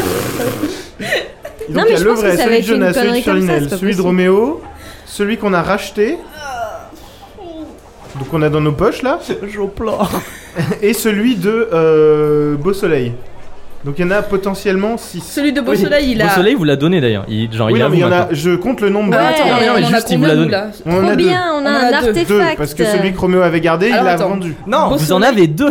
il Non, y mais a je le pense que vrai, celui ça va de être Jonas, une celui de connerie comme ça, Firlinel, c'est pas celui de possible. Roméo, celui qu'on a racheté. Donc on a dans nos poches là. Je pleure. Et celui de euh, Beau Soleil. Donc il y en a potentiellement 6. Celui de Beau Oui. Soleil il a. Beau soleil, vous l'a donné d'ailleurs. Il, genre, Oui, il non, mais il y l'avoue en maintenant. a, je compte le nombre. Ouais, Ah, attends, non, mais on en a juste, il vous combien, l'a nous, donné. là On en Trop a deux. bien, on a On en un a deux. artefact. Deux, parce que celui que Roméo avait gardé, il Alors, l'a attends. vendu. Non, Beau vous en soleil. avez deux.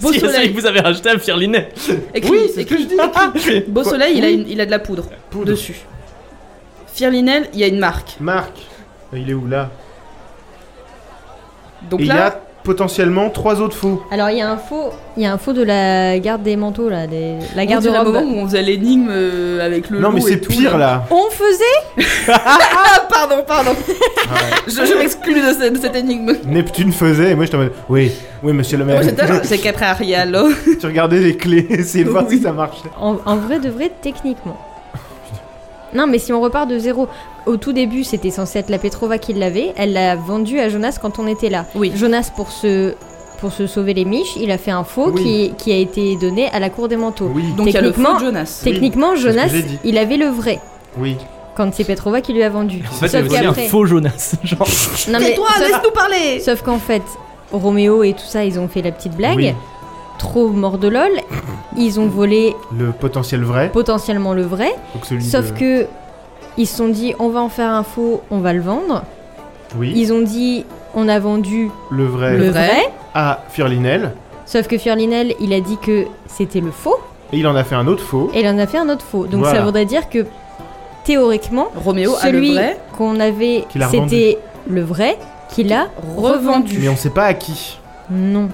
Beau Si, celui Soleil. que vous avez racheté à Firlinet. Écris, Oui, c'est ce écris. que je dis. Ah, Beau Quoi Soleil il a, Oui. une- il a de la poudre, Poudre. dessus. Firlinel il y a une marque. Marc, il est où là Donc Et il y a là, potentiellement trois autres faux. Alors il y a un faux, il y a un faux de la garde des manteaux là, des... la on garde de dirait le robe. moment où on faisait l'énigme euh, avec le non, loup mais et c'est tout, pire là. On faisait Ah pardon, pardon. Ah ouais. Je, je m'exclus de, cette- de cette énigme. Neptune faisait, et moi j'étais en mode Oui, oui, monsieur le maire. Moi j'étais là, c'est quatre Arial. tu regardais les clés, essayer de voir si ça marchait. En, en vrai de vrai, techniquement. Non, mais si on repart de zéro, au tout début, c'était censé être la Petrova qui l'avait. Elle l'a vendue à Jonas quand on était là. Oui. Jonas, pour se, pour se sauver les miches, il a fait un faux Oui. qui, qui a été donné à la cour des manteaux. Oui, Donc il y a le faux Techniquement- de Jonas. Techniquement, c'est ce que Jonas, j'ai dit. il avait le vrai oui. quand c'est Petrova qui lui a vendu. En fait, il y avait aussi un faux Jonas. Genre, Non, mais- Tais-toi, sauf- laisse-nous parler sauf qu'en fait, Roméo et tout ça, ils ont fait la petite blague. Oui. Trop mort de lol. Ils ont volé Le potentiel vrai. potentiellement le vrai. Donc celui Sauf de- que ils se sont dit on va en faire un faux, on va le vendre. Oui. Ils ont dit on a vendu Le vrai le, vrai. à Firlinel. Sauf que Firlinel il a dit que c'était le faux Et il en a fait un autre faux. et il en a fait un autre faux. Donc Voilà. ça voudrait dire que théoriquement Roméo a le celui vrai qu'on avait Qu'il a c'était le vrai qu'il a revendu. Mais on sait pas à qui. non.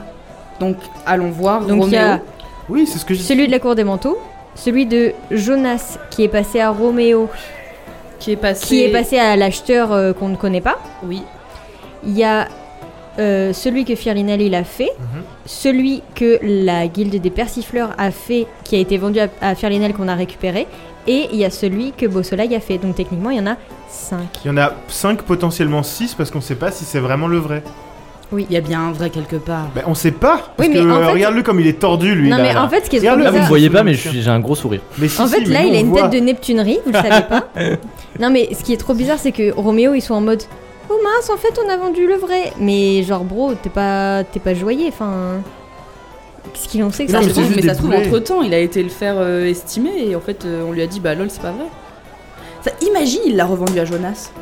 Donc allons voir Donc il y Roméo. a Oui, c'est ce que je dis. celui de la cour des manteaux, celui de Jonas qui est passé à Roméo, qui est passé. qui est passé à l'acheteur euh, qu'on ne connaît pas. Oui. Il y a euh, celui que Firlinel il a fait, Mhm. celui que la guilde des persifleurs a fait, qui a été vendu à, à Firlinel qu'on a récupéré, et il y a celui que Beau Soleil a fait. Donc techniquement, il y en a 5. Il y en a 5, potentiellement 6, parce qu'on sait pas si c'est vraiment le vrai. Oui. Il y a bien un vrai quelque part. Bah, on sait pas. Parce Oui, mais que, en euh, fait- regarde-le comme il est tordu, lui. non, là, mais là. en fait, ce qui est trop Regarde-le, Là, vous Ah, me bizarre- voyez c'est pas, bon, mais tiens. je suis- j'ai un gros sourire. Mais si, En si, fait, mais là, nous, il a on une voit. tête de Neptunerie, vous le savez pas. non, mais ce qui est trop bizarre, c'est que Roméo, ils sont en mode Oh mince, en fait, on a vendu le vrai. Mais genre, bro, t'es pas, t'es pas joyeux, enfin. Qu'est-ce qu'il en sait que Non, ça ça mais se c'est trouve- juste mais des ça se trouve, boulets. entre temps, il a été le faire euh, estimer et en fait, euh, on lui a dit bah lol, c'est pas vrai. Ça, imagine, il l'a revendu à Jonas.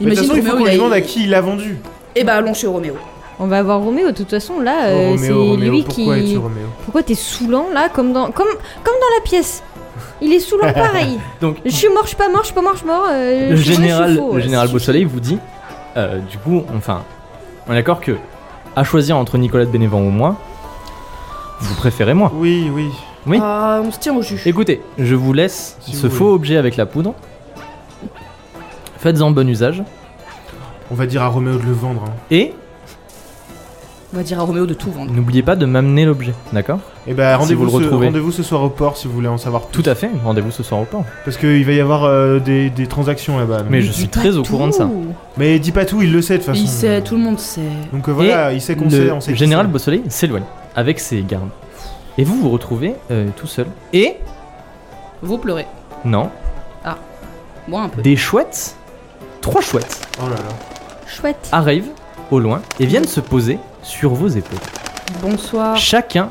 Mais de toute façon, il faut Roméo, qu'on a- lui demande à qui il l'a vendu. Eh bah, allons chez Roméo. On va avoir Roméo, de toute façon, là, euh, Oh, c'est Roméo, Roméo, lui pourquoi qui. es-tu Roméo Pourquoi t'es saoulant là, comme dans, comme, comme dans la pièce Il est saoulant pareil. Donc, Je suis mort, je suis pas mort, je suis pas mort, je suis mort. euh, le je suis vrai, je général, suis faux, le ouais. général Beausoleil vous dit, euh, du coup, enfin, on est d'accord que à choisir entre Nicolas de Bénévent ou moi, vous préférez moi. Oui, oui. Oui. Ah, on se tient au jus. Écoutez, je vous laisse Si ce vous faux voulez. objet avec la poudre. Faites-en bon usage On va dire à Roméo de le vendre. hein. et On va dire à Roméo de tout vendre. n'oubliez pas de m'amener l'objet, d'accord Et bah, Si vous rendez-vous le ce, retrouvez. rendez-vous ce soir au port si vous voulez en savoir plus. Tout à fait. Rendez-vous ce soir au port. Parce qu'il va y avoir euh, des, des transactions là-bas. donc. Mais Il je dit suis pas très au courant de ça. Mais dis pas tout, il le sait de toute façon. Il sait, tout le monde sait. Donc euh, voilà, il sait qu'on sait, on sait Le qui général c'est. Beausoleil s'éloigne avec ses gardes. Et vous vous retrouvez euh, tout seul. Et Vous pleurez. non, Moi un peu. des chouettes, trois chouettes Oh là là. Chouette. Ah. arrivent au loin et viennent se poser sur vos épaules. Bonsoir. Chacun,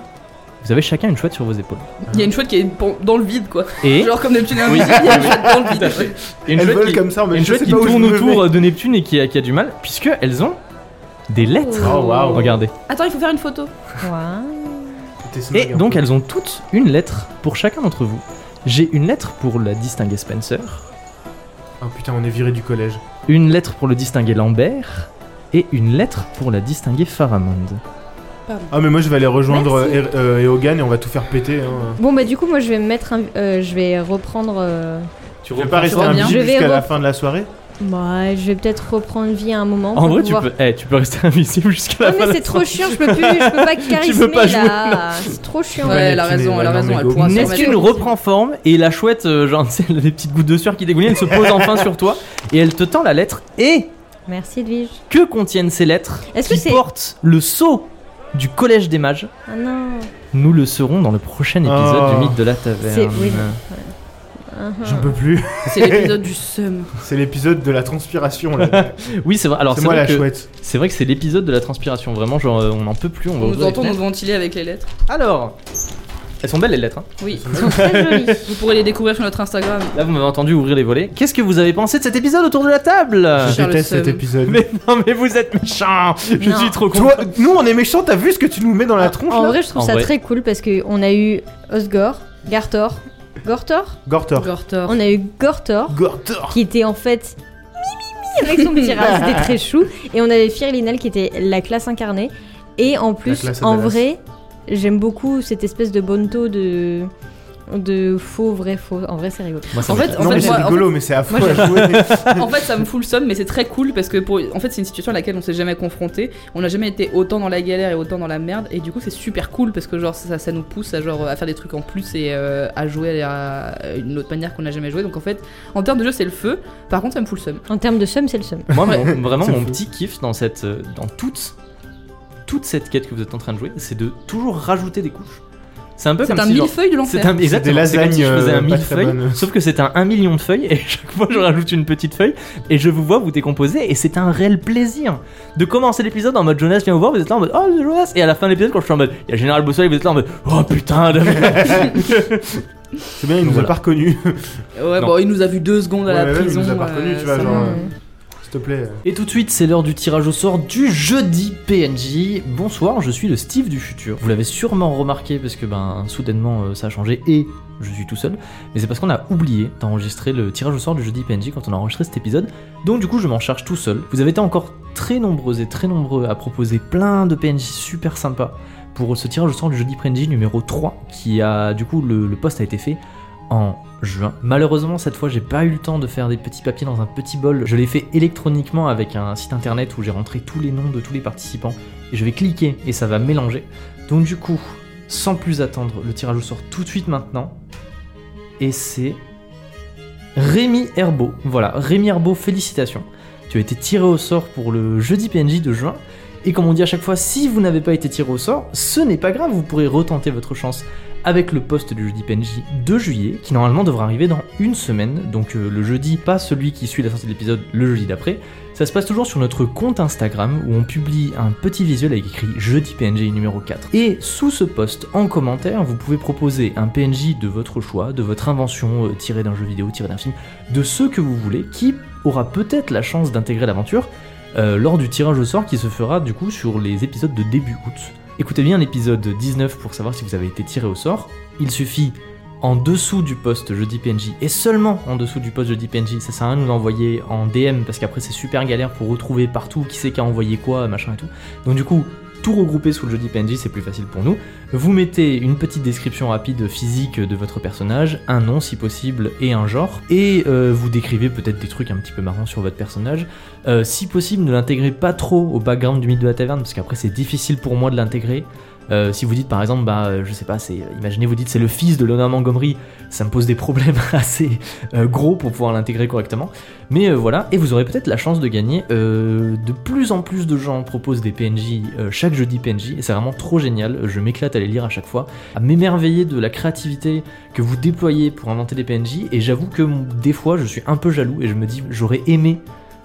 vous avez chacun une chouette sur vos épaules. Il y a une chouette qui est pen- dans le vide quoi. Et Genre comme Neptune et Amélie, il y a une chouette dans le vide. et une Elles chouette veulent qui- comme ça, mais Et une je chouette sais qui pas où je tourne me autour mets. euh, de Neptune et qui a, qui a du mal, puisque elles ont des lettres. Oh, waouh. Regardez. Attends, il faut faire une photo. Waouh. T'es Et snag, hein. donc elles ont toutes une lettre pour chacun d'entre vous. J'ai une lettre pour la distinguer Spencer, Oh putain, on est viré du collège. une lettre pour le distinguer Lambert et une lettre pour la distinguer Faramond. Ah, mais moi je vais aller rejoindre Merci. euh, Er- euh, Eogan et on va tout faire péter. hein. Bon bah du coup moi je vais me mettre, un- euh, je vais reprendre. euh, Tu veux pas rester reviens. invisible Je vais jusqu'à la rep- fin de la soirée Ah. Bah je vais peut-être reprendre vie à un moment. En pour vrai, tu pouvoir- peux, eh, tu peux rester invisible jusqu'à la fin. Non de mais la c'est trop soirée. chiant, je peux plus, je peux pas charismer pas jouer, là. C'est trop chiant. Ouais, elle a Neptune, raison, elle elle a va raison, dans elle mes pourra se gobelets. remettre. Neptune reprend forme et la chouette, euh, genre, tu sais, elle a des petites gouttes de sueur qui dégoulinent, elle se pose enfin sur toi et elle te tend la lettre. Et Merci Edwige. que contiennent ces lettres Est-ce que qui c'est- portent le sceau du collège des mages Ah non. Nous le saurons dans le prochain épisode Oh. du mythe de la C'est- taverne. oui, Ah, ah. J'en peux plus. C'est l'épisode du seum. C'est l'épisode de la transpiration là. Oui, c'est vrai. Alors C'est c'est moi la vrai que chouette. c'est vrai que c'est l'épisode de la transpiration. Vraiment, genre euh, on n'en peut plus. On va On nous ouvrir les entend nous fenêtres. ventiler avec les lettres. Alors, elles sont belles les lettres. hein. Oui. Elles sont très jolies. Vous pourrez les découvrir sur notre Instagram. Là, vous m'avez entendu ouvrir les volets. Qu'est-ce que vous avez pensé de cet épisode autour de la table Je Charles déteste cet Seum. épisode. Ah. Mais non, mais vous êtes méchant. Je Non. suis trop content. Toi, nous on est méchants, t'as vu ce que tu nous mets Ah, dans la tronche En là vrai je trouve En ça vrai. très cool parce que on a eu Osgore, Gartor, Gortor. Gortor. Gortor. On a eu Gortor Gortor qui était en fait mimi avec son petit rat, c'était très chou. Et on avait Firlinal qui était la classe incarnée. Et en plus, classe en Adalas. vrai, j'aime beaucoup cette espèce de bonto de de faux, vrai, faux. En vrai, c'est rigolo. Moi, ça En m'étonne. fait, Non mais c'est moi- en rigolo, mais c'est affreux moi, à jouer. En fait, ça me fout le seum, mais c'est très cool parce que pour... en fait, c'est une situation à laquelle on s'est jamais confronté. On n'a jamais été autant dans la galère et autant dans la merde. Et du coup, c'est super cool parce que genre ça, ça nous pousse à genre à faire des trucs en plus et euh, à jouer à une autre manière qu'on n'a jamais joué. Donc en fait, en termes de jeu, c'est le feu. Par contre, ça me fout le seum. En termes de somme, c'est le somme. Moi, mon- vraiment, C'est mon fou. petit kiff dans cette, euh, dans toute, toute cette quête que vous êtes en train de jouer, c'est de toujours rajouter des couches. C'est un peu C'est comme un si genre, millefeuille de C'est l'enfer. un, exactement, c'est comme si je lasagnes, faisais euh, un pas très millefeuille, bonnes. sauf que c'est un 1 million de feuilles, et chaque fois je rajoute une petite feuille, et je vous vois vous décomposer, et c'est un réel plaisir de commencer l'épisode en mode Jonas vient vous voir, vous êtes là en mode Oh Jonas Et à la fin de l'épisode, quand je suis en mode Il y a Général Bossoy, vous êtes là en mode Oh putain de... C'est bien, il nous a Voilà. pas reconnus. Ouais, Non. bon, il nous a vu deux secondes Ouais, à la ouais, il prison. nous a pas euh, reconnus, tu vois, ça- genre. Mm. S'il te plaît. Et tout de suite, c'est l'heure du tirage au sort du jeudi PNJ. Bonsoir, je suis le Steve du futur. Vous l'avez sûrement remarqué parce que ben soudainement euh, ça a changé et je suis tout seul. Mais c'est parce qu'on a oublié d'enregistrer le tirage au sort du jeudi PNJ quand on a enregistré cet épisode. Donc du coup, je m'en charge tout seul. Vous avez été encore très nombreux et très nombreux à proposer plein de PNJ super sympas pour ce tirage au sort du jeudi PNJ numéro 3 qui a du coup le, le poste a été fait en juin. Malheureusement cette fois j'ai pas eu le temps de faire des petits papiers dans un petit bol. Je l'ai fait électroniquement avec un site internet où j'ai rentré tous les noms de tous les participants et je vais cliquer et ça va mélanger. Donc du coup, sans plus attendre, le tirage au sort tout de suite maintenant. Et c'est Rémi Herbeau. Voilà, Rémi Herbeau, félicitations. Tu as été tiré au sort pour le jeudi PNJ de juin Et comme on dit à chaque fois, si vous n'avez pas été tiré au sort, ce n'est pas grave, vous pourrez retenter votre chance avec le poste du jeudi PNJ 2 juillet, qui normalement devra arriver dans une semaine, donc euh, le jeudi, pas celui qui suit la sortie de l'épisode, le jeudi d'après. Ça se passe toujours sur notre compte Instagram où on publie un petit visuel avec écrit jeudi PNJ numéro 4. Et sous ce post, en commentaire, vous pouvez proposer un PNJ de votre choix, de votre invention euh, tirée d'un jeu vidéo, tirée d'un film, de ce que vous voulez, qui aura peut-être la chance d'intégrer l'aventure euh, lors du tirage au sort qui se fera du coup sur les épisodes de début août. Écoutez bien l'épisode 19 pour savoir si vous avez été tiré au sort. Il suffit en dessous du post jeudi PNJ et seulement en dessous du post jeudi PNJ, ça sert à rien de nous envoyer en DM parce qu'après c'est super galère pour retrouver partout qui c'est qui a envoyé quoi, machin et tout. Donc du coup, tout regrouper sous le jeudi PNJ c'est plus facile pour nous. Vous mettez une petite description rapide physique de votre personnage, un nom si possible et un genre, et euh, vous décrivez peut-être des trucs un petit peu marrants sur votre personnage. Euh, si possible, ne l'intégrez pas trop au background du mythe de la taverne, parce qu'après c'est difficile pour moi de l'intégrer. Euh, si vous dites par exemple, bah euh, je sais pas, c'est, imaginez vous dites c'est le fils de Leonard Montgomery, ça me pose des problèmes assez euh, gros pour pouvoir l'intégrer correctement. Mais euh, voilà, et vous aurez peut-être la chance de gagner. Euh, de plus en plus de gens proposent des PNJ euh, chaque jeudi PNJ, et c'est vraiment trop génial. Je m'éclate à les lire à chaque fois, à m'émerveiller de la créativité que vous déployez pour inventer des PNJ. Et j'avoue que mon- des fois, je suis un peu jaloux et je me dis j'aurais aimé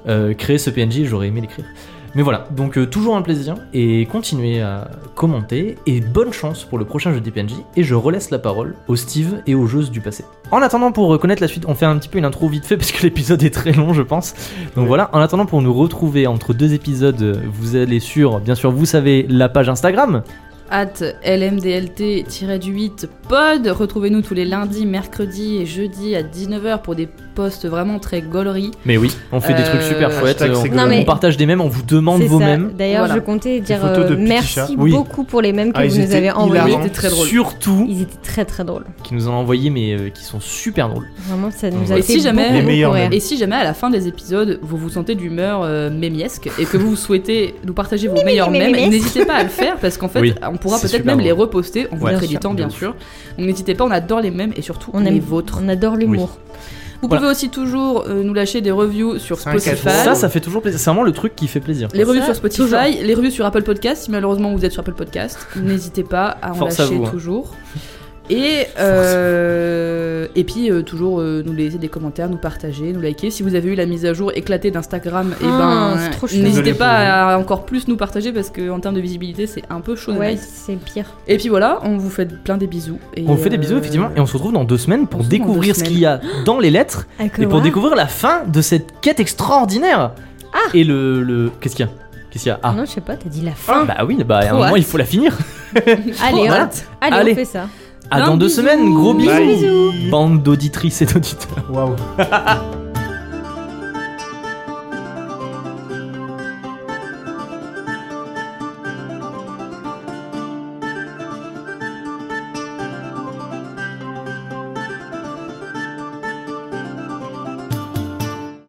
euh, créer ce PNJ, j'aurais aimé l'écrire. Mais voilà, donc euh, toujours un plaisir et continuez à commenter et bonne chance pour le prochain jeudi PNJ et je relaisse la parole aux Steve et aux joueuses du passé. En attendant pour reconnaître la suite, on fait un petit peu une intro vite fait parce que l'épisode est très long je pense. Donc Ouais. voilà, en attendant pour nous retrouver entre deux épisodes, euh, vous allez sur, bien sûr vous savez, la page Instagram. At LMDLT-8 pod. Retrouvez-nous tous les lundis, mercredis et jeudis à 19h pour des posts vraiment très gauleries. Mais oui, on fait des Euh, trucs super chouettes, hashtag euh, c'est on, Non, on mais- partage des mêmes, on vous demande C'est vos ça. mêmes. D'ailleurs, Voilà. je comptais dire photos de euh, petits merci chats. Oui. beaucoup pour les mêmes que Ah, vous ils nous étaient avez envoyés. hilarants. C'était très drôle. Surtout Ils étaient très très drôles. qui nous en ont envoyé mais euh, qui sont super drôles. Vraiment, ça nous a Et fait si jamais- beaucoup, Les beaucoup meilleurs rire. Et si jamais à la fin des épisodes vous vous sentez d'humeur euh, mémiesque et que vous souhaitez nous partager vos meilleurs mais, mais, mèmes, mais. n'hésitez pas à le faire parce qu'en fait Oui, on pourra c'est peut-être super même les drôle. reposter en vous Ouais. créditant Bien bien sûr. Donc n'hésitez pas, on adore les mèmes et surtout On les aime vôtres. On adore l'humour. Vous Voilà. pouvez aussi toujours euh, nous lâcher des reviews sur Cinq à Spotify. Fan. Ça, ça fait toujours plaisir, c'est vraiment le truc qui fait plaisir. Les revues Ça, sur Spotify, les revues sur Apple Podcast, si malheureusement vous êtes sur Apple Podcast, n'hésitez pas à en Force à lâcher vous, hein. toujours. Et, euh, et puis euh, toujours euh, nous laisser des commentaires, nous partager, nous liker. Si vous avez eu la mise à jour éclatée d'Instagram, et Ah, ben, c'est trop chouette. n'hésitez Désolé pour pas à encore plus nous partager parce qu'en termes de visibilité c'est un peu chaud. de Ouais, nice. c'est pire. Et puis voilà, on vous fait plein des bisous. Et On vous fait des euh, bisous effectivement et on se retrouve dans deux semaines on pour se retrouve dans découvrir deux ce qu'il y a dans les lettres et Ah. pour découvrir la fin de cette quête extraordinaire. Et le, le- qu'est-ce qu'il y a Qu'est-ce qu'il y a Ah Non, je sais pas, t'as dit la fin. bah oui, bah à un Trop moment hâte. il faut la finir. Allez, Voilà. hop. Allez, Allez. on fait ça. À Plein dans de deux bisous. semaines, gros bisous. Bye. Bande d'auditrices et d'auditeurs. Waouh.